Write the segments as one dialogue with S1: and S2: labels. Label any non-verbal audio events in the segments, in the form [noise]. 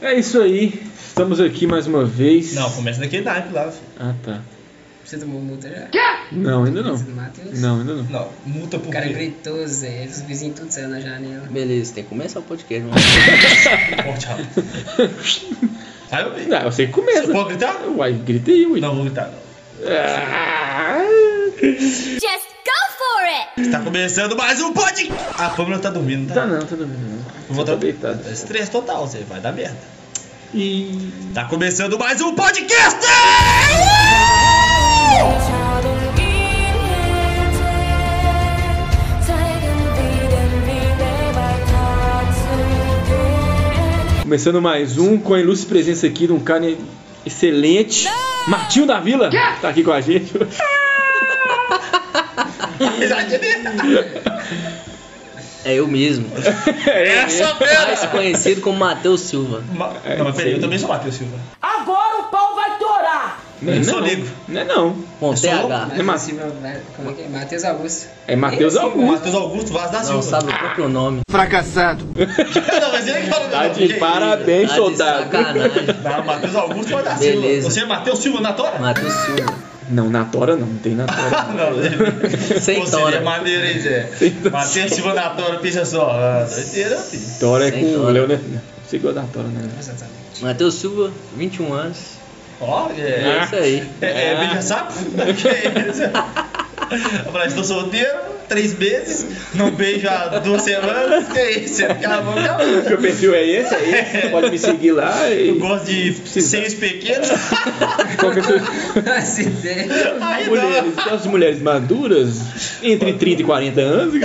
S1: É isso aí. Estamos aqui mais uma vez.
S2: Não, começa daquele naipe lá. filho.
S1: Ah, tá.
S3: Você tomou multa já?
S1: Não, ainda não.
S3: Luiz do Matheus?
S1: Não, ainda não. [laughs]
S2: Não, multa por
S3: O cara
S2: quê?
S3: gritou, Zé. Os vizinhos tudo saiu na janela.
S4: Beleza, tem que começar o podcast. Mano.
S2: Forte rápido. Aí eu vi.
S1: Ah, eu sei que começa.
S2: Você pode gritar?
S1: Uai, gritei, ui.
S2: Não, vou gritar não.
S1: Ah.
S5: Just go for it!
S2: Tá começando mais um pod... A Pamela tá dormindo, tá?
S1: Tá não, tá dormindo não.
S2: Eu
S1: Só
S2: vou
S1: tá
S2: dar-
S1: deitado.
S2: Estresse total, você vai dar merda.
S1: E...
S2: Tá começando mais um podcast! [laughs]
S1: Começando mais um com a ilustre presença aqui de um cara excelente. Martinho da Vila tá aqui com a
S2: [laughs]
S1: gente.
S2: Amizade dele.
S4: É eu mesmo.
S1: É.
S2: Essa
S4: Mais conhecido como Matheus Silva.
S2: Ma- Não, mas peraí, eu também sou Matheus Silva.
S6: Agora o pau vai torar!
S1: Não é
S2: Eu sou
S1: não.
S2: negro.
S1: Não é não.
S4: Com
S2: É só
S4: TH.
S1: É Ma-
S3: Matheus Silva, vai- como é que é? Matheus Augusto.
S1: É Matheus
S3: Esse
S1: Augusto.
S2: Matheus Augusto Vaz da Silva.
S4: Não sabe o próprio nome.
S2: [laughs] Não, mas ele é que fala o
S1: Tá
S2: nome.
S1: de parabéns,
S4: Tá de
S1: soldado.
S4: Sacanagem.
S2: Não, Matheus Augusto Vaz da Silva.
S4: Beleza.
S2: Você é Matheus Silva na tora?
S4: Matheus Silva.
S1: Não, na Tora não, não tem na Tora.
S2: Não, né? ele-
S4: Sem
S2: Pô, seria
S4: tora.
S2: é maneiro, hein, Zé?
S1: Sem-
S2: Matheus Silva na tora, pensa só. ah, Doideira, filho.
S1: Tora é
S4: Sem
S1: com o
S4: Tora.
S1: Leo, né? Não sei qual é da Tora, né?
S3: Exatamente. [laughs]
S4: Matheus Silva, 21 anos.
S2: Ó,
S4: É
S2: é.
S4: isso aí.
S2: É, é
S1: Ah.
S2: beija sapo? Que isso? Eu falei, estou solteiro, três meses, não beijo há duas semanas. Que isso? Acabou, acabou.
S1: Meu perfil é esse, é esse. Pode me seguir lá e.
S2: Eu gosto de seios pequenos.
S1: Qualquer coisa.
S3: Esse Assim, Zé.
S2: Aí não.
S1: Mulheres, as mulheres maduras, entre 30 e 40 anos, [laughs]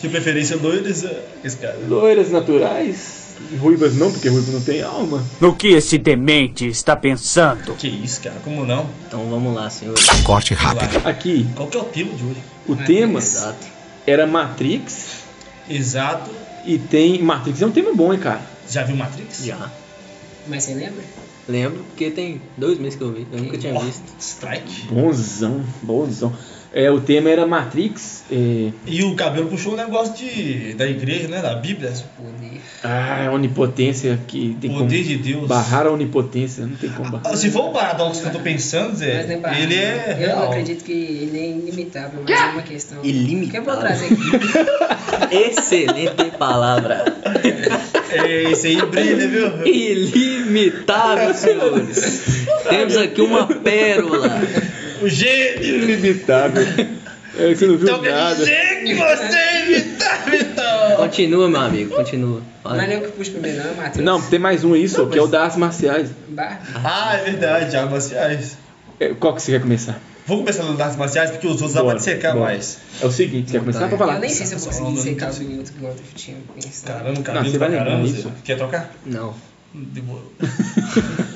S2: De preferência, loiros. ah, Esse cara.
S1: loiras naturais, ruivas não, porque ruivo não tem alma.
S7: No que esse demente está pensando?
S2: Que isso, cara? Como não?
S4: Então vamos lá, senhor.
S8: Corte rápido.
S1: Aqui,
S2: Qual que é o tema de hoje?
S1: o tema
S4: Exato.
S1: era Matrix
S2: Exato.
S1: e tem. Matrix é um tema bom, hein, cara?
S2: Já viu Matrix?
S4: Já.
S3: Mas você lembra?
S4: Lembro porque tem dois meses que eu vi. Eu nunca tinha
S2: Ó,
S4: visto.
S2: Strike.
S1: Bonzão, bonzão. É, o tema era Matrix. É...
S2: E o cabelo puxou um negócio de, da igreja, né? Da Bíblia.
S3: Poder.
S1: Ah, a onipotência que tem como.
S2: Poder de Deus.
S1: Barrar a onipotência, não tem como barrar.
S2: Ah, Se for o paradoxo que eu tô pensando, Zé,
S3: Mas lembra?
S2: ele é.
S3: Eu
S2: real.
S3: acredito que ele é inimitável, mas é uma questão. Que eu
S4: Ilimitável.
S3: vou trazer aqui.
S4: Excelente palavra.
S2: É, esse aí brilha,
S3: [laughs]
S2: viu?
S4: Ilimitável, senhores. Temos aqui uma pérola.
S2: O gênio.
S1: Ilimitável. [laughs] É, você não viu
S2: Então quer
S1: nada.
S2: dizer que você é inevitável, então.
S4: Continua, meu amigo. Continua. Fala.
S3: Mas nem o que puxa primeiro, não é o Matheus.
S1: Não, tem mais um isso, que é o das artes marciais.
S3: Barba.
S2: Ah, é verdade, artes marciais.
S1: É, Qual que você quer começar?
S2: Vou começar nas artes marciais porque os outros dá pra
S1: Bora,
S2: dissecar
S1: bora.
S2: mais. Tá,
S1: É o seguinte, quer começar pra
S3: Eu
S1: falar?
S3: nem sei se eu
S2: Só um
S3: consegui ser
S2: minuto.
S3: caso em outro que eu tinha pensado.
S2: Caramba,
S1: Não,
S2: cabelo
S1: você
S2: pra
S1: vai lembrar
S2: caramba.
S1: disso.
S2: Zé. Quer trocar? Hum,
S4: Não.
S2: Demorou.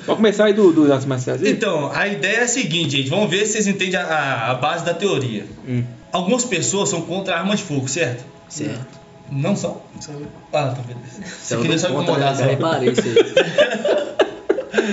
S1: Vamos começar aí do, dos artes marciais. aí?
S2: Então, a ideia é a seguinte, gente. Vamos ver se vocês entendem a- a, a base da teoria.
S4: Hum.
S2: Algumas pessoas são contra a arma de fogo, certo?
S4: Certo.
S2: Não são?
S3: Só-
S2: Ah, tá beleza. Você
S4: Então,
S2: queria
S4: não
S2: só
S4: conta,
S2: incomodar,
S4: né?
S2: só.
S4: Eu reparei isso aí.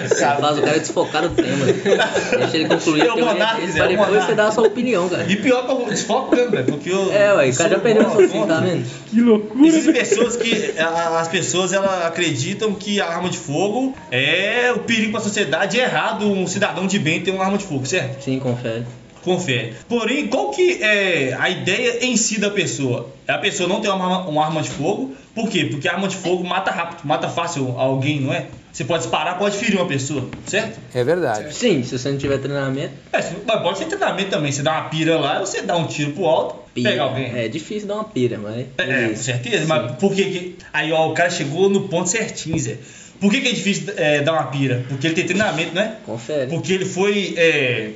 S4: Você faz o cara desfocar o tema. Deixa ele concluir.
S2: É o
S4: o tema
S2: monarca,
S4: dele,
S2: Zé,
S4: pra
S2: é o
S4: depois
S2: monarca.
S4: você dá a sua opinião, cara.
S2: E pior que eu desfoco mesmo, velho, porque eu.
S4: É, ué, o cara já
S2: sou
S4: perdeu
S2: bom,
S4: seu fim, tá
S2: bom.
S4: vendo?
S1: Que loucura!
S2: Existem pessoas que. a- As pessoas elas acreditam que a arma de fogo é o perigo para a sociedade. É errado um cidadão de bem ter uma arma de fogo, certo?
S4: Sim, confere.
S2: Confere. Porém, qual que é a ideia em si da pessoa? É a pessoa não ter uma, arma- uma arma de fogo. Por quê? Porque a arma de fogo mata rápido, mata fácil alguém, não é? Você pode disparar, pode ferir uma pessoa, certo?
S4: Sim, se você não tiver treinamento,
S2: É, se- mas pode ser treinamento também. Você dá uma pira lá, você dá um tiro pro alto,
S4: pira.
S2: pega alguém.
S4: É difícil dar uma pira, mas.
S2: É, com certeza, mas por que, que. Aí, ó, o cara chegou no ponto certinho, Zé. Por que, que é difícil é, dar uma pira? Porque ele tem treinamento, né?
S4: Confere.
S2: Porque ele foi é,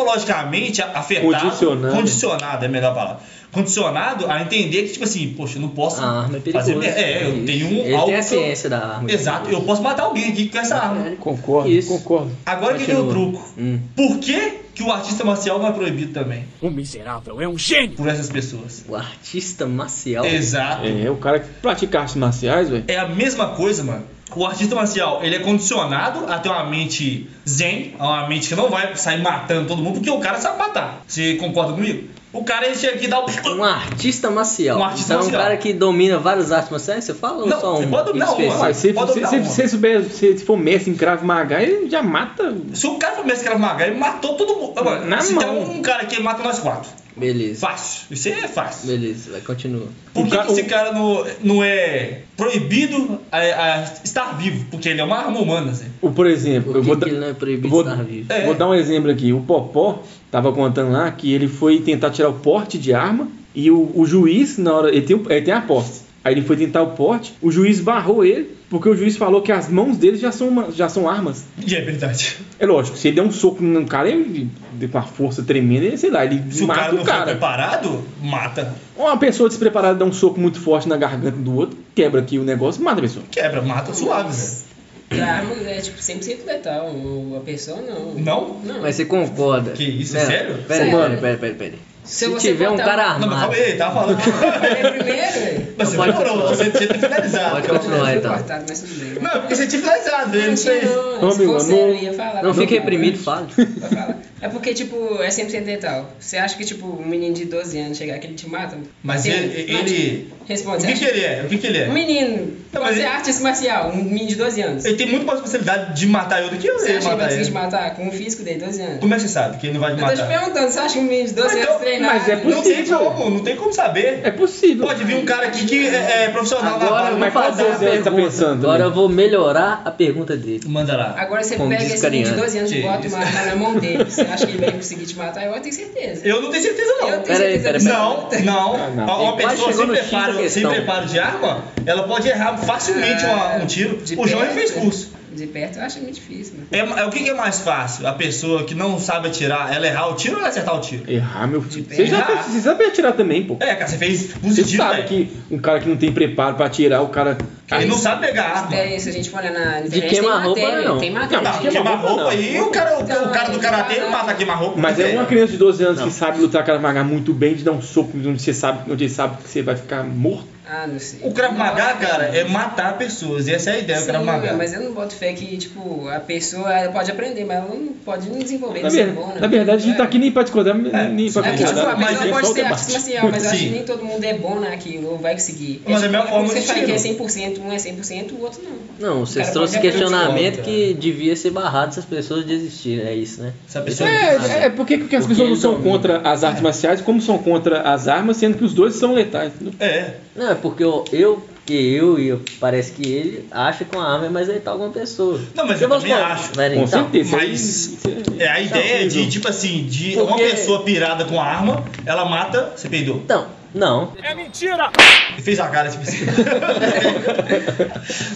S2: psicologicamente a- afetado.
S1: Condicionado.
S2: Condicionado, é a melhor palavra. Condicionado a entender que, tipo assim, poxa, eu não posso.
S4: A arma é perigosa.
S2: fazer merda. É, eu
S4: Isso.
S2: tenho um.
S4: Ele
S2: algo
S4: tem a
S2: que eu-
S4: ciência da arma. né? É.
S2: Exato, eu posso matar alguém aqui com essa arma.
S4: Confere.
S1: Concordo,
S4: Isso.
S1: concordo.
S2: Agora que deu o
S4: Continua.
S2: truco.
S4: Hum.
S2: Por que, que o artista marcial não é proibido também?
S7: O miserável é um gênio!
S2: Por essas pessoas.
S4: O artista marcial.
S2: Exato.
S1: É, o cara que pratica artes marciais, velho.
S2: É a mesma coisa, mano. O artista marcial, ele é condicionado a ter uma mente zen, a uma mente que não vai sair matando todo mundo, porque o cara sabe matar. Você concorda comigo? O cara ele chega aqui e dá o.
S4: Um artista marcial.
S2: Um artista
S4: então,
S2: marcial.
S4: um cara que domina várias artes marciais, você fala ou
S2: Não,
S4: só
S2: você
S4: um?
S2: pode- não,
S4: específico?
S2: mano.
S1: Ué, se,
S2: Pode
S1: se,
S2: dar
S1: se,
S2: uma.
S1: se souber, se, se for mestre em Krav Maga, ele já mata.
S2: Se o cara começa a Krav Maga, ele matou todo mundo. Mano,
S1: Na
S2: se tem
S1: mão.
S2: um cara que mata nós quatro.
S4: Beleza.
S2: Fácil. Isso aí é fácil.
S4: Beleza, vai, continua.
S2: Por
S1: O
S2: que,
S1: ca-
S2: que esse
S1: o-
S2: cara não, não é proibido a, a estar vivo? Porque ele é uma arma humana, assim.
S1: Ou, por exemplo,
S4: Por
S1: eu
S4: que,
S1: vou,
S4: que
S1: dar-
S2: né?
S4: ele não é proibido
S1: vou-
S4: de estar vivo?
S2: É.
S1: vou dar um exemplo aqui. O Popó tava contando lá que ele foi tentar tirar o porte de arma e o, o juiz, na hora. Ele tem, o- ele tem a posse. Aí ele foi tentar o porte, o juiz barrou ele, porque o juiz falou que as mãos dele já são, uma- já são armas.
S2: E é verdade.
S1: É lógico, se ele der um soco num cara, ele, ele- com uma força tremenda, ele, sei lá, ele
S2: Se o
S1: mata
S2: cara não
S1: o
S2: for
S1: cara.
S2: preparado, mata.
S1: Uma pessoa despreparada dá um soco muito forte na garganta do outro, quebra aqui o negócio, mata a pessoa.
S2: Quebra, mata tá suave, né? velho.
S3: E a arma é tipo 100% letal, o- a pessoa não.
S2: Não?
S3: Não.
S4: Mas você concorda?
S2: Que isso, é
S4: Pera,
S2: sério?
S4: Pera,
S3: Sério.
S4: mano, pera, pera, pera.
S3: Se
S4: Se,
S3: você
S4: tiver um
S3: botar
S2: Não,
S4: cara
S2: mas
S4: armado.
S2: calma aí, tava falando.
S3: Falei é primeiro, velho.
S2: Mas você
S4: Pode-
S2: demorou, você tinha que finalizar.
S4: Pode
S2: Calma.
S4: continuar. Ah,
S3: Foi
S4: então.
S3: é cortado, mas tudo bem. né?
S2: Não, porque você tinha finalizado, ele não sei.
S3: Não,
S1: Ô,
S3: se
S1: meu
S3: fosse
S1: amor.
S3: eu ia falar.
S4: Não fique
S3: fica
S4: reprimido, fale.
S3: Vai falar. É porque, tipo, é 100% letal. Você acha que, tipo, um menino de 12 anos chegar aqui, ele te mata?
S2: Mas
S3: Assim,
S2: ele-
S3: não,
S2: ele-
S3: tipo,
S2: O
S3: Responde. você
S2: que, que
S3: acha-
S2: ele é? O que, que ele
S3: Um
S2: é?
S3: menino.
S2: Não, mas
S3: Você é
S2: ele-
S3: artista marcial, um menino de 12 anos.
S2: Ele tem muito mais possibilidade de matar eu do que eu
S3: Você
S2: ia
S3: acha que ele vai
S2: matar
S3: conseguir te
S2: ele.
S3: matar com o físico dele, 12 anos?
S2: Como é que você sabe que ele não vai te
S3: Eu tô te
S2: matar?
S3: perguntando, você acha que um menino de 12
S2: Então,
S3: anos treinar?
S1: mas é
S2: Não tem
S1: possível.
S2: como, não tem como saber.
S1: É possível.
S2: Pode vir um cara aqui que é, é profissional na
S4: Agora eu
S2: barra,
S4: vou
S1: mas qual
S4: fazer
S1: dos
S4: a
S1: dois ele tá
S4: pergunta.
S1: pensando,
S4: Agora
S1: né?
S4: eu vou melhorar a pergunta dele.
S2: Manda lá.
S3: Agora você
S4: Como
S3: pega
S4: diz
S3: esse menino de
S4: Cariani.
S3: 12 anos e
S2: Que
S3: bota
S2: isso.
S3: uma arma na mão dele. Você acha que ele vai conseguir te matar? Eu tenho certeza.
S2: Eu não tenho certeza, não.
S3: Eu tenho
S4: Pera aí,
S3: certeza
S4: pera aí,
S3: disso.
S4: pera aí.
S2: Não, não.
S1: não.
S2: Uma- Uma
S4: Ele quase
S2: pessoa
S4: chegou
S2: sem
S4: no X da
S2: preparo, sem
S4: questão. É,
S2: preparo de arma, ela pode errar facilmente uma- um tiro.
S3: De
S2: O João ele
S3: perto,
S2: fez curso.
S3: De perto eu acho muito difícil, mano.
S2: É, é o que, que é mais fácil? A pessoa que não sabe atirar, ela errar o tiro ou ela acertar o tiro?
S1: Errar, meu
S4: Tipo,
S1: filho. Você já
S2: errar.
S1: você sabe atirar também, pô.
S2: É, cara, você fez
S1: Você
S2: positivo,
S1: sabe
S2: velho.
S1: que um cara que não tem preparo pra atirar, o cara.
S2: Ele não sabe pegar arma.
S3: É, se a gente for olhar na internet, tem
S4: queima-roupa,
S3: matéria,
S4: não.
S3: tem matéria.
S1: Não,
S2: Tá,
S1: queima-
S2: queimar
S1: roupa,
S2: roupa
S1: não.
S2: aí, o cara, o,
S3: Então,
S2: o cara do
S3: aí,
S2: karatê ele
S3: vai lá.
S2: mata queimar roupa.
S1: Mas é
S2: velho.
S1: uma criança de 12 anos
S4: Não.
S1: que sabe lutar cara magar muito bem, de dar um soco onde você sabe, onde ele sabe que você vai ficar morto.
S3: Ah, não sei.
S2: O Krav Maga,
S3: Não,
S2: cara, é matar pessoas. E essa é a ideia do
S3: Sim,
S2: Krav Maga.
S3: mas eu não boto fé que, tipo, a pessoa ela pode aprender, mas ela não pode não desenvolver,
S1: Na,
S3: não ser
S1: ver-
S3: boa, né?
S1: na verdade, a gente tá aqui nem pra discordar,
S2: É.
S1: nem- nem pra
S3: É que, tipo,
S1: concordar.
S3: a
S2: Mas
S3: pessoa
S2: é
S3: pode
S1: só o
S3: ser
S1: debate.
S3: artista marcial, mas eu acho
S2: Sim.
S3: que nem todo mundo é bom naquilo, ou vai conseguir.
S2: Mas é a minha
S3: como
S2: forma
S3: você
S2: de
S3: fala que é
S2: tiro.
S3: 100%, um é 100%, o outro não.
S4: Não, vocês
S3: Cara,
S4: trouxeram
S2: é
S3: pode
S4: questionamento
S2: acontecer,
S4: que devia ser barrado se as pessoas desistirem, é isso, né?
S2: Essa
S4: Esse
S2: pessoa-
S4: o questionamento.
S1: É, é porque, porque as
S4: Porque
S1: pessoas não
S4: eles
S1: são
S4: dominam.
S1: contra as artes marciais, como são contra as armas, sendo que os dois são letais. né? entendeu?
S2: É.
S4: Não, é porque eu, eu que eu e eu- parece que ele acha que uma arma é mais letal que uma pessoa.
S2: Não, mas eu
S4: vamos
S2: também
S4: falar-
S2: acho.
S4: Pera,
S1: Com
S4: então,
S1: certeza.
S2: mas-
S1: Isso aí- isso aí-
S2: É a ideia
S1: horrível.
S2: de, tipo assim, de
S4: Porque-
S2: uma pessoa pirada com arma, ela mata, você peidou.
S4: Então, não.
S7: É mentira!
S2: E fez a cara, tipo
S1: [laughs]
S2: assim.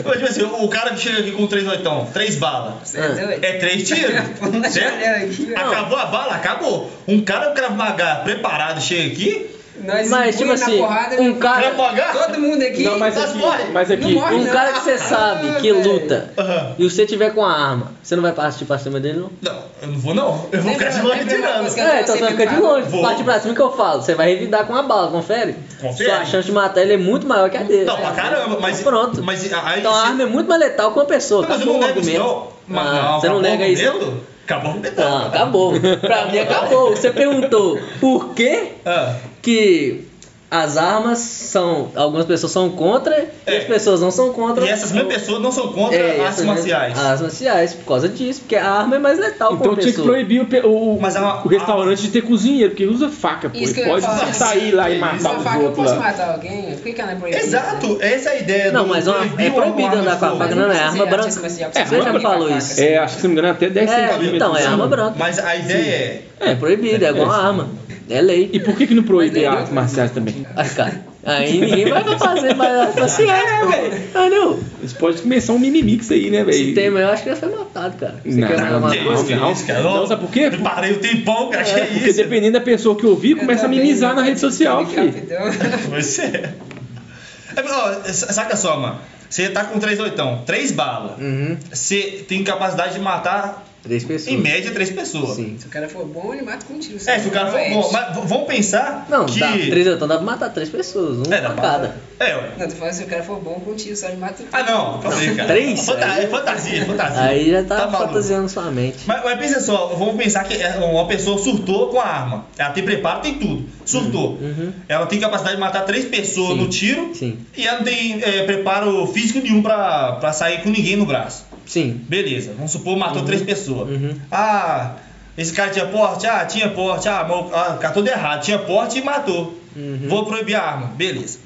S2: Mas, tipo assim, o cara que chega aqui com três oitão, três balas.
S3: Você é
S4: Ah.
S3: doido?
S2: É três
S3: [laughs]
S2: tiros,
S3: né?
S2: certo?
S3: Aqui, ó.
S2: Acabou a bala, acabou. Um cara Krav Maga preparado chega aqui,
S3: Nós
S4: Mas, tipo
S3: empunha na
S4: assim,
S3: porrada, né?
S4: um
S2: Krav
S4: cara,
S2: Maga...
S3: Ah, Todo mundo aqui. tá
S1: Não, mas
S2: Mas
S1: aqui,
S2: morre.
S1: mas é aqui
S3: Não morre.
S4: um cara que você sabe que
S3: velho.
S4: luta
S2: Ah, Aham.
S4: e você tiver com a arma, você não vai partir pra cima dele, não?
S2: Não, eu não vou não. Eu vou ficar
S3: Lembra-
S2: de longe
S3: lembra uma
S2: tirando.
S3: música?
S4: É, então você vai ficar de longe,
S2: Vou.
S4: parte pra cima que eu falo. Você vai revidar com a bala, confere?
S2: Confere.
S4: Sua chance de matar ele é muito maior que a dele.
S2: Não, pra caramba, mas.
S4: Pronto.
S2: Mas a- aí.
S4: Então a
S2: se-
S4: arma é muito mais letal que uma pessoa.
S2: Mas eu não
S4: Acabou o
S2: nego isso,
S4: argumento.
S2: não. Mas
S4: Ah,
S2: não,
S4: você não
S2: acabou
S4: nega
S2: com
S4: isso.
S2: medo? Acabou Ah. com medo.
S4: Não, acabou. Pra mim acabou. Você perguntou por que
S2: Ah,
S4: que as armas são. Algumas pessoas são contra e
S2: É.
S4: as pessoas não são contra.
S2: e essas mesmas pessoas não são contra
S4: É,
S2: artes
S4: essas mesmas-
S2: marciais.
S4: Artes marciais, por causa disso, porque a arma é mais letal que
S1: Então
S4: uma
S1: tinha que
S4: pessoa.
S1: proibir o, pe- o-
S2: Mas é a-
S1: o restaurante de ter cozinheiro, porque usa faca, pô.
S3: Isso que
S1: Ele
S3: eu ia
S1: pode
S3: falar.
S1: sair lá e
S2: Isso,
S1: matar
S3: Sua
S1: os
S3: faca eu
S1: outros
S3: posso
S1: lá.
S3: matar alguém? Por que que ela não é proibida?
S2: Exato, essa é a ideia
S4: Não,
S2: do
S4: mas uma, é
S2: proibir uma
S4: proibido
S2: arma
S4: andar com a
S2: de
S4: faca,
S2: fogo.
S4: não, é
S3: Mas
S4: arma
S3: não precisa
S4: branca.
S3: ser artista marcial,
S4: Você já me
S3: precisa
S4: falou
S3: ser
S4: isso.
S3: faca.
S1: É, acho que se não me engano, até 10
S4: É,
S1: centímetros.
S4: então, é
S1: assim.
S4: arma branca.
S2: Mas a ideia
S4: É proibido, é igual a arma. É lei.
S1: E por que, que não proíbe
S3: Mas é
S1: artes marciais também?
S4: Ai, cara. Aí ninguém vai fazer mais artes marciais,
S2: É,
S4: né, velho? Ah, não.
S1: Eles podem começar um mimimix aí, né, velho?
S4: Se tem, mas eu acho que já foi matado, cara. Você
S1: Não,
S4: quer
S1: não,
S4: matar?
S2: é. Que isso, que
S1: não.
S2: isso, cara?
S1: Não, sabe por quê?
S2: Parei o tempão, cara,
S4: É.
S3: é
S2: que
S1: Porque
S2: isso?
S1: dependendo da pessoa que ouvir, começa a mimizar na rede social, filho.
S3: filho.
S2: Pois é. É, ó, s- saca só, mano. Você tá com três oitão, três balas.
S4: Uhum.
S2: Você tem capacidade de matar
S4: Três pessoas.
S2: Em média, três pessoas.
S3: [laughs]
S4: Sim.
S3: Se o cara for bom, ele mata com um tiro.
S2: É, se o cara for bom,
S3: Provavelmente.
S2: mas v- vamos pensar
S4: Não,
S2: que.
S4: dá, três então dá pra matar três pessoas. Um
S2: É, dá
S4: pra
S2: pra-
S4: cada.
S2: É, ó.
S3: Não, tô falando se o cara for bom com um tiro, só ele mata.
S2: Ah, não, calma aí, cara.
S4: Três?
S2: Fanta-
S4: Aí-
S2: É fantasia, é fantasia.
S4: Aí já tá,
S2: maluco.
S4: fantasiando sua mente.
S2: Mas, mas pensa só, vamos pensar que é, uma pessoa surtou com a arma. Ela tem preparo, tem tudo. Surtou.
S4: uhum.
S2: Ela tem capacidade de matar três pessoas
S4: Sim.
S2: no tiro.
S4: Sim.
S2: E ela não tem é, preparo físico nenhum pra, pra sair com ninguém no braço.
S4: Sim.
S2: Beleza, vamos supor, matou três pessoas.
S4: Uhum.
S2: Ah, esse cara tinha porte? Ah, tinha porte. Ah, mas o ah, o cara todo errado. Tinha porte e matou.
S4: Uhum.
S2: Vou proibir a arma. Beleza.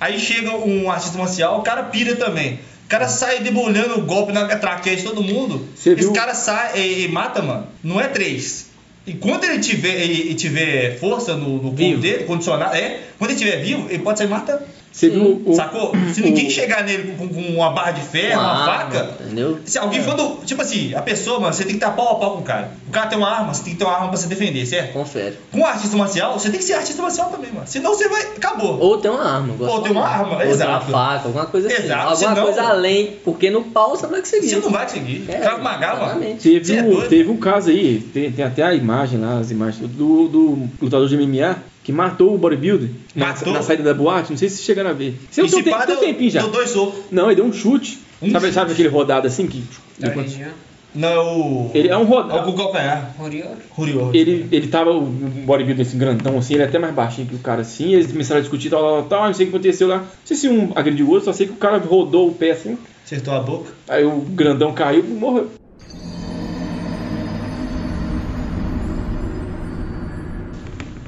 S2: Aí chega um artista marcial, o cara pira também. O cara sai debulhando o golpe na traqueia de todo mundo.
S1: Você
S2: Esse
S1: viu?
S2: cara sai e, e mata, mano. Não é três. Enquanto ele tiver, e, e tiver força no, no corpo
S4: Vivo.
S2: dele, condicionado, é. Quando ele estiver vivo, ele pode sair matando.
S1: Você viu o,
S2: Sacou? Se ninguém chegar nele com, com uma barra de ferro, É, uma
S4: Uma arma,
S2: faca,
S4: entendeu?
S2: se alguém for do. Tipo assim, a pessoa, mano, você tem que estar pau a pau com o cara. O cara tem uma arma, você tem que ter uma arma pra se defender, certo?
S4: Confere.
S2: Com o artista marcial, você tem que ser artista marcial também, mano. Senão você vai. Acabou.
S4: Ou tem uma arma. eu gosto
S2: Ou tem
S4: de
S2: uma arma,
S4: Ou tem uma
S2: exato.
S4: faca, alguma coisa assim.
S2: Exato,
S4: Alguma
S2: senão-
S4: coisa além. Porque no pau você não vai conseguir.
S2: Você não vai conseguir.
S4: É,
S2: Cravo Magá, mano.
S4: exatamente.
S2: Você
S1: Teve,
S2: é
S1: um,
S2: doido?
S1: teve um caso aí, tem, tem até a imagem lá, as imagens do, do lutador de MMA que matou o bodybuilder na,
S2: Matou?
S1: na saída da boate. Não sei se vocês chegaram a ver. Você
S2: E
S1: não tem
S2: se
S1: tem
S2: pá,
S1: tem um
S2: deu-
S1: tempinho já.
S2: deu dois socos.
S1: Não, ele deu um chute.
S2: Um
S1: sabe,
S2: chute. É,
S1: sabe aquele rodado assim que.
S3: Da região.
S2: Não, é o.
S1: Ele é um roda-
S2: É o com o calcanhar.
S3: Horror.
S2: Rurior.
S1: Ele, ele tava, o bodybuilder assim, grandão assim, ele é até mais baixinho que o cara assim, eles começaram a discutir, tal, tal, tal, não sei o que aconteceu lá. Não sei se um agrediu o outro, só sei que o cara rodou o pé assim,
S2: Acertou a boca.
S1: aí o grandão caiu e morreu.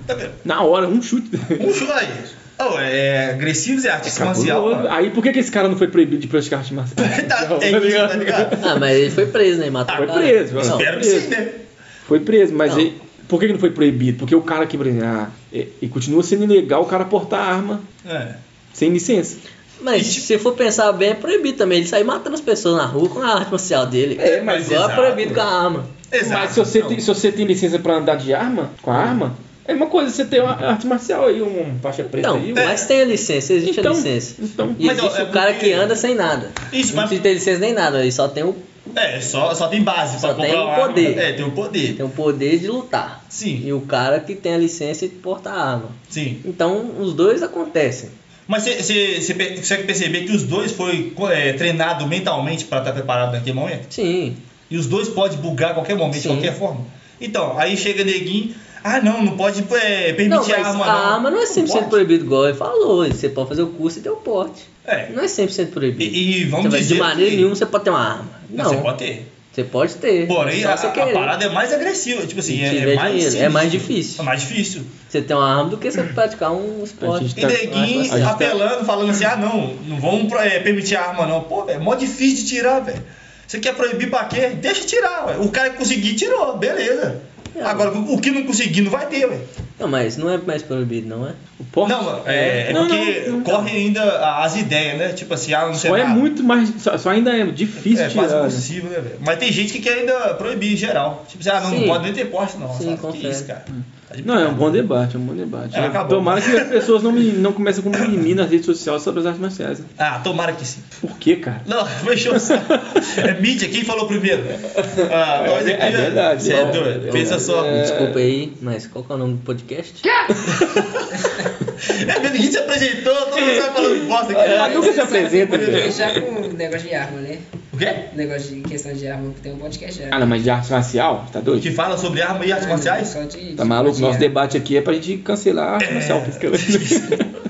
S2: Tá vendo?
S1: Na hora, um chute.
S2: Um chute aí. Oh, é agressivos e artista marcial. mano.
S1: Aí por que, que esse cara não foi proibido de praticar arte
S2: [laughs]
S1: marcial? [laughs]
S2: Tá, é isso, tá ligado?
S4: Ah, mas ele foi preso, né? Ele
S2: Ah,
S4: Matou
S1: Foi
S4: o cara.
S1: preso,
S4: Não,
S1: mano.
S2: Espero que sim, né?
S1: Foi preso, mas
S4: Não.
S1: ele- por que, que não foi proibido? Porque o cara que ah, é, e continua sendo ilegal o cara portar arma
S2: É.
S1: sem licença.
S4: Mas
S2: E, tipo-
S4: se for pensar bem, é proibido também. Ele sair matando as pessoas na rua com a arte marcial dele.
S2: É, mas
S4: Agora é
S2: exato.
S4: proibido com a arma.
S2: Exato.
S1: mas se você, tem, se você tem licença pra andar de arma, com a arma, é uma coisa você ter uma arte marcial aí, um faixa preta
S4: Não,
S2: é,
S1: aí. um-
S4: mas Então, tem a licença, existe
S1: Então,
S4: a licença.
S1: então.
S4: e
S2: Mas, ó,
S4: existe
S2: é
S4: o cara
S2: porque-
S4: que anda sem nada.
S2: Isso,
S4: não
S2: mas-
S4: precisa ter licença nem nada, ele só tem o,
S2: É, só, só tem base
S4: Só
S2: pra comprar
S4: tem o
S2: uma arma.
S4: poder.
S2: É, tem o poder.
S4: tem o poder de lutar.
S2: Sim.
S4: E o cara que tem a licença de portar arma.
S2: Sim.
S4: Então, os dois acontecem.
S2: Mas você consegue perceber que os dois foi é, treinado mentalmente pra estar preparado naquele momento?
S4: Sim.
S2: E os dois podem bugar a qualquer momento, de
S4: Sim.
S2: qualquer forma. Então, aí chega neguinho. Ah, não, não pode é, permitir
S4: Não, mas
S2: a arma.
S4: a arma não é 100%
S2: pode.
S4: proibido, igual ele falou. Você pode fazer o curso e ter o porte.
S2: É.
S4: Não é 100% proibido.
S2: E- e vamos
S4: Você vai-
S2: dizer
S4: De maneira
S2: que-
S4: nenhuma você pode ter uma arma.
S2: Não,
S4: Não,
S2: você pode ter.
S4: Você pode ter.
S2: Porém,
S4: só
S2: a,
S4: você
S2: a
S4: querer.
S2: parada é mais agressiva. Tipo assim,
S4: Se
S2: é, é
S4: tiver
S2: mais
S4: dinheiro, é
S2: sinistro.
S4: mais difícil.
S2: É mais difícil.
S4: Você tem uma arma do
S2: [laughs]
S4: que você praticar um
S1: A
S4: esporte.
S1: gente
S2: E neguinho
S4: Ah, tá certo.
S2: apelando, falando assim, ah não, não vamos pro- eh, permitir a arma não. Pô, velho, é mó difícil de tirar, velho. Você quer proibir pra quê? Deixa tirar, ué. O cara que conseguir tirou, beleza.
S4: É.
S2: Agora, o que não conseguir não vai ter, velho.
S4: Não, mas não é mais proibido, não é?
S1: O porte
S2: Não, mano, é, é
S1: Não,
S2: porque
S1: não, não.
S2: corre ainda a- as ideias, né? Tipo assim, ah, não sei
S1: só é
S2: nada.
S1: muito mais. Só, só ainda é difícil
S2: É
S1: tirar.
S2: quase
S1: né?
S2: impossível, né, velho? Mas tem gente que quer ainda proibir em geral. Tipo assim, ah, não, não
S4: Sim.
S2: pode nem ter poste, não.
S4: Sim,
S2: Sabe? que
S4: confere.
S2: isso, cara? Tá de
S1: Não, é um bom
S2: brincadeira.
S1: debate, é um bom debate.
S2: É, acabou.
S1: Tomara que as pessoas não, me, não comecem com mimimi nas redes sociais sobre as artes marciais. né?
S2: Ah, tomara que sim.
S1: Por quê, cara?
S2: Não, [laughs] fechou o saco. É mídia, quem falou primeiro? Ah, nós aqui
S1: É
S2: já-
S1: verdade.
S2: Você é
S1: Bom,
S2: doido, pensa só.
S4: Me
S2: É
S4: desculpa aí, mas qual que é o nome do podcast?
S2: mesmo, ninguém se apresentou, todo mundo sabe falando bosta aqui. né?
S1: Ela Ah, nunca se apresenta, velho.
S3: Já com o negócio de arma, né?
S2: O quê?
S3: Negócio de questão de arma, que tem um podcast já.
S1: Ah, não, mas de arte marcial? Tá doido?
S2: Que fala sobre arma e artes marciais?
S3: Só de-
S1: Tá
S3: de-
S1: maluco?
S3: de
S1: Nosso
S3: arma.
S1: debate aqui é pra gente cancelar a arte marcial. por isso que eu-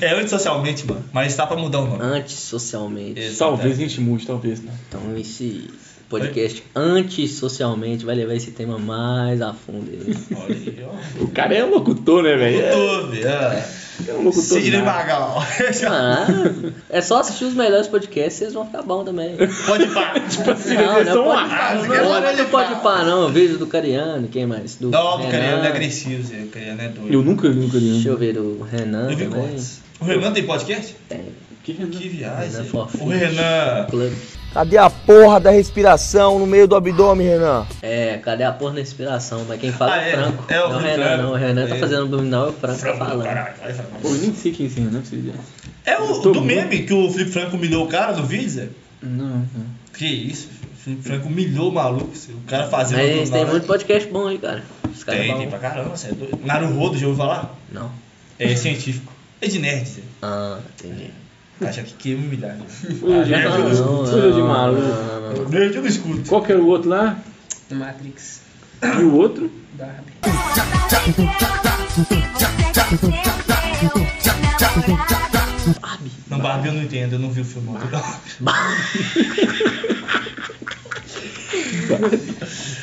S2: É antissocialmente, mano. Mas tá pra mudar o nome.
S4: Antissocialmente.
S1: talvez a gente mude, talvez né? não.
S4: Então esse podcast antissocialmente vai levar esse tema mais a fundo.
S2: [laughs]
S4: aí.
S2: Olha aí, ó.
S1: O cara é um locutor, né, velho?
S2: YouTube, ah.
S1: É um locutor.
S2: Sidney
S1: nato.
S2: Magal. [laughs]
S4: Ah, é só assistir os melhores podcasts, vocês vão ficar
S2: [laughs]
S4: bom também.
S2: Pode falar. Tipo assim.
S1: Sidney é só um
S4: pode
S1: ar.
S4: parar,
S2: arraso,
S4: não,
S2: cara.
S4: não,
S2: Olha,
S4: não
S2: ele
S4: pode
S2: fala.
S4: parar, não. Vídeo do Cariano, quem mais? Do
S2: Não, porque o
S4: Renan.
S2: Cariano é agressivo, Zé. O né? Cariano é doido.
S1: Eu nunca vi um
S4: Deixa
S1: coreano.
S4: eu ver o Renan
S2: Eu vi
S4: também.
S2: cortes. O Renan tem podcast?
S4: Tem.
S1: Que é, né?
S2: Que viagem. Zé.
S4: Renan Fofinho.
S2: O é Renan.
S4: Clube.
S8: Cadê a porra da respiração no meio do abdômen, Renan?
S4: É, cadê a porra da inspiração? Mas quem fala
S2: Ah,
S4: é
S2: é.
S4: o Franco.
S2: É, o
S4: não o
S2: Franco,
S4: Renan, não. O Renan
S2: é.
S4: tá fazendo abdominal e o Franco tá
S2: Franco do
S4: falando.
S2: caralho. Vai, Franco.
S1: Pô, eu nem sei quem é esse Renan, pra vocês verem.
S2: É o
S1: Tô
S2: do
S1: muito-
S2: meme que o Felipe Franco humilhou o cara no vídeo, Zé?
S1: Não, não.
S2: Que isso? Felipe Franco humilhou o maluco. O cara fazendo.
S4: Mas
S2: lá,
S4: tem
S2: né?
S4: muito podcast bom aí, cara. Os caras
S2: Tem,
S4: falam-
S2: tem pra caramba. Você é doido. Naruhodo, já ouviu falar?
S4: Não.
S2: É científico. É de nerd, você.
S4: Ah, entendi.
S2: Acha que quer me humilhar. [laughs] né?
S1: Fuja de
S2: Ah, não,
S1: maluco.
S4: não,
S1: Fuja de
S4: não,
S1: maluco.
S2: Nerd eu não escuto.
S1: Qual que era o outro lá?
S3: Do Matrix.
S1: E o outro?
S3: Barbie.
S2: Não, Barbie eu não entendo, eu não vi o filme. ontem, [laughs] não.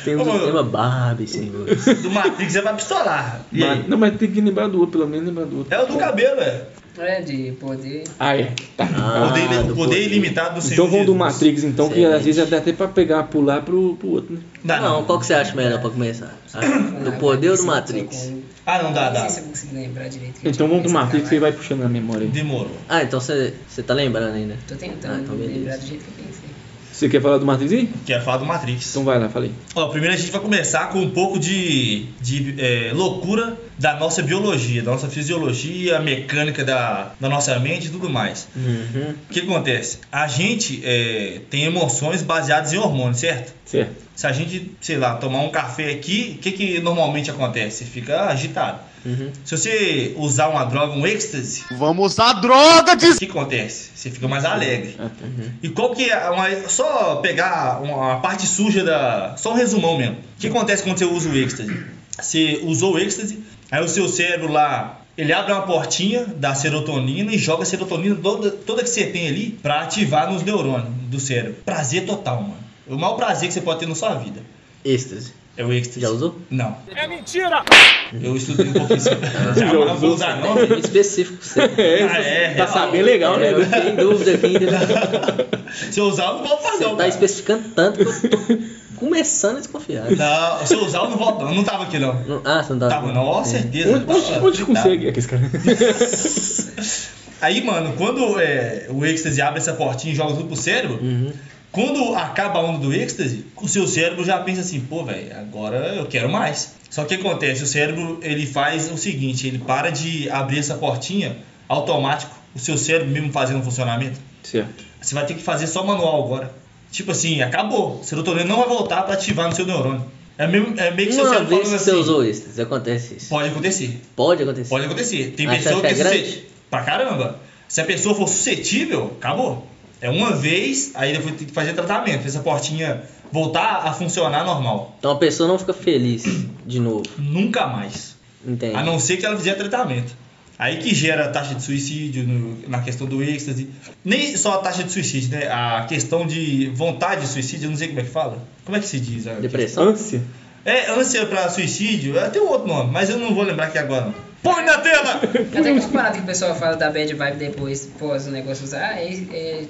S4: Temos
S2: Ô,
S4: o
S2: mano.
S4: um tema Barbie,
S2: [laughs]
S4: senhores.
S2: Do Matrix você vai pistolar. E
S1: Mas-
S2: aí?
S1: Não, mas tem que lembrar do outro, pelo menos lembrar do outro.
S2: É o do cabelo, é.
S3: É de poder.
S1: Ah, é. Tá.
S4: Ah,
S2: Poder,
S4: do
S2: o poder ilimitado do Senhor
S1: Então vamos do
S2: Jesus.
S1: Matrix, então, que
S4: Excelente.
S1: às vezes dá até pra pegar, pular pro, pro outro, né?
S2: Dá,
S4: Não,
S2: não.
S4: qual que você acha melhor pra começar? Ah, Do poder ou do Matrix?
S2: Ah, não, dá, dá.
S3: Não sei se eu consigo lembrar direito. que eu
S1: Então
S3: tinha
S1: vamos do
S3: começado a
S1: Matrix que
S3: falar.
S1: vai puxando na memória. aí.
S2: Demorou.
S4: Ah, então você você tá lembrando ainda.
S3: Tô
S4: Ah,
S3: tentando
S4: então
S3: me
S4: beleza.
S3: lembrar do jeito que eu pensei.
S1: Você quer falar do Matrix aí?
S2: Quer falar do Matrix.
S1: Então vai lá, falei.
S2: Ó, primeiro a gente vai começar com um pouco de, de é, loucura da nossa biologia, da nossa fisiologia, a mecânica da, da nossa mente e tudo mais. O que acontece? A gente é, tem emoções baseadas em hormônios, certo?
S1: Certo.
S2: Se a gente, sei lá, tomar um café aqui, o que, que normalmente acontece? Você fica agitado. Se você usar uma droga, um êxtase,
S9: Vamos usar droga de
S2: o que acontece? Você fica mais alegre.
S1: Ah, tá.
S2: E qual que é uma, só pegar uma, a parte suja da, só um resumão mesmo. O que acontece quando você usa o êxtase? Você usou o êxtase, aí o seu cérebro lá, ele abre uma portinha da serotonina e joga a serotonina toda, toda que você tem ali pra ativar nos neurônios do cérebro. Prazer total, mano. É O maior prazer que você pode ter na sua vida.
S4: Êxtase.
S2: É o êxtase.
S4: Já usou?
S2: Não. É mentira! Eu estudei um pouquinho [laughs] sobre. Já,
S1: usou,
S2: não vou usar não.
S4: É muito específico
S2: [laughs]
S4: pra você.
S1: É,
S2: Ah, é,
S1: tá
S2: real.
S1: sabendo legal, né?
S4: Eu fiquei em dúvida aqui ainda.
S2: Se eu usar, eu não volto mais não.
S4: Você tá
S2: cara.
S4: especificando tanto que eu tô começando a desconfiar.
S2: Não, se eu usar, eu não volto. Eu não tava aqui não.
S4: Não- Ah, você não tava.
S2: Tava, não, Tá, com certeza.
S1: Onde, onde, onde consegue? É que esse cara.
S2: [laughs] Aí, mano, quando é, o êxtase abre essa portinha e joga tudo pro cérebro, quando acaba a onda do êxtase, o seu cérebro já pensa assim, pô, velho, agora eu quero mais. Só que o que acontece, o cérebro ele faz o seguinte, ele para de abrir essa portinha automático, o seu cérebro mesmo fazendo o funcionamento.
S1: Certo.
S2: Você vai ter que fazer só manual agora. Tipo assim, acabou. Serotonina não vai voltar pra ativar no seu neurônio. É, mesmo, é meio que seu
S4: Uma
S2: cérebro
S4: vez
S2: falando
S4: que você
S2: assim.
S4: usou êxtase, acontece isso.
S2: Pode acontecer.
S4: Pode acontecer.
S2: Pode acontecer. Tem
S4: Mas
S2: pessoa
S4: você
S2: que é
S4: acha que é
S2: suscetível. Pra caramba. Se a pessoa for suscetível, acabou. É uma vez, aí depois tem que fazer tratamento. Essa portinha voltar a funcionar normal.
S4: Então a pessoa não fica feliz de novo.
S2: Nunca mais.
S4: Entende?
S2: A Ah, não ser que ela fizer tratamento. Aí que gera a taxa de suicídio no- na questão do êxtase. Nem só a taxa de suicídio, né? A questão de vontade de suicídio, eu não sei como é que fala. Como é que se diz? a
S4: Depressão?
S1: Ânsia?
S2: É, ânsia pra suicídio, é, tem um outro nome, mas eu não vou lembrar aqui agora. não. Põe na tela!
S3: Até aquela parada que o pessoal fala da bad vibe depois, pós o negócio usar, é, é,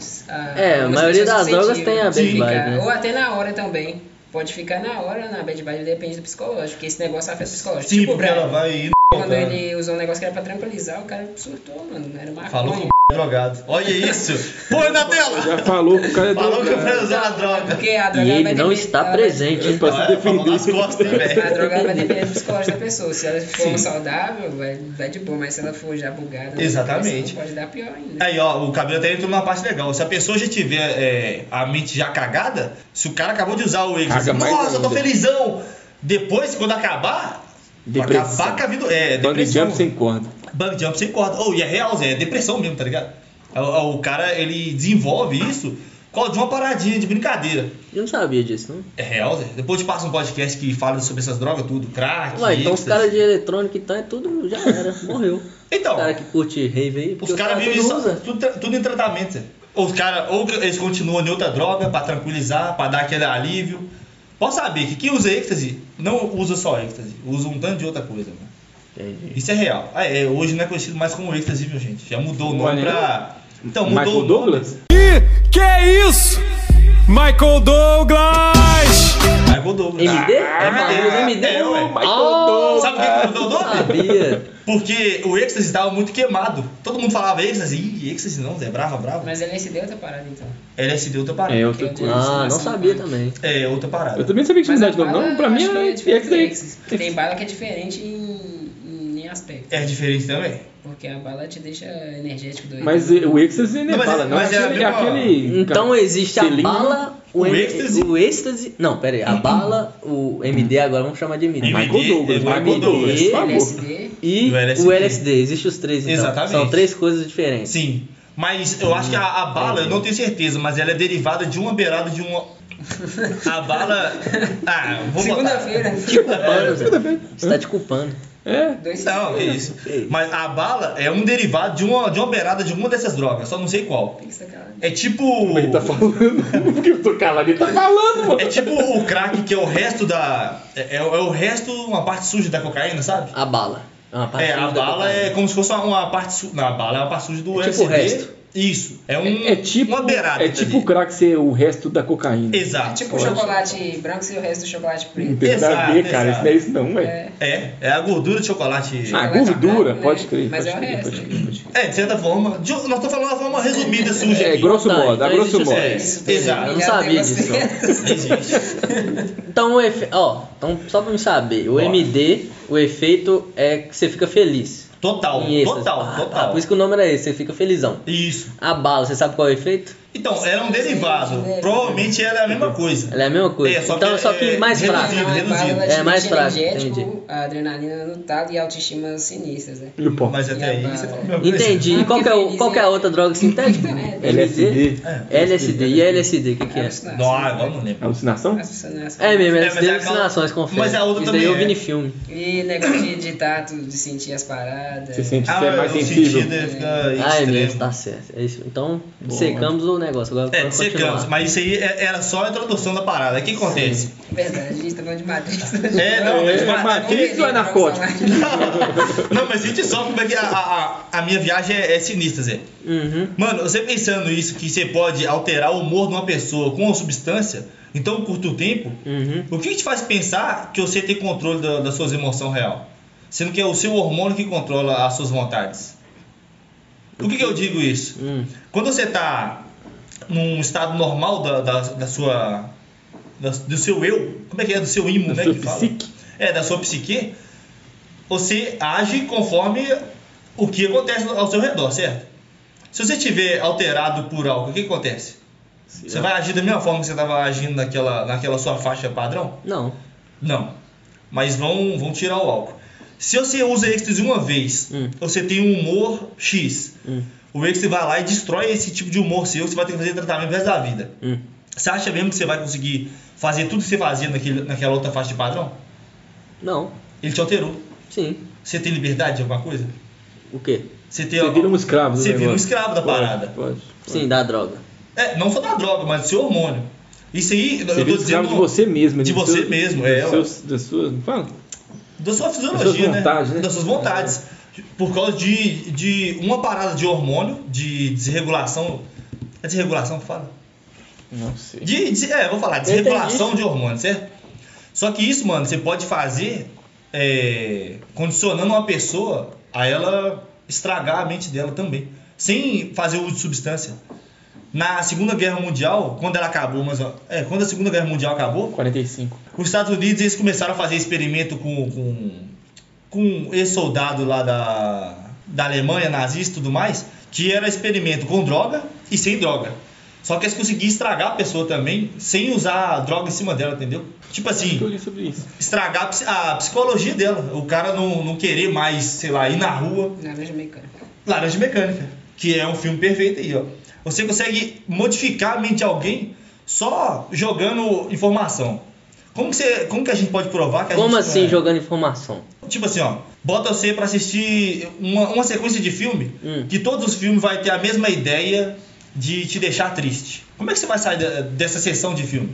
S4: É, a
S3: como
S4: maioria
S3: se
S4: das
S3: suscetível
S4: drogas tem a bad
S3: de ficar.
S4: vibe, né?
S3: Ou até na hora também. Pode ficar na hora na bad vibe, depende do psicológico, porque esse negócio afeta o psicológico.
S2: Sim,
S3: Tipo o
S2: porque
S3: Brian,
S2: ela né? vai ir
S3: Quando ele usou um negócio que era pra tranquilizar, o cara surtou, mano. Era maconha.
S2: Falou com o [laughs] drogado. Olha isso! Põe na tela!
S1: Já falou que o cara é
S2: Falou que eu
S1: drogado.
S2: fui usar a droga.
S3: Porque a droga
S4: E
S3: vai
S4: ele não
S3: depender-
S4: está
S2: né?
S3: ela-
S4: presente. hein?
S1: Pra se
S2: Olha, falou
S1: defender.
S2: nas costas, hein,
S3: A
S2: velho?
S3: droga vai depender do psicológico da pessoa. Se ela for
S2: Sim.
S3: saudável, vai, vai de boa, mas se ela for já bugada,
S2: Exatamente.
S3: pode dar pior ainda.
S2: Aí, ó, o cabelo até entrou numa parte legal. Se a pessoa já tiver é, a mente já cagada, se o cara acabou de usar o ex,
S1: Caga mais
S2: nossa, eu tô
S1: ainda."
S2: felizão! Depois, quando acabar,
S1: Depressão.
S2: acabar com a vida. É,
S1: Bang
S2: depressão.
S1: jump sem corda.
S2: Bug jump sem corda. Oh, e é real, Zé, é depressão mesmo, tá ligado? O, o cara, ele desenvolve isso por causa de uma paradinha de brincadeira.
S4: Eu não sabia disso, não.
S2: É real, Zé. Depois te passa um podcast que fala sobre essas drogas, tudo, crack.
S4: Ué, então os
S2: êxtase.
S4: caras de eletrônica então é tudo, já era, morreu.
S2: Então,
S4: Os caras que curte rave aí, porque
S2: os caras
S4: tudo
S2: vivem só-
S4: usa.
S2: tudo, tra- tudo em tratamento, Zé. Os caras, ou eles continuam em outra droga pra tranquilizar, pra dar aquele alívio. Pode saber que quem usa êxtase não usa só êxtase, usa um tanto de outra coisa, mano.
S4: Entendi.
S2: Isso é real. Ah, é, hoje não é conhecido mais como êxtase, viu, gente? Já mudou o nome
S1: Olha,
S2: pra. Então, mudou o
S1: Michael
S2: nome.
S1: Douglas?
S7: Que é isso? Michael Douglas!
S2: Michael Douglas.
S4: MD?
S2: Ah,
S4: Ah,
S2: MD.
S4: MD.
S2: É, ué.
S4: Oh!
S1: Michael
S2: Sabe por que que mudou o nome?
S4: Ah. Sabia.
S2: Porque o êxtase estava muito queimado. Todo mundo falava êxtase. Ih, êxtase não, Zé. Brava, brava.
S3: Mas ele se deu outra parada, então.
S2: LSD outra
S1: Douglas. É
S2: parada.
S1: outra coisa.
S4: Ah, não sabia também.
S2: É, outra
S1: Eu
S2: parada.
S1: também não sabia que tinha
S3: Mas a
S1: mudado de nome,
S3: bala,
S1: não. Pra
S3: eu
S1: mim
S3: acho que
S1: é.
S3: diferente do Exes.
S1: é-
S3: Tem bala que é diferente em, em aspecto.
S2: É diferente também.
S3: Porque a bala te deixa energético doido.
S1: Mas eh, o Exas não é
S2: Não, mas-
S1: bala, não.
S2: mas é a
S1: Aquele-
S2: mesma-
S1: aquele-
S4: Então existe a
S1: cilindro.
S4: bala O,
S2: O
S4: M-
S2: êxtase.
S4: O êxtase. Não, pera aí. A bala, o MD, agora vamos chamar de MD.
S2: MD,
S4: Michael Douglas.
S2: é Michael
S4: MD,
S2: Douglas,
S4: e-
S1: por favor.
S3: LSD.
S4: E
S2: E o LSD.
S4: o LSD. Existem os três, então.
S2: Exatamente.
S4: São três coisas diferentes.
S2: Sim. Mas eu acho que a, a bala, eu não tenho certeza, mas ela é derivada de uma beirada de uma. A bala. Ah, vou botar.
S3: [laughs] Segunda-feira.
S2: é,
S4: Culpando, Zé. Você tá te culpando.
S1: É,
S3: Tipo,
S1: [laughs]
S3: Dois
S2: Não, é isso.
S4: É isso.
S2: Mas a bala é um derivado de uma, de uma beirada de uma dessas drogas, só não sei qual.
S3: Isso, cara.
S2: É tipo.
S1: ele tá falando. Porque eu tô calado, ele tá falando, mano.
S2: É tipo o crack que é o resto da. É, é o é o resto, uma parte suja da cocaína, sabe?
S4: A bala. É, uma parte
S2: É, a
S4: suja da
S2: bala
S4: cocaína.
S2: é como se fosse uma, uma parte suja. Não, a bala é uma parte suja do
S4: É tipo o
S2: LSD.
S4: resto.
S2: Isso. É, um,
S1: É tipo,
S2: uma beirada.
S1: é tipo
S2: dali.
S1: o crack ser o resto da cocaína.
S2: tá
S3: É
S2: Exato.
S3: tipo o chocolate branco e o resto do chocolate
S1: Não
S3: preto.
S1: tem nada a
S2: Exato,
S1: ver, cara. Isso
S2: exato.
S1: não é isso, não, velho.
S3: É.
S2: É, é a gordura de chocolate.
S1: Ah,
S3: Chocolate
S1: gordura,
S3: branco,
S1: pode
S3: né?
S1: crer.
S3: Mas
S1: pode
S3: é o
S1: crer,
S3: resto.
S1: pode crer, pode crer.
S2: É, de certa forma. De, nós estamos falando de uma forma resumida, suja.
S1: É,
S2: aqui. [laughs]
S1: grosso
S4: Tá,
S1: modo,
S4: então
S1: a grosso
S4: existe
S1: modo.
S4: esse-
S2: É,
S3: Tem
S4: Exato, eu não
S3: milhares
S4: sabia
S3: de
S4: disso.
S3: [laughs] negócios.
S4: Então, o efe... ó, então, só pra me saber, o
S2: Bora.
S4: MD, o efeito é que você fica feliz.
S2: Total,
S4: Em êxtase.
S2: total,
S4: Ah, tá,
S2: total.
S4: por isso que o nome era esse, você fica felizão.
S2: Isso.
S4: A bala, você sabe qual é o efeito?
S2: Então, era um derivado. Provavelmente ela é a mesma coisa.
S4: Ela é a mesma coisa.
S2: É, só
S4: então,
S2: que
S4: só que
S2: é
S4: mais fraco.
S2: reduzido.
S3: Não,
S2: reduzido.
S3: bala
S4: É,
S3: de
S4: mais fraco,
S3: energético,
S4: entendi.
S3: a adrenalina no talo e autoestima sinistras, né?
S1: E o pó?
S2: Mas até aí você fala a mesma coisa.
S4: é Entendi. E qual que é, o- qual que é a outra droga sintética?
S1: é LSD.
S2: É,
S4: LSD. E LSD, o que, que é?
S2: Não, ah, agora eu não lembro.
S1: Alucinação?
S4: É mesmo,
S2: É,
S4: LSD
S2: mas
S4: é
S2: é
S4: alucinações,
S2: aquela-
S4: confere.
S2: mas a outra
S4: Isso daí
S2: também
S4: eu vi
S2: é.
S4: em filme.
S3: E negócio de, de tato, de sentir as paradas.
S1: Você sente que
S2: Ah,
S1: você é mais
S2: o
S1: sensível.
S2: sentido é ficar
S4: Ah, é
S2: extremo.
S4: mesmo, tá certo. É isso. Então, secamos o negócio. Agora
S2: É,
S4: vamos
S2: secamos,
S4: continuar.
S2: mas isso aí é- era só a introdução da parada. O que acontece?
S3: Verdade, a gente tá falando de Matrix.
S2: É, não, mas
S1: [laughs] É,
S2: mas-
S1: Matrix ou é narcótico?
S2: não, mas a gente só como é que a, a- a- a minha viagem é, é sinistra, Zé.
S4: Uhum.
S2: Mano, você pensando isso, que você pode alterar o humor de uma pessoa com uma substância em tão curto tempo,
S4: Uhum.
S2: o que te faz pensar que você tem controle da- das suas emoções real? Sendo que é o seu hormônio que controla as suas vontades. Por que, que eu digo isso?
S4: Hum.
S2: Quando você tá num estado normal da, da, da sua. da- do seu eu, como é que é? Do seu imo, né?
S1: sua
S2: que fala?
S1: psique.
S2: É, da sua psique, você age conforme o que acontece ao seu redor, certo? Se você estiver alterado por algo, o que acontece? Você vai agir da mesma forma que você estava agindo naquela, naquela sua faixa padrão?
S4: Não.
S2: Não. Mas vão, vão tirar o álcool. Se você usa êxtase uma vez,
S4: Hum.
S2: você tem um humor X.
S4: Hum.
S2: O êxtase vai lá e destrói esse tipo de humor seu, você vai ter que fazer tratamento pro resto da vida.
S4: Hum.
S2: Você acha mesmo que você vai conseguir fazer tudo que você fazia naquele, naquela outra faixa de padrão?
S4: Não.
S2: Ele te alterou.
S4: Sim.
S2: Você tem liberdade de alguma coisa?
S4: O quê?
S2: Você, tem
S1: Você
S2: alguma-
S1: vira um escravo do
S2: Você vira um
S1: negócio.
S2: escravo da
S1: Pode,
S2: parada.
S1: Pode.
S4: Sim, da droga.
S2: É, não só da droga, mas do seu hormônio. Isso
S1: Você
S2: aí,
S1: vira
S2: eu tô
S1: um escravo
S2: dizendo
S1: de você mesmo.
S2: de
S1: dos
S2: você
S1: seus-
S2: mesmo,
S1: dos
S2: é, ó.
S1: Seus, das suas, não fala?
S2: da sua
S1: Das
S2: fisiologia,
S1: suas
S2: né?
S1: vontades, né? É.
S2: Das suas vontades. Por causa de, de uma parada de hormônio, de desregulação. É desregulação que fala?
S1: Não sei.
S2: De, de- é, eu vou falar, desregulação de hormônio, certo? Só que isso, mano, você pode fazer é, condicionando uma pessoa a ela estragar a mente dela também, sem fazer uso de substância. Na Segunda Guerra Mundial, quando ela acabou, mas ó, é, quando a Segunda Guerra Mundial acabou,
S1: 45.
S2: os Estados Unidos eles começaram a fazer experimento com com, com esse soldado lá da, da Alemanha nazista e tudo mais, que era experimento com droga e sem droga. Só que eles conseguiam estragar a pessoa também sem usar a droga em cima dela, entendeu? Tipo
S1: Eu
S2: assim,
S1: li sobre isso.
S2: estragar a ps- a psicologia dela. O cara não, não querer mais, sei lá, ir na rua.
S3: Naranja mecânica.
S2: Laranja Mecânica, que é um filme perfeito aí, ó. Você consegue modificar a mente de alguém só jogando informação. Como que, você, como que a gente pode provar que a
S4: Como
S2: gente
S4: assim
S2: é?
S4: jogando informação?
S2: Tipo assim, ó, bota você pra assistir uma, uma sequência de filme
S4: Hum.
S2: que todos os filmes vai ter a mesma ideia de te deixar triste. Como é que você vai sair da- dessa sessão de filme?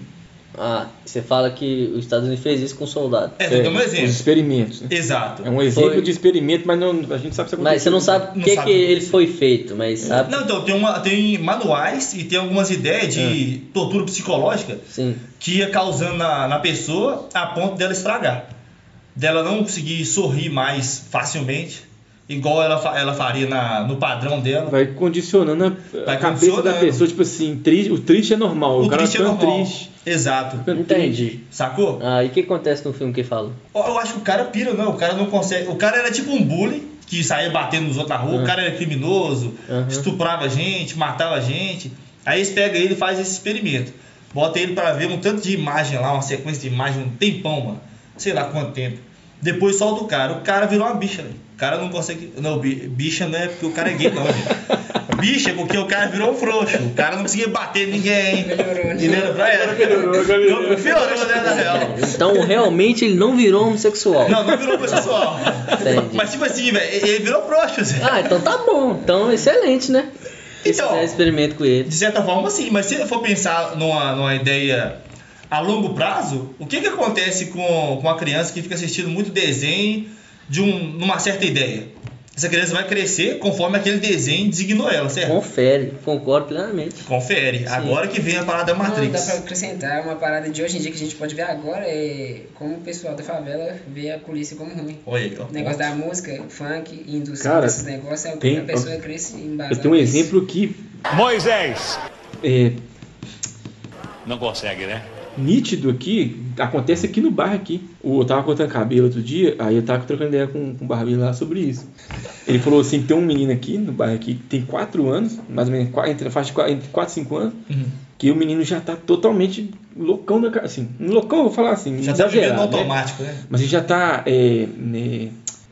S4: Ah, você fala que os Estados Unidos fez isso com soldado.
S2: É, tô dando um
S1: Os
S2: exemplo.
S1: experimentos, né?
S2: Exato.
S1: É um exemplo
S4: Foi.
S1: de experimento, mas não, a gente sabe se aconteceu.
S4: Mas você não sabe o
S2: Não
S4: que,
S2: sabe.
S4: que ele foi feito, mas sabe.
S2: Não, então, tem, uma, tem manuais e tem algumas ideias de
S4: É.
S2: tortura psicológica
S4: Sim.
S2: que ia causando na, na pessoa a ponto dela estragar. Dela não conseguir sorrir mais facilmente, igual ela, fa- ela faria na, no padrão dela.
S1: Vai condicionando a, a cabeça da
S2: condicionando.
S1: pessoa, tipo assim, triste, o triste é normal, o, cara ficando triste.
S2: Exato.
S1: ficando
S4: Entendi.
S2: Sacou?
S4: Ah, e o que acontece no filme que fala?
S2: Ó, Eu acho que o cara pira, não. O cara não consegue. O cara era tipo um bully que saía batendo nos outros na rua. O cara era criminoso,
S4: Uhum.
S2: estuprava gente, matava gente. Aí eles pegam ele e fazem esse experimento. Bota ele pra ver um tanto de imagem lá, uma sequência de imagem, um tempão, mano. Sei lá quanto tempo. Depois solta o cara. O cara virou uma bicha, velho. O cara não consegue. Não, bi- bicha não é porque o cara é gay,
S1: [laughs]
S2: não, gente. Bicha é porque o cara virou frouxo. O cara não conseguia bater ninguém.
S3: Melhorou, né?
S2: Entendeu? Pra ela.
S1: Melhorou, agora melhorou.
S2: Piorou, né, na real.
S4: Então realmente ele não virou homossexual.
S2: Não, não virou pessoal.
S4: Entendi.
S2: Mas tipo assim, velho, ele virou frouxo, assim. Zé.
S4: Ah, então tá bom. Então excelente, né? Se
S2: Então.
S4: fizer experimento com ele.
S2: De certa forma, sim, mas se for pensar numa, numa ideia a longo prazo, o que, que acontece com, com a criança que fica assistindo muito desenho de um, numa certa ideia? Essa criança vai crescer conforme aquele desenho designou ela, certo?
S4: Confere, concordo plenamente.
S2: Confere. Agora que vem a parada da
S3: Não, dá
S2: Matrix.
S3: pra acrescentar uma parada de hoje em dia que a gente pode ver agora é como o pessoal da favela vê a polícia como ruim.
S2: Olha aí, ó.
S3: O negócio da música, funk, indução
S1: Cara,
S3: desses negócios, é
S1: tem-
S3: a pessoa cresce embasada.
S1: Eu tenho um
S3: nisso.
S1: exemplo que
S7: Moisés!
S1: é
S7: Não consegue, né?
S1: nítido aqui, acontece aqui no bar aqui. O- Eu tava cortando cabelo outro dia, aí eu tava trocando ideia com, com o barbeiro lá sobre isso. Ele falou assim, tem um menino aqui no bar aqui que tem 4 anos, mais ou menos qua- entre a faixa de qua- entre 4 e 5 anos,
S2: Uhum.
S1: que o menino já tá totalmente loucão da cara, assim, loucão, eu vou falar assim,
S2: Já tá vivendo no
S1: exagerado, né?
S2: automático, né?
S1: Mas ele já tá é, né,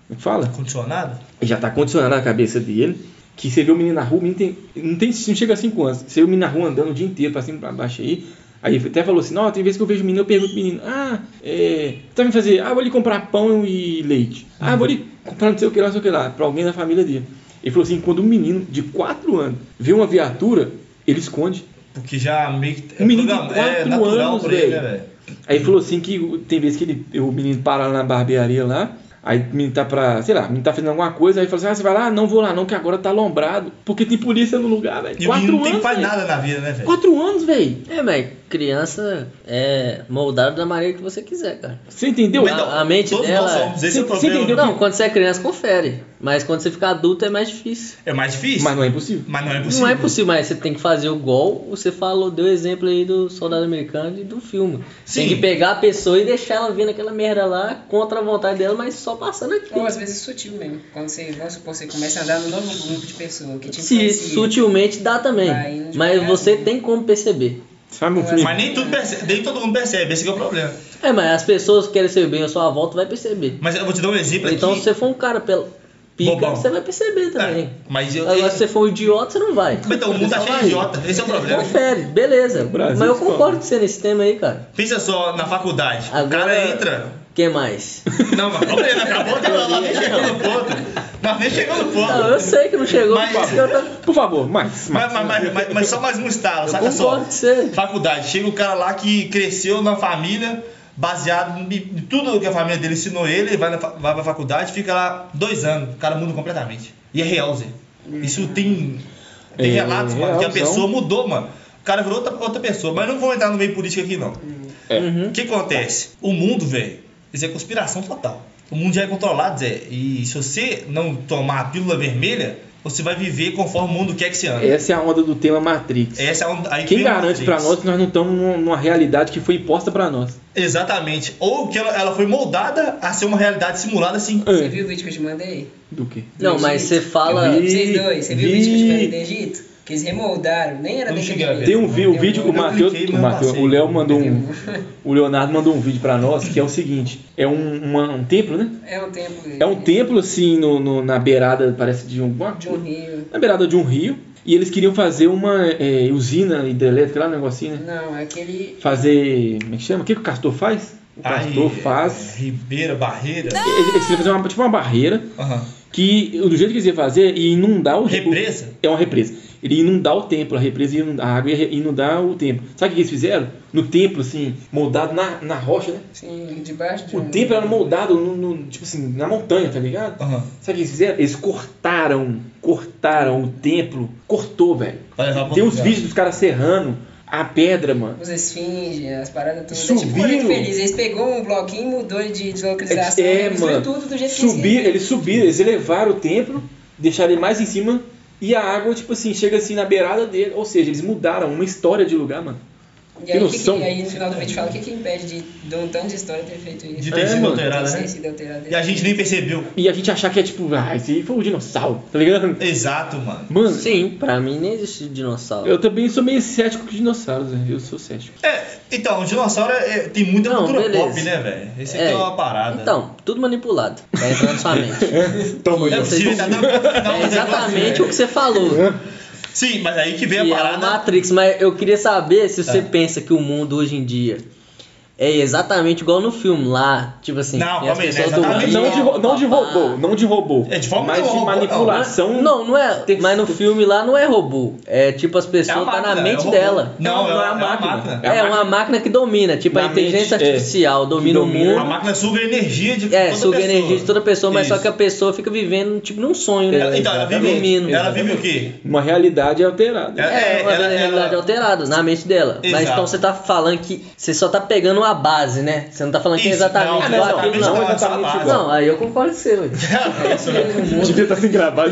S1: como que fala?
S2: Condicionado?
S1: já tá condicionado na cabeça dele. Que você vê o menino na rua, o menino tem, não, tem, não chega a 5 anos. Você vê o menino na rua andando o dia inteiro, pra cima e pra baixo aí. Aí ele até falou assim: Não, tem vezes que eu vejo o menino, eu pergunto pro menino: Ah, é. Tá me fazer? Ah, vou ali comprar pão e leite. Ah, vou ali comprar não sei o que lá, não sei o que lá, pra alguém da família dele. Ele falou assim: Quando um menino de 4 anos vê uma viatura, ele esconde.
S2: Porque já meio que.
S1: Um menino de
S2: programa- é
S1: quatro
S2: natural
S1: anos,
S2: pra ele, né,
S1: velho.
S2: velho?
S1: Aí ele falou assim que o- tem vezes que ele, o menino para lá na barbearia lá, aí o menino tá pra, sei lá, o menino tá fazendo alguma coisa, aí ele fala assim, ah, você vai lá? Ah, Não vou lá não, que agora tá alombrado, porque tem polícia no lugar, velho.
S2: E o
S1: Quatro
S2: menino não
S1: anos,
S2: tem que fazer
S1: velho.
S2: nada na vida, né, velho?
S1: Quatro anos, velho.
S4: É, velho, criança é moldada da maneira que você quiser, cara.
S1: Você entendeu?
S2: Mas não, então,
S4: A- a mente
S2: todos
S4: dela-
S2: Nós somos, esse é o
S1: Você- você
S2: problema.
S1: entendeu?
S4: Não, quando você é criança, confere. Mas quando você fica adulto é mais difícil.
S2: É mais difícil?
S1: Mas não é impossível.
S2: Mas não é possível.
S4: Não é possível, mas você tem que fazer o gol. Você falou, deu exemplo aí do soldado americano e do filme.
S2: Sim.
S4: Tem que pegar a pessoa e deixar ela vir naquela merda lá contra a vontade dela, mas só passando aqui.
S3: Ou às vezes sutil mesmo. Quando você, vamos supor, você começa a andar num novo grupo de pessoas que te
S4: Se
S3: influencia.
S4: sutilmente dá também.
S3: Vai indo
S4: Mas
S3: devagar,
S4: você
S2: assim.
S3: né?
S4: tem como perceber.
S1: Sabe um filme?
S2: Mas nem, tudo percebe, nem todo mundo percebe, esse que é o problema.
S4: É, mas as pessoas que querem ser bem à sua volta vai perceber.
S2: Mas eu vou te dar um exemplo
S4: Então
S2: aqui.
S4: se você for um cara pela pica,
S2: Bobão.
S4: você vai perceber
S2: É,
S4: também.
S2: mas eu.
S4: Agora se você for um idiota, você não vai.
S2: Então, o mundo tá
S4: Só
S2: cheio
S4: vai.
S2: de idiota, esse é o problema.
S4: Confere, beleza.
S1: Brasil,
S4: mas eu
S1: Paulo.
S4: concordo com você nesse tema aí, cara.
S2: Pensa só na faculdade. O cara
S4: Agora-
S2: entra.
S4: Quem mais?
S2: Não, mas problema, acabou
S4: [laughs]
S2: que ela nem chegou no ponto. Nós nem chegou no
S4: Não, eu
S2: ponto.
S4: sei que não chegou.
S2: Mas-
S4: por isso que eu tô-
S1: Por favor, mais. mais.
S2: Mas, mas- mas- mas- mas só mais um estalo, saca só.
S4: concordo com você.
S2: Faculdade, chega o cara lá que cresceu na família, baseado em em tudo que a família dele ensinou ele, ele vai, na, fa- vai pra faculdade, fica lá dois anos, o cara muda completamente. E é real, Zé. Isso tem, tem
S1: É,
S2: relatos, mano, que a
S1: realzão.
S2: pessoa mudou, mano. O cara virou outra, outra pessoa, mas não vou entrar no meio político aqui, não.
S1: É.
S2: O que acontece? O mundo, velho, isso é conspiração total. O mundo já é controlado, Zé. E se você não tomar a pílula vermelha, você vai viver conforme o mundo quer que você ande.
S1: Essa é a onda do tema Matrix.
S2: Essa é um, aí
S1: Quem
S2: vem a
S1: garante
S2: Matrix.
S1: pra nós que nós não estamos num- numa realidade que foi imposta pra nós?
S2: Exatamente. Ou que ela, ela foi moldada a ser uma realidade simulada assim.
S3: Você
S1: É.
S3: viu o vídeo que eu te mandei?
S1: Do quê?
S4: Não, mas você fala.
S1: Eu vi.
S3: Vocês dois, você viu o vídeo que eu te mandei
S1: Ih.
S3: do Egito? Que eles remoldaram, nem era
S2: Não cheguei
S3: daquele
S2: a ver.
S1: Tem um vi- o
S3: Eu-
S1: vídeo,
S3: eu
S1: o Matheus,
S2: cliquei,
S1: o,
S2: mas
S1: Matheus-
S2: passei.
S1: o Léo mandou um, o Leonardo mandou um vídeo pra nós que é o seguinte, é um, uma- um templo, né?
S3: É um tempo.
S1: É um templo assim no, no- na beirada, parece de um,
S3: De um rio.
S1: na beirada de um rio, e eles queriam fazer uma é, usina hidrelétrica lá, um negocinho, né?
S3: Não, é aquele.
S1: Fazer, como é que chama? O que, que o castor faz? O castor
S2: Aí,
S1: faz,
S2: é, Ribeira, Barreira.
S1: eles eles queriam fazer uma, tipo uma barreira
S2: Aham.
S1: que do jeito que eles iam fazer ia inundar o
S2: Represa?
S1: o- é uma represa. Ele ia inundar o templo, a represa ia inundar, a água ia re- inundar o templo. Sabe o que eles fizeram? No templo, assim, moldado na, na rocha, né?
S3: Sim, debaixo de
S1: O
S3: um-
S1: templo era moldado, no, no- tipo assim, na montanha, tá ligado?
S2: Aham.
S1: Sabe o que eles fizeram? Eles cortaram, cortaram o templo, cortou, velho.
S2: Vai levar pra
S1: Tem uns
S2: outro lugar.
S1: vídeos dos caras serrando a pedra, mano.
S3: Os esfinges, as paradas todas.
S1: Subiram.
S3: É tipo Porto Feliz. Eles pegou um bloquinho, mudou de deslocalização.
S1: É,
S3: misturou
S1: mano.
S3: né? tudo do jeito
S1: subir,
S3: que eles
S1: eles subiram, eles elevaram o templo, deixaram ele mais em cima e a água, tipo assim, chega assim na beirada dele. Ou seja, eles mudaram uma história de lugar, mano.
S3: E aí,
S1: Que
S3: o que que-
S1: noção.
S3: aí no final do vídeo fala o que, que impede de, de um tanto de história ter feito isso.
S2: De ter
S1: É,
S2: sido
S1: mano.
S2: alterada, né?
S3: Sem sido alterada.
S2: E a gente nem percebeu.
S1: E a gente achar que é tipo, ah, esse aí foi o dinossauro, tá ligado?
S2: Exato, mano.
S1: Mano,
S4: Sim, pra mim nem existe dinossauro.
S1: eu também sou meio cético com dinossauros, né? eu sou
S2: [laughs]
S1: cético.
S2: É, então, o dinossauro é- é- tem muita
S4: Não,
S2: cultura
S4: beleza.
S2: pop, né, velho? Esse aqui é. uma parada.
S4: Então, tudo manipulado. Vai entrar
S1: [laughs]
S4: na sua mente.
S1: Toma,
S2: É possível, tá dando- [laughs] tá
S4: É
S2: dando-
S4: exatamente o é que você falou.
S2: Sim, mas aí que vem a
S4: E era a
S2: parada. Ah.
S4: Matrix, mas eu queria saber se você pensa que o mundo hoje em dia é exatamente igual no filme lá, tipo assim,
S2: Não,
S4: tem as
S2: calma aí,
S4: pessoas
S2: né?
S4: do
S2: Exatamente.
S1: não, de, ro- não de
S3: Ah,
S1: robô, não de robô.
S2: É, de forma
S1: mas de
S2: nenhuma robô, não.
S1: manipulação.
S4: Não, não é. Mas no filme lá não é robô. É tipo as
S2: É a
S4: pessoas tá
S2: máquina,
S4: na
S2: é o
S4: mente
S2: robô.
S4: dela.
S2: Não,
S1: Não,
S2: é,
S1: não é a
S2: uma máquina.
S1: máquina. É a
S4: É uma máquina que domina, tipo a
S1: Na
S4: inteligência
S1: mente, é.
S4: artificial
S1: Que
S4: domina o
S1: domina.
S2: A
S4: mundo.
S2: máquina suga energia de
S4: É,
S2: toda
S4: suga
S2: pessoa.
S4: energia de toda pessoa, mas só
S2: Isso.
S4: que a pessoa fica vivendo tipo num sonho, né?
S2: Ela- então, ela vive,
S4: dormindo.
S2: ela vive o quê?
S1: Uma realidade alterada.
S2: Ela-
S4: É, [laughs] uma
S2: ela-
S4: realidade
S2: ela-
S4: alterada na mente dela. Mas
S2: Exato.
S4: então você tá falando que você só tá pegando uma base, né? Você não tá falando que é
S2: Isso,
S4: exatamente
S2: não,
S4: igual
S2: não, não,
S4: aquilo, não. Ah,
S2: não, é
S1: exatamente
S2: não,
S1: igual.
S4: Não, aí eu concordo
S2: [laughs]
S4: com você, ué. É isso mesmo.
S1: Devia estar sem gravar.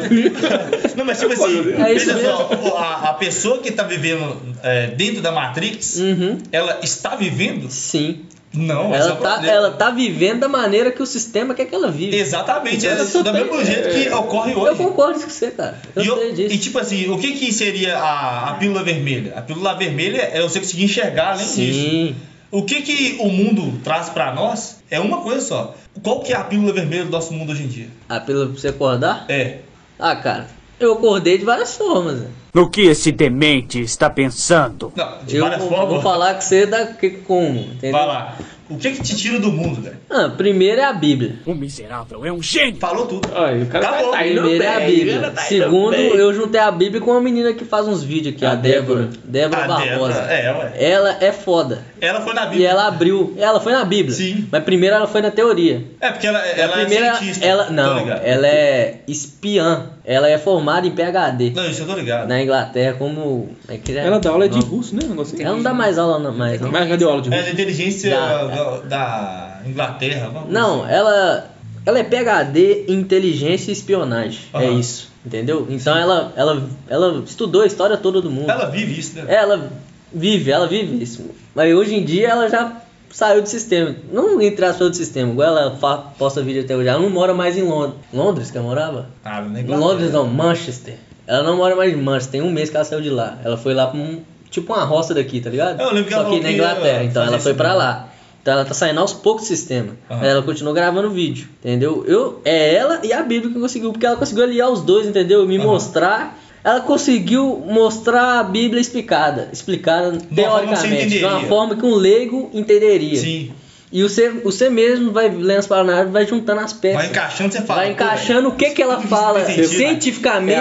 S2: Não, mas tipo assim,
S4: É isso
S2: veja só,
S4: mesmo.
S2: o- a, a pessoa que tá vivendo é, dentro da Matrix,
S4: Uhum.
S2: ela está vivendo?
S4: Sim.
S2: Não, esse é
S4: Ela
S2: o
S4: tá,
S2: problema.
S4: ela tá vivendo da maneira que o sistema quer que ela vive.
S2: Exatamente, ela
S4: Isso
S2: é do mesmo jeito que ocorre
S4: É. Eu
S2: hoje.
S4: concordo com você, cara. Eu
S2: e, eu-
S4: sei disso.
S2: e, tipo assim, o que que seria a, a pílula vermelha? A pílula vermelha é você conseguir enxergar além disso.
S4: Sim.
S2: O que que o mundo traz pra nós é uma coisa só. Qual que é a pílula vermelha do nosso mundo hoje em dia?
S4: Ah, pelo pra você acordar?
S2: É,
S4: Ah, cara. Eu acordei de várias formas. né?
S9: No que esse demente está pensando?
S2: não, de
S4: Eu
S2: várias
S4: vou,
S2: formas.
S4: vou falar com você da que como, entendeu?
S2: Vai lá. O que que te tira do mundo, velho?
S4: Ah, primeiro é a Bíblia.
S9: O miserável é um gênio!
S2: Falou tudo.
S1: Olha, o cara
S2: Tá
S1: tá,
S2: bom,
S1: tá indo
S4: Primeiro é a
S1: bem, o
S4: Bíblia.
S1: cara tá indo
S4: Segundo,
S1: bem.
S4: eu juntei a Bíblia com uma menina que faz uns vídeos aqui, a,
S1: A
S4: Débora.
S1: Débora.
S4: Débora
S2: A
S4: Barbosa.
S2: Débora, é, ué.
S4: Ela é foda.
S2: Ela foi na
S4: E
S2: Bíblia.
S4: ela abriu. Ela foi na Bíblia.
S2: Sim.
S4: Mas primeiro ela foi na teoria.
S2: É, porque ela,
S4: a
S2: ela
S4: primeira,
S2: é cientista.
S4: ela
S2: tô
S4: não,
S2: ligado.
S4: ela é espiã. Ela é formada em PhD
S2: Não, isso eu tô ligado.
S4: na Inglaterra como é que é?
S1: Ela dá aula de
S4: Não.
S1: russo, né? Um negócio assim.
S4: Ela não dá mais aula não, mais não.
S1: Mas já deu aula de
S2: É
S1: russo.
S2: da inteligência
S4: Dá,
S2: da, da Inglaterra. alguma coisa
S4: Não, ela ela é PhD em inteligência e espionagem. É
S2: Aham.
S4: isso, entendeu? Então ela ela ela estudou a história toda do mundo. É,
S2: assim. Ela vive isso, né?
S4: Ela vive, ela vive isso. Mas hoje em dia ela já saiu do sistema. Não entre aspas do sistema, igual ela fa- posta vídeo até hoje. Ela não mora mais em Londres. Londres que ela morava?
S2: Ah, na
S4: Em
S2: Inglaterra.
S4: Londres não, Manchester. Ela não mora mais em Manchester, tem um mês que ela saiu de lá. Ela foi lá pra um, tipo uma roça daqui, tá ligado?
S2: Eu lembro que
S4: Só
S2: ela
S4: que
S2: falou
S4: na
S2: que
S4: Inglaterra,
S2: ia
S4: então ela
S2: fazer
S4: foi
S2: isso
S4: pra
S2: mesmo.
S4: lá. Então ela tá saindo aos poucos do sistema.
S2: Aham.
S4: Aí ela continuou gravando vídeo, entendeu? Eu, é ela e a Bíblia que conseguiu, porque ela conseguiu aliar os dois, entendeu? Me
S2: Aham.
S4: mostrar. Ela conseguiu mostrar a Bíblia explicada, explicada
S2: forma que você
S4: teoricamente, de
S2: entenderia.
S4: uma forma que um leigo entenderia.
S2: Sim.
S4: E você, você mesmo vai lendo as palavras, vai juntando as peças.
S2: Vai encaixando, você fala.
S4: É Vai
S2: pô,
S4: encaixando o que, que ela
S2: Tudo
S4: fala
S2: isso é tem sentido, né?
S1: É a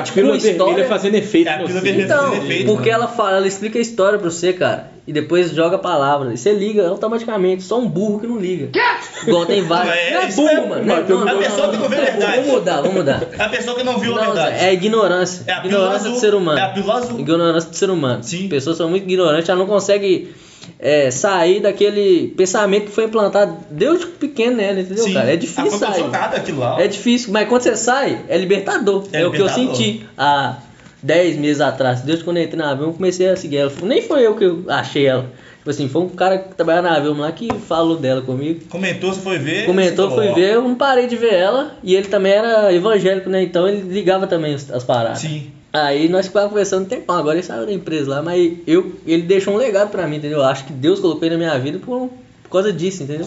S4: cientificamente com
S1: pílula vermelha
S4: história.
S1: fazendo efeito. né?
S2: É a
S1: no
S2: pílula
S1: você.
S2: vermelha.
S4: Então,
S2: Perfeito,
S4: porque
S2: mano.
S4: ela fala, ela explica a história pra você, cara, e depois joga a palavra. E você liga automaticamente, só um burro que não liga. Igual tem vários.
S2: Não, é-
S4: não é
S2: isso
S4: burro,
S2: é-
S4: mano. não é-
S1: Mas tem
S4: não,
S1: um-
S4: não,
S1: a
S4: não,
S2: pessoa
S4: não,
S2: tem que ouvir
S4: não,
S2: a verdade.
S4: Vamos mudar, vamos mudar.
S2: É a pessoa que não viu a
S4: Não,
S2: verdade.
S4: é ignorância.
S2: É a pílula
S4: ignorância do
S2: azul.
S4: ser humano.
S2: É a pílula azul.
S4: Ignorância do ser humano.
S2: Sim.
S4: Pessoas são muito ignorantes, elas não conseguem é, sair daquele pensamento que foi implantado desde pequeno nela, entendeu,
S2: Sim.
S4: cara? É
S2: Ah,
S4: difícil
S2: foi
S4: sair.
S2: chocada aquilo lá. ó.
S4: É difícil, mas quando você sai, é libertador. É,
S2: É
S4: o que eu
S2: libertador.
S4: senti há 10 meses atrás. Desde quando eu entrei na Avião, eu comecei a seguir ela. Nem foi eu que eu achei ela. Tipo assim, foi um cara que trabalhava na Avião lá que falou dela comigo.
S2: Comentou, você foi ver.
S4: Comentou,
S2: você
S4: fui
S2: falou, ó.
S4: ver, eu não parei de ver ela. E ele também era evangélico, né? Então ele ligava também os- as paradas.
S2: Sim.
S4: Aí nós ficávamos conversando um tempão, agora ele saiu da empresa lá, mas eu, ele deixou um legado pra mim, entendeu? Eu acho que Deus colocou ele na minha vida por, por causa disso, entendeu?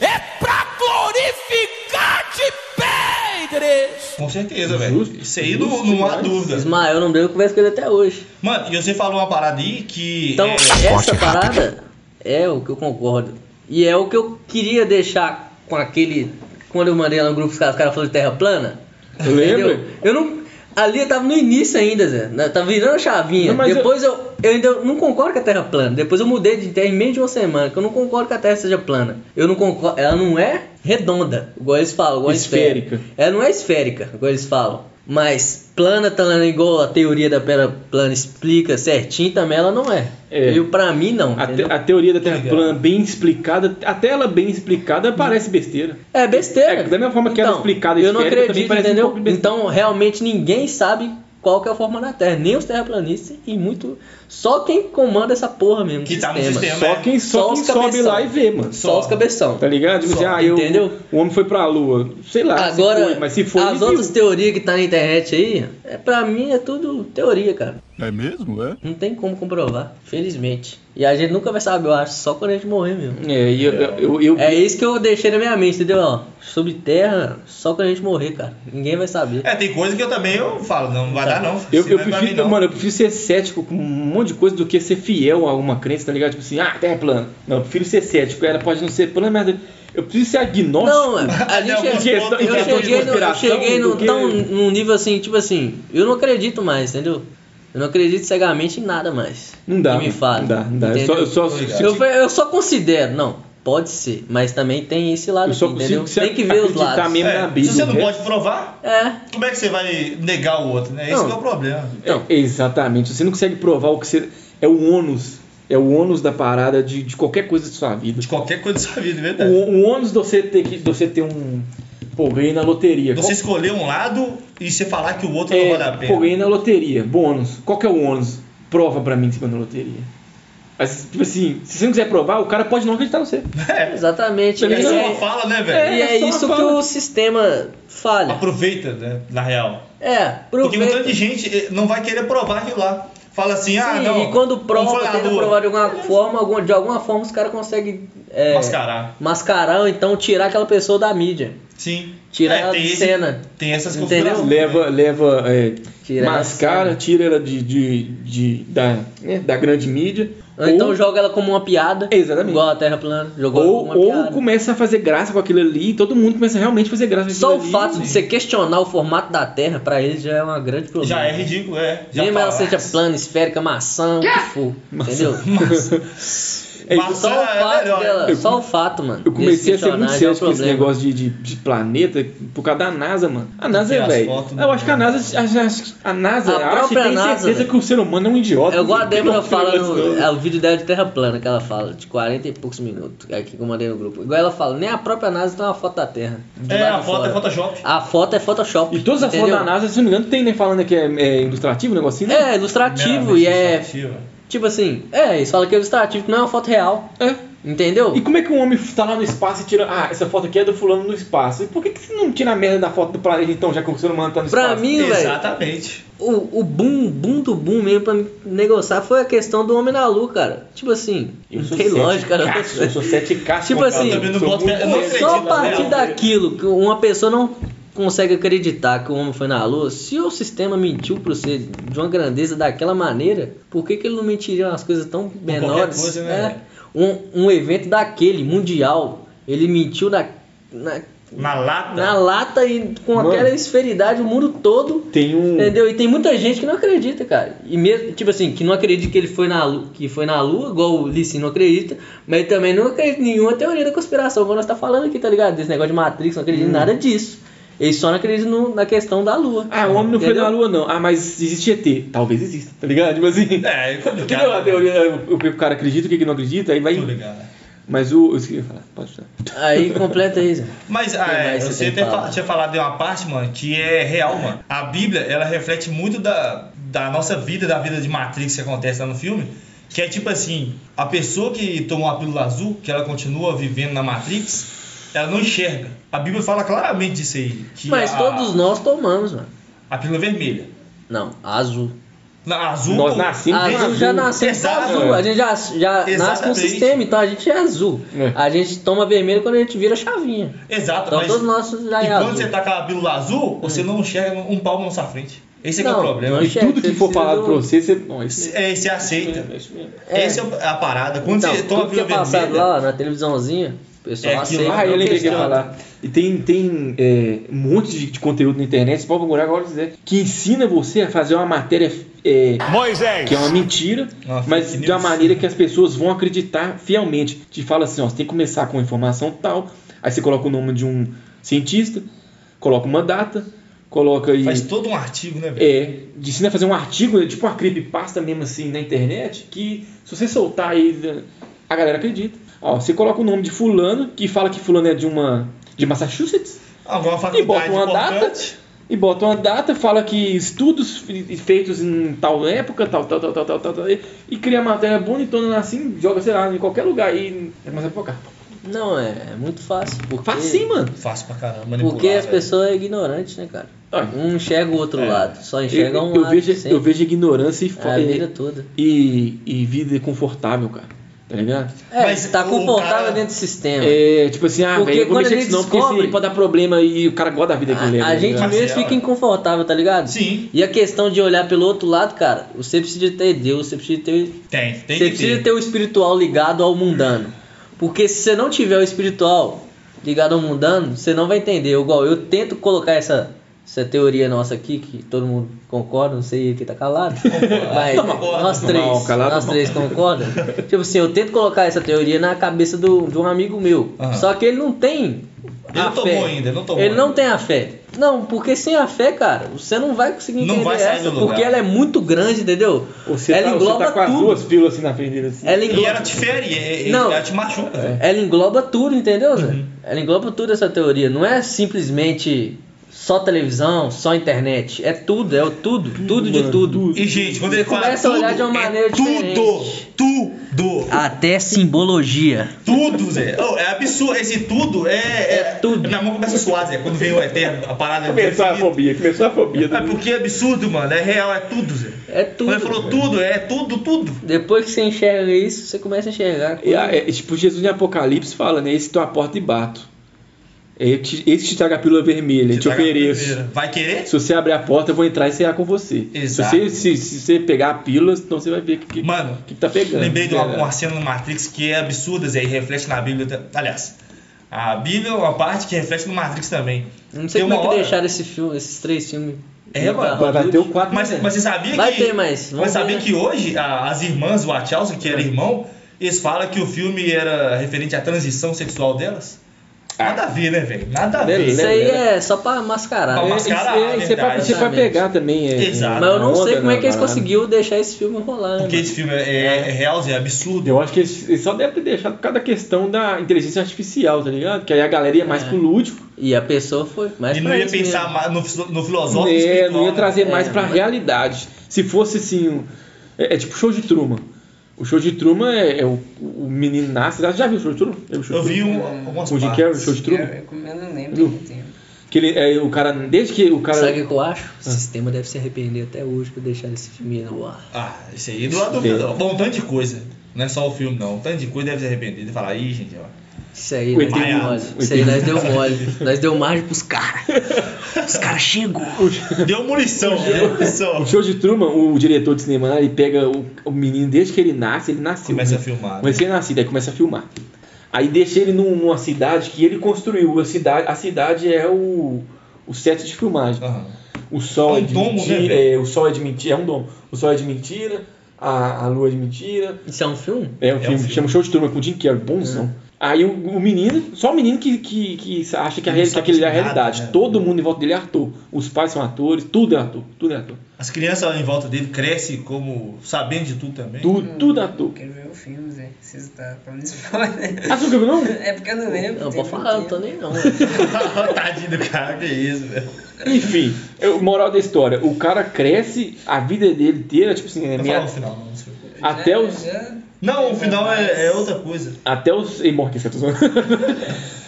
S2: Com certeza, velho. Isso aí não, não há dúvida.
S4: Ismael não deu, eu converso com ele até hoje.
S2: Mano, e você falou uma parada aí que.
S4: Então,
S2: é,
S4: essa parada é o que eu concordo. E é o que eu queria deixar com aquele. Quando eu mandei lá no grupo, os caras, os caras falaram de terra plana.
S1: Lembra?
S4: Entendeu? Eu não. Ali eu tava no início ainda, Zé. na- Tá virando a chavinha.
S1: Não, mas eu-
S4: Depois eu... Eu, ainda não concordo com a Terra plana. Depois eu mudei de ideia em meio de uma semana, que eu não concordo que a Terra seja plana. Eu não concordo. Ela não é redonda, igual eles falam. Igual eles falam.
S1: Esférica.
S4: Ela não é esférica, igual eles falam. Mas plana, plana, igual a teoria da Terra plana explica certinho, também ela não é.
S1: É.
S4: Eu, pra mim, não.
S1: A, te-
S4: entendeu?
S1: a teoria da Terra
S2: Legal.
S1: plana bem explicada, até ela bem explicada, parece besteira.
S4: É besteira. Então,
S1: É, da mesma forma que ela é explicada e
S4: Eu não
S1: esférica, também
S4: acredito,
S1: parece um
S4: entendeu?
S1: pouco de besteira.
S4: então, realmente, ninguém sabe qual que é a forma da Terra. Nem os terraplanistas e muito. Só quem comanda essa porra mesmo.
S2: Que
S4: do
S2: tá no sistema.
S1: Só quem, só
S4: Só
S1: quem
S4: os
S1: sobe
S4: cabeção.
S1: lá e vê, mano.
S4: Só os cabeção.
S1: Tá ligado? Tipo assim,
S4: Só,
S1: ah, eu,
S4: entendeu?
S1: o homem foi pra lua. Sei lá, Tá, se
S4: Agora,
S1: foi, mas se foi. ele
S4: as
S1: viu.
S4: outras teorias que tá na internet aí, é, pra mim é tudo teoria, cara.
S10: É mesmo, é?
S4: Não tem como comprovar, felizmente. E a gente nunca vai saber, eu acho, só quando a gente morrer mesmo.
S1: É, e eu, eu, eu-
S4: É isso que eu deixei na minha mente, entendeu? Ó, sobre terra, só quando a gente morrer, cara. Ninguém vai saber.
S2: É, tem coisa que eu também eu falo, não vai
S4: Tá.
S2: dar não.
S1: Eu,
S2: Isso
S1: eu
S2: não é pra
S1: prefiro,
S2: mim, não.
S1: mano, eu prefiro ser cético com um monte de coisa do que ser fiel a uma crença, tá ligado? Tipo assim, ah, terra é plana. Não, eu prefiro ser cético. Ela pode não ser plana, mas eu preciso ser agnóstico. [laughs]
S4: Não, é. mano, a
S2: Não,
S4: gente.
S2: porque
S4: eu,
S2: isso- isso é
S4: cheguei no, eu
S1: conspiração
S4: cheguei
S1: do
S4: num,
S1: que-
S4: tão, num nível assim, tipo assim, eu não acredito mais, entendeu? Eu não acredito cegamente em nada mais.
S1: Não dá,
S4: Que me fala.
S1: não dá, não dá. Eu só- eu só-
S4: entendeu? é. eu, fa- eu só considero, não, pode ser, mas também tem esse lado
S1: Eu só
S4: aqui,
S1: consigo
S4: entendeu?
S1: se
S4: Tem que ver os
S1: acreditar
S4: lados.
S1: mesmo
S2: É,
S1: na
S2: se
S1: Bíblia.
S2: você não
S1: né?
S2: pode provar,
S4: É,
S2: como é que você vai negar o outro, né? Esse
S1: Não.
S2: que é o problema.
S1: Então, exatamente. Você não consegue provar o que você. É o ônus. É o ônus da parada de, de qualquer coisa de sua vida.
S2: De qualquer coisa da sua vida, é
S1: O,
S2: verdade.
S1: o ônus de você ter que. de você ter um. Pô, ganhei na
S4: é
S1: loteria.
S2: Você escolher um lado e você falar que o outro não
S1: É,
S2: vale a pena.
S1: pô, ganhei na loteria, bônus. Qual que é o ônus? Prova pra mim que você ganhou na loteria. Mas, tipo assim, se você não quiser provar, o cara pode não acreditar em você.
S2: É,
S4: exatamente.
S1: Ele
S2: é
S4: E
S2: só
S1: não-
S2: uma
S4: é,
S2: fala, né, velho?
S4: e é
S1: é só uma
S4: isso que
S1: fala.
S4: o sistema falha.
S2: Aproveita, né, na real.
S4: É,
S2: Porque um tanto
S4: aproveita.
S2: de gente eh, não vai querer provar aquilo lá. Fala assim, ah,
S4: Sim,
S2: não.
S4: e quando
S2: não foi
S4: prova,
S2: lá
S4: tenta
S2: do-
S4: provar de alguma forma, alguma- de alguma forma os caras conseguem é,
S2: Mascarar.
S4: mascarar ou então tirar aquela pessoa da mídia.
S2: Sim. É,
S4: Tirar ela
S2: tem
S4: de
S2: esse-
S4: cena.
S2: Tem essas
S4: Entendeu?
S2: configurações.
S1: Leva, leva, é,
S4: Tira ela
S1: mascara,
S4: assim.
S1: tira ela de, de, de- da, né, da grande mídia.
S4: Ou então
S1: ou,
S4: joga ela como uma piada.
S1: Exatamente.
S4: Igual a Terra plana. Jogou ela
S1: ou,
S4: como uma
S1: ou
S4: piada.
S1: começa a fazer graça com aquilo ali e todo mundo começa a realmente fazer graça com aquilo
S4: Só o
S1: ali.
S4: fato de você questionar o formato da Terra, pra eles já é uma grande problema.
S2: Já é ridículo, é. Já
S1: tá
S4: Mesmo ela
S2: fala.
S4: seja plana, esférica, maçã, o que for. Entendeu?
S1: É,
S2: Mas-
S4: Só o
S2: É
S4: fato
S2: melhor.
S4: dela,
S1: Eu-
S4: só o fato, mano.
S1: Eu comecei a
S4: desse
S1: ser muito
S4: questionar já é um
S1: cético com esse
S4: problema.
S1: negócio de, de, de planeta por causa da NASA, mano. A NASA,
S2: Tem as
S1: velho.
S2: fotos, né?
S1: Eu acho que a NASA. A, a, a NASA
S4: A
S1: acha e
S4: própria
S1: tem
S4: NASA,
S1: certeza
S4: velho.
S1: que o ser humano é um idiota.
S4: É igual a Débora
S1: Não,
S4: fala
S1: não,
S4: no.
S1: não.
S4: É o vídeo dela de Terra Plana que ela fala, de 40 e poucos minutos, é aqui que eu mandei no grupo. Igual ela fala, nem a própria NASA tem uma foto da Terra. de
S2: É,
S4: lado
S2: a foto
S4: fora.
S2: é Photoshop.
S4: A foto é Photoshop.
S1: E todas as fotos
S4: entendeu?
S1: da NASA, se não me engano, tem, né? Falando que é, é ilustrativo o negocinho, né?
S4: É, ilustrativo e é.
S2: Ilustrativa.
S4: Tipo assim, é, eles falam que é ilustrativo, que não é uma foto real.
S1: É.
S4: Entendeu?
S1: E como é que um homem tá lá no espaço e tira. Ah, essa foto aqui é do fulano no espaço. E por que, que você não tira a merda da foto do planeta então, já que o ser humano tá no
S4: Pra
S1: espaço?
S4: mim, velho,
S2: Exatamente.
S4: o, o boom, boom do boom mesmo pra negociar foi a questão do homem na lua, cara. Tipo assim,
S1: eu
S4: não
S1: sou
S4: tem lógica, não.
S1: sete Eu sou sete caças.
S4: Tipo assim,
S2: Eu também não boto fé- eu não acredito,
S4: [laughs] Só a
S2: na
S1: né?
S4: partir
S2: real.
S4: daquilo que uma pessoa não consegue acreditar que o homem foi na lua, se o sistema mentiu pra você de uma grandeza daquela maneira, por que, que ele não mentiria umas coisas tão menores?
S2: coisa, né?
S4: É. um, um evento daquele, mundial, ele mentiu na, na,
S2: Na lata.
S4: na lata e com
S1: Mano.
S4: aquela esferidade o mundo todo.
S1: Tem um.
S4: Entendeu? E tem muita gente que não acredita, cara. E mesmo, tipo assim, que não acredita que ele foi na lua, que foi na lua, igual o Lissin não acredita, mas também não acredita em nenhuma teoria da conspiração, igual nós tá falando aqui, tá ligado? Desse negócio de Matrix, não
S1: Hum.
S4: acredita em nada disso. Ele só não acredita no- na questão da lua.
S1: Ah, o homem não foi
S4: Entendeu?
S1: na lua, não. Ah, mas existe ET. Talvez exista, tá ligado? Tipo assim.
S2: É, é complicado.
S1: Entendeu a teoria? O que o cara acredita, o que que não acredita, aí vai.
S2: Tô ligado.
S1: Mas o. Eu esqueci de falar, pode falar.
S4: Aí
S1: [laughs]
S4: completa isso.
S2: Mas
S4: que
S2: ah, é,
S4: mais você
S2: você
S4: tem
S2: até
S4: pra
S2: fa-
S4: falar?
S2: tinha falado de uma parte, mano, que é real, mano. A Bíblia, ela reflete muito da, da nossa vida, da vida de Matrix que acontece lá no filme. Que é tipo assim, a pessoa que tomou a pílula azul, que ela continua vivendo na Matrix, ela não enxerga. A Bíblia fala claramente disso aí. Que
S4: Mas
S2: a,
S4: todos nós tomamos, mano.
S2: A pílula vermelha.
S4: Não, azul.
S2: Na, azul...
S1: Nós nascemos
S4: azul,
S1: com
S4: já nascemos com
S2: Exato.
S4: azul. A gente já, já nasce com o
S2: Exatamente.
S4: sistema, então a gente é azul.
S1: É.
S4: A gente toma vermelho quando a gente vira chavinha.
S2: Exato,
S4: Então
S2: mas...
S4: todos nós já
S2: E
S4: é
S2: quando
S4: azul. É.
S2: você tá com a pílula azul, você não enxerga um palmo na sua frente. Esse é que é
S4: Não,
S2: o problema.
S4: não
S1: E
S4: Chefe,
S1: tudo que
S4: você
S1: for
S4: precisa
S1: falado
S4: do-
S1: pra você, você. Bom, isso
S2: É, você aceita.
S1: é isso mesmo.
S4: É.
S2: Essa é a parada. Quando
S4: Então,
S2: você toma a
S4: tudo que é
S2: pílula
S4: passado
S2: vermelha,
S4: lá na televisãonzinha, o pessoal
S2: É aquilo
S4: aceita.
S2: lá,
S1: Ah, eu
S4: não
S1: lembrei que eu ia
S4: questiona.
S1: falar. E tem, tem é, um monte de, de conteúdo na internet, você pode procurar agora se quiser, que ensina você a fazer uma matéria é,
S7: Moisés.
S1: que é uma mentira,
S2: Uma
S1: mas
S2: fake
S1: de uma
S2: news.
S1: maneira que as pessoas vão acreditar fielmente. Te fala assim, ó, você tem que começar com a informação tal, aí você coloca o nome de um cientista, coloca uma data, coloca aí...
S2: faz todo um artigo, né, velho?
S1: É, de ensina a fazer um artigo, né, tipo uma creepypasta mesmo assim na internet, que se você soltar aí, né, a galera acredita. Ó, você coloca o nome de fulano, que fala que fulano é de uma. de Massachusetts,
S2: Alguma
S1: e
S2: Ah, faculdade
S4: um
S1: bota uma
S2: importante.
S1: data, e bota uma data, fala que estudos fe- feitos em tal época, tal, tal, tal, tal, tal, tal, tal, e e cria matéria bonitona assim, joga, sei lá, em qualquer lugar e
S4: É
S1: começa a focar.
S4: Não, é, é muito fácil. Porque,
S1: Faz sim, mano.
S2: Fácil pra caramba, manipular.
S4: Porque as
S2: velho.
S4: pessoas é ignorante, né, cara?
S1: Ah.
S4: Um enxerga o outro lado, só
S1: Eu,
S4: enxerga um
S1: eu
S4: lado.
S1: vejo,
S4: sempre.
S1: eu vejo ignorância e,
S4: É
S1: fa-
S4: a vida
S1: e,
S4: toda.
S1: e, e vida confortável, cara. Tá ligado?
S4: É,
S2: Mas
S4: tá
S2: o
S4: confortável
S2: cara-
S4: dentro do sistema.
S1: É, tipo assim, ah,
S4: Porque
S1: velho, eu vou
S4: quando
S1: mexer
S4: a
S1: com
S4: gente
S1: isso não, porque
S4: descobre-
S1: assim, pode dar problema e o cara gosta da vida que leva.
S4: A, a
S1: tá
S4: gente
S1: ligado?
S2: Marcelo.
S4: mesmo fica inconfortável, tá ligado?
S2: Sim.
S4: E a questão de olhar pelo outro lado, cara, você precisa ter Deus, você precisa ter.
S2: Tem, tem
S4: você
S2: que
S4: precisa
S2: ter.
S4: ter. o espiritual ligado ao mundano. Porque se você não tiver o espiritual ligado ao mundano, você não vai entender. Igual eu tento colocar essa, essa teoria nossa aqui, que todo mundo concorda, não sei quem tá calado. mas nós
S1: Mal,
S4: três.
S1: calado
S4: nós
S1: mal.
S4: três concordam. tipo assim, eu tento colocar essa teoria na cabeça do, de um amigo meu.
S2: Aham.
S4: Só que ele não tem.
S2: Ele
S4: a
S2: não tomou
S4: fé.
S2: ainda, ele não tomou
S4: Ele não
S2: ainda.
S4: tem a fé. Não, porque sem a fé, cara, você não vai conseguir
S2: Não
S4: entender
S2: vai sair
S4: essa,
S2: do lugar.
S4: porque ela é muito grande, entendeu?
S1: Você
S4: ela
S1: tá, você
S4: engloba
S1: tá com as
S4: tudo. É
S1: duas pílulas assim na frente dele. Assim.
S4: Ela
S2: E né?
S4: engloba,
S2: ela te fere, é- é-
S4: Não.
S2: ela te machuca. velho.
S4: ela engloba tudo, entendeu, Zé?
S2: Uhum.
S4: Ela engloba tudo essa teoria. Não é simplesmente só televisão, só internet. É tudo, é o tudo, tudo, de
S1: mano,
S4: tudo.
S2: E, gente, quando ele fala
S4: Começa a
S2: tudo,
S4: olhar de uma maneira
S2: é tudo,
S4: diferente.
S2: tudo,
S4: Até simbologia.
S2: tudo, Zé. Oh, é absurdo, esse tudo é...
S4: É tudo.
S2: Minha mão começa a suar, Zé, quando vem o Eterno, a parada...
S1: Começou a
S2: é
S1: fobia, começou a fobia. do-
S2: porque é absurdo, mano, é real, é tudo, Zé.
S4: É tudo.
S2: Quando ele falou tudo, é tudo, tudo.
S4: Depois que você enxerga isso, você começa a enxergar.
S1: E a- é, tipo, Jesus em Apocalipse fala, né? Esse tua porta e bato. Eu te- Esse te traga a pílula vermelha, eu te ofereço.
S2: tá Vai querer?
S1: Se você abrir a porta, eu vou entrar e cear com você.
S2: Exato.
S1: Se você, se, se você pegar a pílula, então você vai ver o que, que,
S2: Mano,
S1: que tá pegando.
S2: Lembrei de uma,
S1: Cara.
S2: uma cena no Matrix que é absurda, Zé, e reflete na Bíblia. tam- Aliás, a Bíblia é uma parte que reflete no Matrix também.
S4: Não
S2: Tem
S4: sei como é
S2: uma
S4: que
S2: hora-
S4: deixaram esse filme, esses três filmes.
S2: É, mano,
S1: Vai, vai ter o né? 4
S2: Mas, mas você sabia
S4: né, Vai
S2: que.
S4: ter, mas vamos
S2: Mas sabia
S4: ver, né?
S2: que hoje a- as irmãs Wachowski, que eram irmão, eles falam que o filme era referente à transição sexual delas? Nada a ver, né, velho? Nada a ver.
S1: Ah. Beleza. né?
S4: Isso aí é só pra mascarar.
S2: Pra
S4: né?
S2: mascarar. Cara,
S1: é, você, vai,
S2: verdade.
S1: você vai pegar também. É,
S2: Exato.
S4: Mas eu não
S1: na
S4: sei
S1: onda,
S4: como é
S1: na
S4: que eles
S1: parada.
S4: conseguiu deixar esse filme rolar, né?
S2: Porque
S4: mano?
S2: esse filme é, é real, Zé, é absurdo.
S1: Eu acho que eles eles só devem ter deixado por causa da questão da inteligência artificial, tá ligado? Que aí a galera ia mais
S4: É.
S1: pro lúdico.
S4: E a pessoa foi. Mas
S2: e não
S4: pra
S2: ia
S4: isso
S2: pensar
S4: mesmo.
S2: mais no, filo- no filosófico.
S1: É,
S2: espiritual,
S1: não ia
S2: né?
S1: trazer mais
S4: É,
S1: pra
S4: mas-
S1: realidade. Se fosse assim, um- é, é tipo show de Truman. O show de Truman é, é o, o menino nasce. Você já viu o show de Truman? Já viu o show
S2: Eu
S1: de
S2: vi
S1: Truman?
S2: um, algumas
S1: Com o Jim
S2: partes.
S1: Carrey, o show de Truman?
S3: Eu, eu não lembro.
S1: Viu?
S3: muito tempo.
S1: Que ele, é, o cara, desde que o cara.
S4: Sabe o que eu acho? O sistema deve se arrepender até hoje por deixar esse filme no ar.
S2: Ah, isso aí do lado
S1: Sim.
S2: do. Bom, um tanto de coisa. Não é só o filme, não. Um tanto de coisa deve se arrepender. De falar, ih, gente, ó.
S4: Isso aí,
S1: O
S4: nós deu
S1: ET.
S4: mole. Isso aí nós deu mole. nós deu margem pros caras. Os caras chegam.
S2: Deu munição, deu munição.
S1: O show de Truman, o diretor de cinema, lá, ele pega o, o menino desde que ele nasce, ele nasceu.
S2: Começa
S1: né?
S2: a filmar, né?
S1: Comecei a nascer, daí começa a filmar. Aí deixa ele num- numa cidade que ele construiu. A cidade, a cidade é o, o set de filmagem.
S2: Aham.
S1: O sol
S2: É
S1: é,
S2: um
S1: de
S2: domo, né,
S1: mentira.
S2: velho?
S1: é, o sol é de mentira. É um domo. O sol é de mentira. A, a lua é de mentira.
S4: Isso é um filme?
S1: É um
S2: um
S1: filme que
S2: filme. É.
S1: chama Show de Turma com o Jim Carrey, bonzão. Aí o, o menino, só o menino que, que, que acha que, a
S2: Ele não
S1: real- que
S2: sabe
S1: aquele
S2: de
S1: é a
S2: nada,
S1: realidade.
S2: né?
S1: Todo mundo em volta dele é ator. Os pais são atores, tudo é ator, tudo é ator.
S2: As crianças em volta dele crescem como sabendo de tudo também.
S1: Tudo, tudo é ator.
S3: Eu quero ver o filme, Zé. Vocês tá falando spoiler.
S1: Ah, você nunca viu, não?
S3: [laughs] É porque eu não lembro.
S4: Não,
S3: tem muito
S4: pode falar, não
S3: tempo.
S4: tô nem
S2: [laughs]
S4: não.
S2: Tadinho do cara, que isso, velho.
S1: Enfim, eu- moral da história, o cara cresce, a vida dele inteira, tipo assim, é
S2: Não
S1: minha-
S2: fala o final, não. não sei o quê.
S1: até os.
S3: Já- Ah, já-
S2: Não, o final é, é outra coisa.
S1: Até os. Ei, morre, que você tá zoando. [laughs]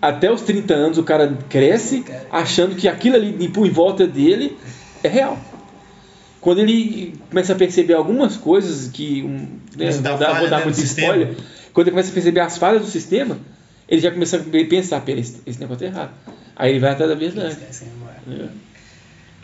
S1: Até os 30 anos o cara cresce achando que aquilo ali por em volta dele é real. Quando ele começa a perceber algumas coisas que. Um, né,
S2: Isso dá
S1: vou dar-
S2: falha,
S1: vou dar
S2: né,
S1: muito
S2: no
S1: spoiler. Quando ele começa a perceber as falhas do sistema, ele já começa a pensar, pera, esse, esse negócio é errado. Aí ele vai atrás da verdade.
S3: esquece, né, moral.
S1: né?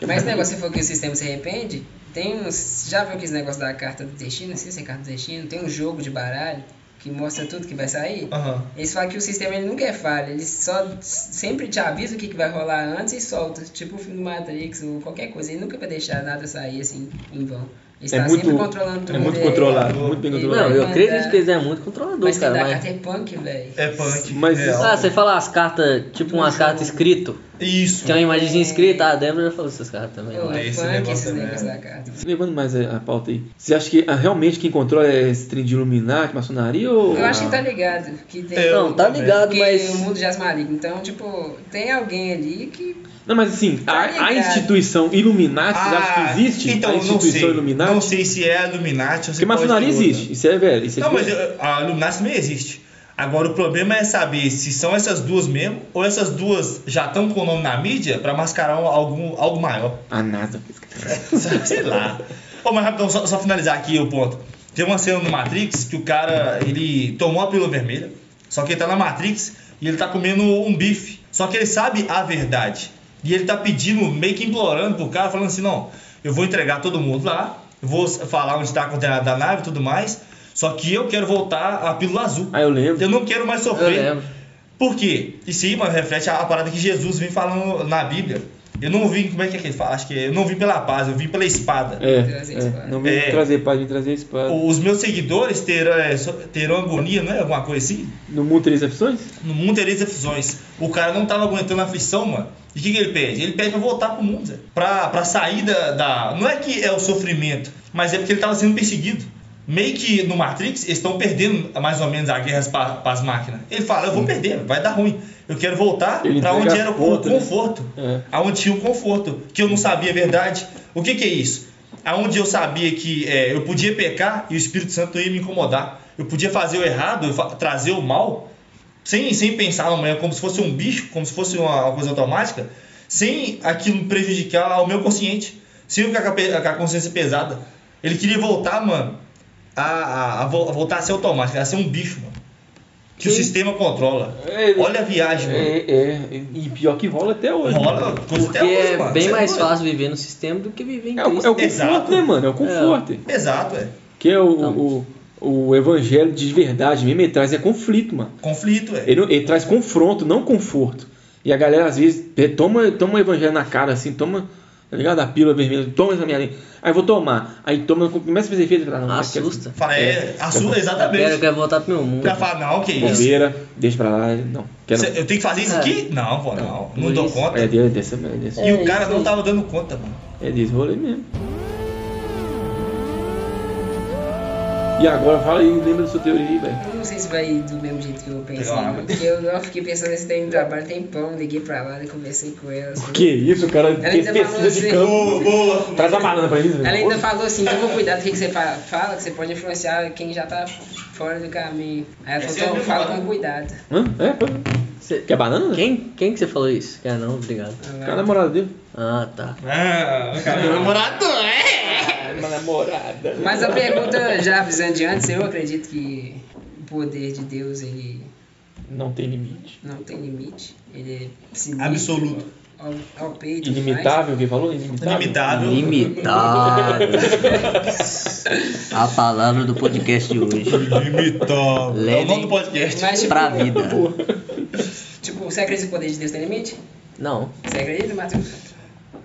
S3: Mas esse negócio, se for que o sistema se arrepende, tem uns. Já viu aquele negócio da carta do destino? Não sei se é carta do destino. Tem um jogo de baralho que mostra tudo que vai sair.
S2: Aham.
S3: Eles falam que o sistema ele nunca é falha, ele só s- sempre te avisa o que, que vai rolar antes e solta. Tipo o filme do Matrix ou qualquer coisa. Ele nunca vai deixar nada sair assim em vão. Ele
S1: É
S3: tá
S1: muito,
S3: sempre controlando tudo.
S1: é muito
S3: ele-
S1: controlado, muito bem
S3: Ele-
S1: controlado.
S4: Não, eu acredito que eles é muito controlador,
S3: Mas quem
S4: cara.
S3: dá
S4: mas-
S3: carta é punk, velho.
S2: É punk.
S1: Mas
S2: real.
S4: Ah, você fala as cartas, tipo umas cartas escrito.
S2: Isso.
S4: Tinha uma imagem escrita, ah, a Débora já falou esses caras também.
S3: É. Eu,
S4: né?
S3: é
S2: esse
S3: funk
S2: negócio
S3: esses
S2: também,
S3: negócios
S2: é.
S3: da carta.
S1: Levando mais a, a pauta aí. Você acha que ah, realmente quem controla é esse trem de Illuminati, maçonaria ou.
S3: Eu acho que tá ligado. Que tem...
S2: É, eu-
S4: Não, tá ligado,
S3: Porque
S4: mas.
S3: o mundo já é maligno. Então, tipo, tem alguém ali que.
S1: Não, mas assim, a,
S3: Tá
S1: a
S3: ligado.
S1: instituição Illuminati, você acha que existe?
S2: Então,
S1: a
S2: não
S1: instituição
S2: sei.
S1: Illuminati?
S2: Não sei se é a Illuminati. ou se
S1: Porque
S2: pode
S1: maçonaria
S2: ter outra.
S1: existe. Isso é velho. Isso é
S2: Não, mas
S1: diferente.
S2: eh, a Illuminati também existe. Agora, o problema é saber se são essas duas mesmo ou essas duas já estão com o nome na mídia pra mascarar um- algum, algo maior.
S1: A NASA.
S2: [laughs] Sei lá. Ô, mas rapidão, só, só finalizar aqui o ponto. Tem uma cena no Matrix que o cara, ele tomou a pílula vermelha, só que ele tá na Matrix e ele tá comendo um bife. Só que ele sabe a verdade. E ele tá pedindo, meio que implorando pro cara, falando assim, não, eu vou entregar todo mundo lá, eu vou falar onde tá a condenada da nave e tudo mais, só que eu quero voltar à pílula azul.
S1: Ah, eu lembro.
S2: Eu não quero mais
S4: Eu
S2: sofrer.
S4: lembro.
S2: Por quê? E sim, mas reflete a, a parada que Jesus vem falando na Bíblia. Eu não vim, como é que é que ele fala? Acho que é, eu não vim pela paz, eu vim pela espada.
S1: É,
S3: Trazer
S1: é.
S3: espada.
S1: Não me
S2: É.
S1: trazer paz, me trazer espada.
S2: Os meus seguidores terão, é, so- terão agonia, não é? Alguma coisa assim?
S1: No mundo três opções?
S2: No mundo teria aflições. O cara não tava aguentando a aflição, mano. E o que, que ele pede? Ele pede pra voltar pro mundo, Zé. Pra, pra sair da, da- Não é que é o sofrimento, mas é porque ele tava sendo perseguido. Meio que no Matrix, eles estão perdendo mais ou menos a guerra para as máquinas. Ele fala: Eu vou perder, vai dar ruim. Eu quero voltar
S1: Hum. Ele
S2: pra
S1: entrega
S2: onde era o
S1: a ponta, né?
S2: conforto.
S1: É.
S2: Aonde tinha o conforto, que eu não sabia a verdade. O que, que é isso? Aonde eu sabia que é, eu podia pecar e o Espírito Santo ia me incomodar. Eu podia fazer o errado, eu fa- trazer o mal, sem, sem pensar amanhã, como se fosse um bicho, como se fosse uma, uma coisa automática, sem aquilo prejudicar o meu consciente, sem eu ficar com a, pe- com a consciência pesada. Ele queria voltar, mano, a, a- a vo- a voltar a ser automático, a ser um bicho, mano. Que o
S1: Sim.
S2: sistema controla.
S1: É,
S2: Olha a viagem, mano.
S1: É, é. E pior que rola até hoje.
S2: Rola coisa
S4: Porque
S2: até hoje,
S4: é
S2: mano.
S4: bem
S2: Cê
S4: mais
S2: é doido.
S4: fácil viver no sistema do que viver em
S1: É o,
S4: Cristo.
S1: é o conforto,
S2: Exato.
S1: né, mano? É o conforto.
S2: Exato, é.
S1: Que é o, o, o evangelho de verdade mesmo, ele traz é conflito, mano.
S2: Conflito, é.
S1: Ele, não- ele traz confronto, não conforto. E a galera, às vezes, pe- toma, toma o evangelho na cara, assim, toma, tá ligado? A pílula vermelha, toma essa minha linha. Aí vou tomar. Aí toma, começa a fazer efeito. fala, não, não quero-
S4: Assusta.
S2: Fala, é, a sua,
S4: Pera, eu
S2: exatamente.
S4: quero voltar pro meu mundo.
S2: Pra falar, não, que isso.
S1: Bobeira, deixa pra lá. Não, quero.
S2: Cê- eu tenho que fazer isso
S4: É.
S2: aqui? Não, pô, não. Não dou
S4: isso.
S2: conta.
S1: É de- dessa, é desse,
S2: E
S1: é.
S2: o cara
S4: isso
S2: não
S4: aí.
S2: tava dando conta, mano.
S1: desse rolê mesmo. E agora fala aí, lembra da sua teoria aí, velho.
S3: Eu não sei se vai ir do mesmo jeito que eu pensei.
S2: Pegar uma água.
S3: Porque eu não fiquei pensando nesse tempo de trabalho um tempão. Liguei pra lá e conversei com assim. elas.
S1: Que isso, o cara
S3: Ela ainda
S1: fez pesquisa
S3: falou
S1: de
S3: assim-
S1: campo.
S2: boa.
S1: Traz uma banana pra eles, velho.
S3: Ela ainda falou assim, toma cuidado com o que você fa- fala, que você pode influenciar quem já tá fora do caminho. Aí ela
S2: Esse
S3: falou,
S2: é o meu
S3: então, fala
S2: lado.
S3: com cuidado.
S1: Hã? É, pô.
S4: Cê-
S1: Quer banana?
S4: Quem, quem que você falou isso? Ah, não, obrigado.
S1: Cara, a namorada dele.
S4: Ah, tá.
S2: Ah, cara, meu namorado é.
S3: Ah,
S1: Uma namorada.
S3: Mas a pergunta, já avisando de antes, eu acredito que o poder de Deus, ele
S1: Não tem limite.
S3: não tem limite. Ele é sinistro,
S2: Absoluto.
S3: Ao, ao peito.
S1: Ilimitável, quem falou? Ilimitável.
S2: Limitável.
S4: Limitado. A palavra Tá do podcast de hoje.
S2: Limitável. É o nome
S4: Levem
S2: do podcast.
S3: Mas, mas tipo,
S4: Pra vida.
S3: tipo, você acredita que o poder de Deus tem limite?
S4: Não.
S3: Você acredita, Matheus?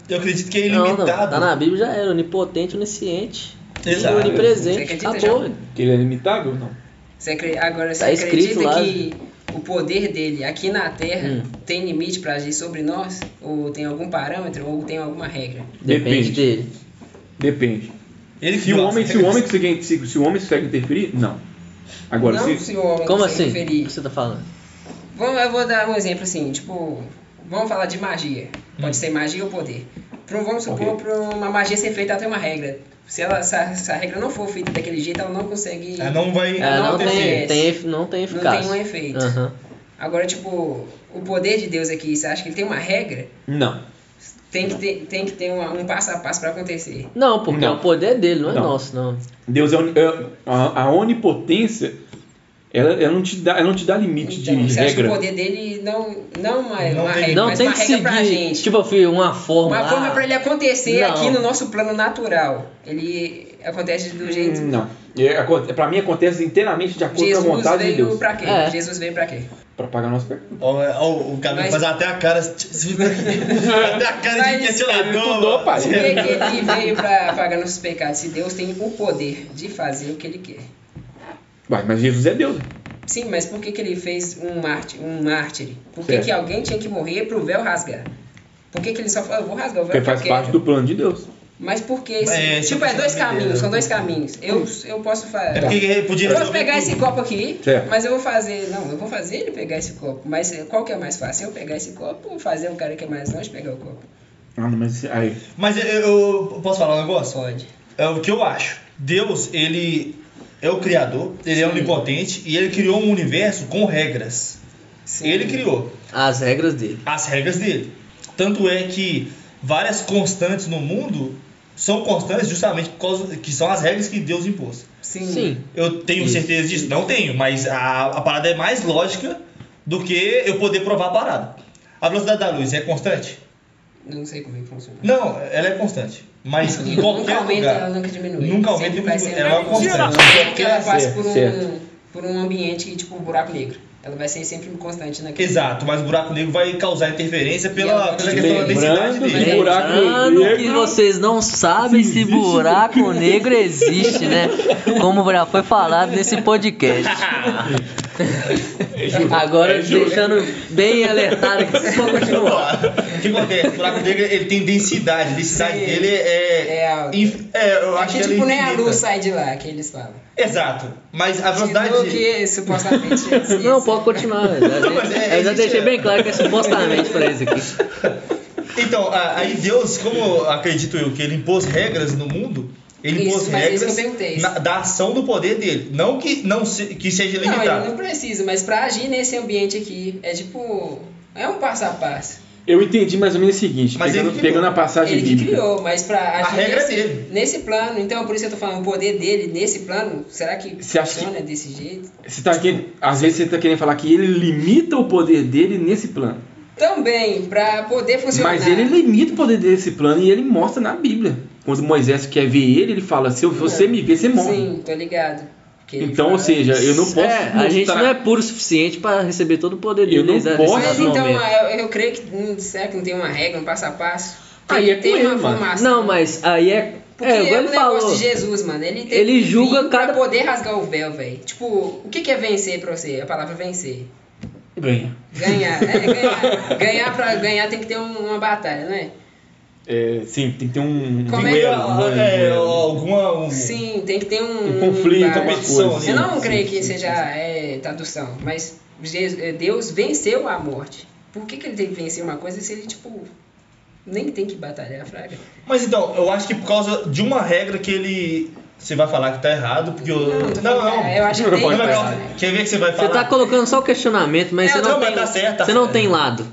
S2: Eu acredito que é
S4: Não, não.
S2: ilimitado.
S4: Tá na Bíblia já era. Onipotente, onisciente.
S2: Exato.
S3: Você
S4: Onipresente.
S3: acredita,
S4: Acabou.
S3: João?
S1: Que ele é limitável? Não.
S3: Você acre- Agora, você
S4: Tá escrito
S3: acredita
S4: lá. Hum.
S3: que o poder dele aqui na Terra tem limite para agir sobre nós? Ou tem algum parâmetro? Ou tem alguma regra?
S4: Depende
S1: Depende.
S4: dele.
S1: Depende.
S2: Ele
S1: Se o
S2: criou
S1: homem,
S2: as
S1: se o
S3: [laughs]
S2: regras.
S1: homem conseguir, se, se o homem consegue interferir, não. Agora,
S3: não,
S1: se.
S3: se o homem
S4: Como
S3: se
S4: assim? O
S3: referir.
S4: que você tá falando?
S3: Vamos, eu vou dar um exemplo assim, tipo, vamos falar de magia. Pode ser magia ou poder. Pra um- vamos supor,
S1: Hum. Ok.
S3: para uma magia ser feita, ela tem uma regra. Se, ela, se, a, se a regra não for feita daquele jeito, ela não consegue.
S2: Ah, não assim, vai.
S4: É, não,
S3: acontece.
S4: tem, tem, efe- não tem
S3: Não
S4: eficácia.
S3: tem um efeito.
S4: Aham.
S3: Agora, tipo, o poder de Deus aqui, você acha que ele tem uma regra?
S1: Não.
S3: Tem que ter, tem que ter uma- um passo a passo para acontecer.
S4: Não, porque
S1: Não.
S4: é o poder dele, não é
S1: Não.
S4: nosso, não.
S1: Deus é. oni- é- a, a onipotência, ela, ela não te dá, ela não te dá limite
S3: Então,
S1: de
S3: você acha que o
S1: regra.
S3: poder dele não, não é uma,
S2: Não
S3: uma
S2: tem-
S3: regra,
S4: Não
S3: mas
S4: tem
S3: uma
S4: que
S3: regra pra
S4: seguir,
S3: gente?
S4: tipo, eu fui uma forma.
S3: uma
S4: ah,
S3: forma pra ele acontecer
S4: Não.
S3: aqui no nosso plano natural. Ele acontece
S4: Hum,
S3: do jeito.
S1: Não. É, aconte- pra mim acontece inteiramente de acordo com a
S3: Jesus
S1: vontade de
S3: veio
S1: Deus.
S3: pra quê?
S4: É.
S3: Jesus veio pra quê?
S1: Pra pagar nosso pecado.
S2: Ó, ó, o cabelo
S3: Mas-
S2: faz até a cara. até a cara de
S3: Mas-
S2: questionador.
S1: Estudou,
S2: mano.
S1: pai.
S3: Por que, que ele veio pra pagar nossos pecados? Se Deus tem o poder de fazer o que ele quer.
S1: Ué, mas Jesus é Deus.
S3: Sim, mas por que, que ele fez um, márti- um mártir? Por que,
S1: Certo.
S3: que alguém tinha que morrer pro véu rasgar? Por que, que ele só falou, eu vou rasgar o véu
S1: Porque faz
S3: eu quero"?
S1: parte do plano de Deus.
S3: Mas por que?
S2: É,
S3: tipo, é
S2: isso
S3: dois
S2: é
S3: caminhos, são
S4: né?
S2: primeiro.
S3: dois caminhos. Eu, eu posso fazer.
S2: É porque ele podia
S3: Eu posso
S2: resolver
S3: pegar
S2: tudo.
S3: esse copo aqui,
S1: Certo.
S3: mas eu vou fazer. Não, eu vou fazer ele pegar esse copo. Mas qual que é mais fácil? Eu pegar esse copo ou fazer o cara que é mais longe pegar o copo?
S1: Ah, mas aí.
S2: Mas eu, eu posso falar um negócio?
S3: Pode.
S2: É o que eu acho. Deus, ele é o criador, ele é onipotente e ele criou um universo com regras.
S3: Sim.
S2: Ele criou
S4: As regras dele.
S2: as regras dele. Tanto é que várias constantes no mundo são constantes justamente por causa que são as regras que Deus impôs.
S3: Sim.
S4: Sim.
S2: Eu tenho certeza disso? Não tenho, mas a, a parada é mais lógica do que eu poder provar a parada. A velocidade da luz é constante?
S3: Não sei como é que funciona.
S2: Não, ela é constante. Mas em qualquer
S3: nunca aumenta,
S2: lugar.
S3: ela nunca diminui.
S2: Nunca aumenta,
S3: Sempre
S2: nunca
S3: vai
S2: diminui.
S3: ser
S2: Ela é uma
S3: constante.
S2: constante.
S3: Sempre que ela
S2: Qualquer-
S3: passa por um,
S1: certo.
S3: por um ambiente tipo um buraco negro. Ela vai ser sempre constante naquele.
S2: Exato, mas o buraco negro vai causar interferência pela,
S3: ela-
S2: pela questão da densidade
S1: Lembrando que
S2: dele.
S1: o buraco
S4: Lembrando que
S1: negro.
S4: vocês não sabem se buraco negro existe, né? Como já foi falado nesse podcast.
S1: É
S4: Agora, deixando bem alertado que vocês vão continuar.
S2: O que acontece? Tipo, é, O buraco negro ele tem densidade. A densidade
S3: Sim.
S2: dele é.
S3: É alta.
S2: inf- é, eu acho
S3: Porque,
S2: que ela é
S3: tipo, nem a
S2: infinita.
S3: luz sai de lá, que eles falam.
S2: Exato. Mas a
S3: Do
S2: velocidade.
S3: que supostamente eles-
S4: Não, pode continuar. Eu
S2: mas
S4: já,
S2: é-
S4: eu já
S2: existe-
S4: deixei bem claro que é supostamente pra isso aqui.
S2: Então, a- aí Deus, como acredito eu, que ele impôs regras no mundo, ele
S3: Isso,
S2: impôs
S3: mas isso
S2: regras
S3: que eu perguntei.
S2: na- da ação do poder dele. Não que, não se- que seja
S3: Não,
S1: tá.
S3: ele
S2: limitado.
S3: não precisa, mas pra agir nesse ambiente aqui, é tipo. É um passo a passo.
S1: Eu entendi mais ou menos o seguinte,
S2: Mas ele
S1: pegando,
S2: que-
S1: pegando a passagem
S3: Ele que
S1: bíblica.
S3: criou, mas pra agir
S2: regra é
S3: nesse,
S2: dele.
S3: nesse plano. Então, por isso que eu tô falando, o poder dele nesse plano, será que
S1: Você acha
S3: funciona desse jeito?
S1: Você tá querendo, às vezes você tá querendo falar que ele limita o poder dele nesse plano.
S3: Também, pra poder funcionar.
S1: Mas ele é limita o poder desse plano e ele mostra na Bíblia. Quando Moisés quer ver ele, ele fala: Se eu- você me ver, você morre.
S3: Sim, tô ligado. Que ele
S1: Então,
S3: fala-
S1: ou seja, eu não posso.
S4: É, a gente
S1: mostrar-
S4: não é puro o suficiente pra receber todo o poder
S1: Eu
S4: dele.
S1: não
S4: nesse-
S1: posso-
S4: nesse
S3: Mas
S1: nesse
S3: então,
S1: momento.
S3: eu, eu creio que. Hum, será que não tem uma regra, um passo a passo?
S1: Aí é
S3: tem
S1: com
S3: uma
S1: ele, mano.
S3: formação.
S4: Não, mas aí é.
S3: assim, Porque
S4: é,
S3: é,
S4: igual
S3: o
S4: ele
S3: negócio
S4: falou.
S3: de Jesus, mano. Ele, teve
S4: Ele
S3: que
S4: julga
S3: vir
S4: cada-
S3: Pra poder rasgar o véu, velho. Tipo, o que, que é vencer pra você? A palavra é vencer.
S1: Ganha.
S3: Ganhar. é,
S4: [laughs]
S3: ganhar. ganhar pra ganhar tem que ter um- uma batalha, né?
S1: É, sim, tem que ter um.
S3: Como
S1: um
S3: é que-
S1: duelo, um-
S2: É, alguma. um-
S3: Sim, tem que ter um.
S1: Um conflito,
S3: uma
S1: alguma
S2: competição,
S1: coisa. assim.
S3: Eu não
S1: Sim,
S3: creio
S1: sim,
S3: que
S1: sim,
S3: seja é, tradução, mas Jesus- é, Deus venceu a morte. Por que, que ele tem que vencer uma coisa se ele, tipo, nem tem que batalhar, Fraga?
S2: Mas então, eu acho que por causa de uma regra que ele. Você vai falar que tá errado, porque eu.
S3: Não,
S2: Não,
S3: tô
S2: não.
S3: falando- é, eu acho que tem né?
S2: Não
S3: que
S2: vai falar.
S3: falar.
S2: Quer ver que você vai
S4: Você
S2: falar?
S4: tá colocando só o questionamento, mas
S2: É,
S4: você
S2: não,
S4: não
S2: mas
S4: tem.
S2: tá certo, tá
S4: você não
S2: certo.
S4: tem lado.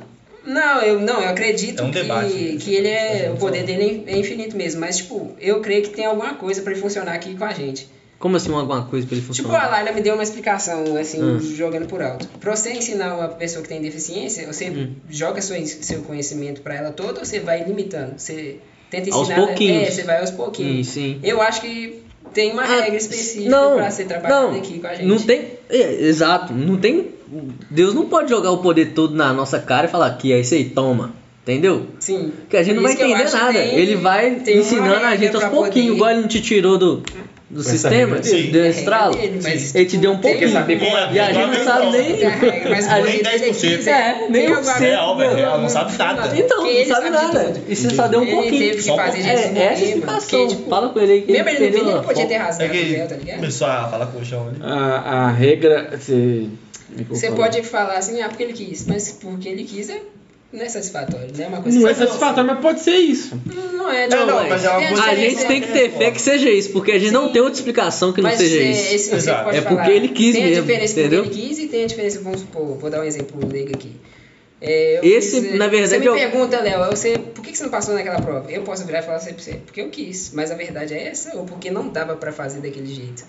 S3: Não, eu não, eu acredito
S2: É um
S3: que,
S4: né?
S2: debate.
S3: que ele
S4: um
S3: é. O poder dele é infinito mesmo. Mas, tipo, eu creio que tem alguma coisa pra ele funcionar aqui com a gente.
S4: Como assim alguma coisa pra ele
S3: Tipo,
S4: funcionar?
S3: a Laila me deu uma explicação, assim,
S4: Hum.
S3: jogando por alto. Pra você ensinar uma pessoa que tem deficiência, você
S4: Uhum.
S3: joga sua- seu conhecimento pra ela toda ou você vai limitando? Você tenta
S4: Aos
S3: ensinar.
S4: pouquinhos.
S3: É, você vai aos pouquinhos.
S4: Sim, sim.
S3: Eu acho que tem uma
S4: Ah,
S3: regra específica
S4: não,
S3: pra ser trabalhada
S4: não,
S3: aqui com a gente.
S4: Não tem. é, exato, não tem. Deus não pode jogar o poder todo na nossa cara e falar que é isso aí, toma. Entendeu?
S3: Sim.
S4: Porque a gente
S3: Por
S4: não vai
S3: isso que eu
S4: entender
S3: acho que
S4: nada.
S3: tem-
S4: ele vai
S3: tem uma
S4: ensinando a
S3: regra
S4: gente aos
S3: pra
S4: pouquinhos,
S3: poder-
S4: igual ele não te tirou do, do sistema,
S1: regra
S2: dele.
S4: deu um
S3: É,
S4: estralo.
S3: dele, mas
S4: Ele te deu um
S3: tem-
S4: pouquinho.
S1: saber como é
S4: E a gente não sabe nem.
S3: Tem a regra, mas
S4: a
S3: o
S4: gente-
S3: poder dele
S2: 10%.
S4: É, nem
S3: Tem
S4: um
S3: alguma-
S4: cento.
S2: É, Albert, ela não sabe nada.
S4: Então,
S3: Porque
S4: não
S3: ele
S4: sabe
S3: sabe de
S4: nada.
S3: tudo.
S4: E você só deu um
S3: Ele
S4: pouquinho.
S3: teve que
S2: Só um
S3: fazer
S2: pouquinho.
S3: Jesus
S4: É, essa
S3: morrer, mano,
S4: explicação.
S3: porque, tipo,
S4: Fala com ele aí que
S3: Mesmo
S4: ele
S3: ele não
S4: entendeu
S3: ele
S4: a
S3: podia ter
S4: foto.
S2: É
S3: rasgado
S2: que
S3: o
S2: ele
S3: véu, tá ligado?
S2: começou a falar com o né? chão ali.
S1: A, a regra. Você, como é que eu
S3: Você
S1: falo?
S3: pode falar assim, ah, porque ele quis, mas porque ele quis é, não é satisfatório, né? É uma coisa
S1: Não
S3: que
S1: é
S3: você-
S1: satisfatório, mas pode ser isso.
S3: Não é,
S4: Não,
S2: não,
S4: mas-
S2: mas é uma coisa
S4: A
S3: Mas
S4: gente
S3: é-
S4: tem que ter fé que seja isso, porque a gente não tem outra explicação que não
S3: Mas
S4: seja
S3: é,
S4: isso.
S3: esse você
S2: Exato.
S3: pode
S4: É porque
S3: falar.
S4: ele quis
S3: tem
S4: mesmo,
S3: a diferença
S4: entendeu?
S3: porque ele quis e tem a diferença, vamos supor, vou dar um exemplo leigo aqui. É, eu
S4: Esse,
S3: quis, é,
S4: na verdade,
S3: Você me
S4: eu-
S3: pergunta, Léo, é você, por que que você não passou naquela prova? Eu posso virar e falar assim pra você, porque eu quis, mas a verdade é essa, ou porque não dava pra fazer daquele jeito.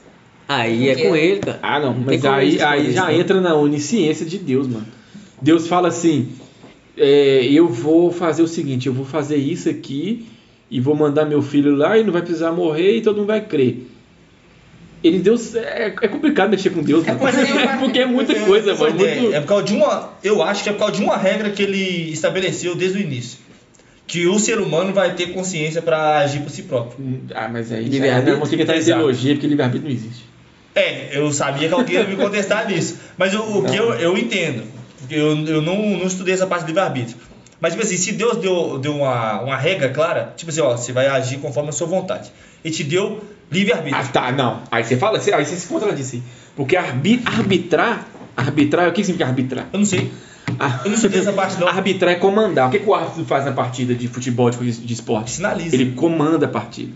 S4: Aí é
S3: Porque-
S4: com ele, cara.
S1: Ah, não,
S4: Não tem
S1: mas
S4: como
S1: aí,
S4: responder
S1: aí
S4: isso,
S1: já
S4: né?
S1: entra na onisciência de Deus, mano. Deus fala assim: é, eu vou fazer o seguinte, eu vou fazer isso aqui e vou mandar meu filho lá e não vai precisar morrer e todo mundo vai crer. Ele Deus é, é complicado mexer com Deus, mano. [laughs] porque é muita coisa, mano. muito-
S2: É, é por causa de uma. Eu acho que é por causa de uma regra que ele estabeleceu desde o início. Que o ser humano vai ter consciência pra agir por si próprio.
S1: Ah, mas aí já
S4: Livre-arbítrio?
S1: vamos ter que entrar em
S2: Exato.
S1: teologia, porque livre-arbítrio não existe.
S2: É, eu sabia que alguém ia me contestar [laughs] nisso. Mas o, o que eu, eu entendo, porque eu, eu não, não estudei essa parte do livre-arbítrio. Mas, tipo assim, se Deus deu, deu uma, uma regra clara, tipo assim, ó, você vai agir conforme a sua vontade. E te deu livre-arbítrio.
S1: Ah, tá, não. Aí você fala, você- aí você se contradisse. aí. Porque arbi- arbitrar, arbitrar, o que significa arbitrar?
S2: Eu não sei.
S1: Ah,
S2: Eu não sei dessa parte, não.
S1: Arbitrar é comandar. O que, que o árbitro faz na partida de futebol, de, de esporte?
S2: Sinaliza.
S1: Ele comanda a partida.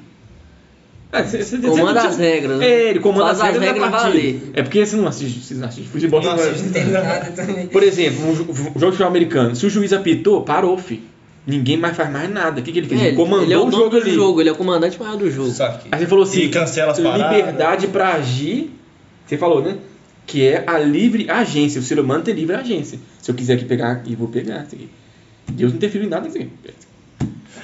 S1: É, cê- cê- cê-
S4: Comanda
S1: cê-
S4: as regras, né?
S1: É, ele comanda
S4: Faz
S1: as regras,
S4: as regras
S1: da partida.
S4: valer.
S1: É porque você não assiste, você não assiste futebol.
S2: Não
S1: não é-
S2: assiste.
S3: Não tem nada
S2: [laughs]
S3: também.
S1: Por exemplo, um, jo- um jogo de futebol americano. Se o juiz apitou, parou, fi. Ninguém mais faz mais nada. O que, que ele fez?
S4: É,
S1: ele comandou
S4: ele é o,
S1: o
S4: dono
S1: jogo
S4: do
S1: ali.
S4: jogo, ele é o comandante maior do jogo.
S2: Sabe?
S1: Aí você falou assim,
S2: E cancela as paradas.
S1: liberdade para agir, você falou, né? Que é a livre agência, o ser humano tem livre agência. Se eu quiser aqui pegar, eu vou pegar isso aqui. Deus não interfere em nada nisso aqui.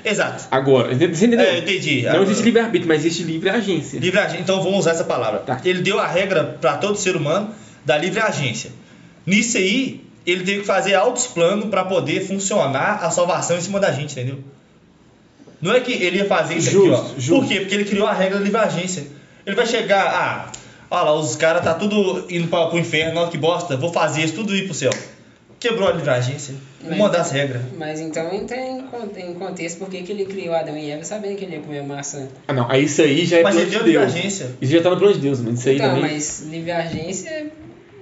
S2: Exato.
S1: Agora, você entendeu?
S2: É, eu entendi.
S1: Não
S2: Agora-
S1: existe livre-arbítrio, mas existe livre agência.
S2: Livre agência, então vamos usar essa palavra.
S1: Tá.
S2: Ele deu a regra para todo ser humano da livre agência. Nisso aí, ele teve que fazer altos planos para poder funcionar a salvação em cima da gente, entendeu? Não é que ele ia fazer isso aqui,
S1: Justo,
S2: ó.
S1: justo.
S2: Por quê? Porque ele criou a regra da livre agência. Ele vai chegar, ah, olha lá, os caras tá tudo indo para pro inferno, olha que bosta, vou fazer isso tudo e ir pro céu. Quebrou a livre agência.
S3: Mas-
S2: Uma das regras.
S3: Mas então entra em, con- em contexto porque que ele criou Adão e Eva sabendo que ele ia comer maçã.
S1: Ah, não, aí isso aí já é
S2: Mas
S1: plano
S2: ele
S1: de
S2: deu livre
S1: Deus.
S2: agência.
S1: Isso já tá no plano de Deus, mano. Isso aí
S3: Então,
S1: também.
S3: mas livre agência,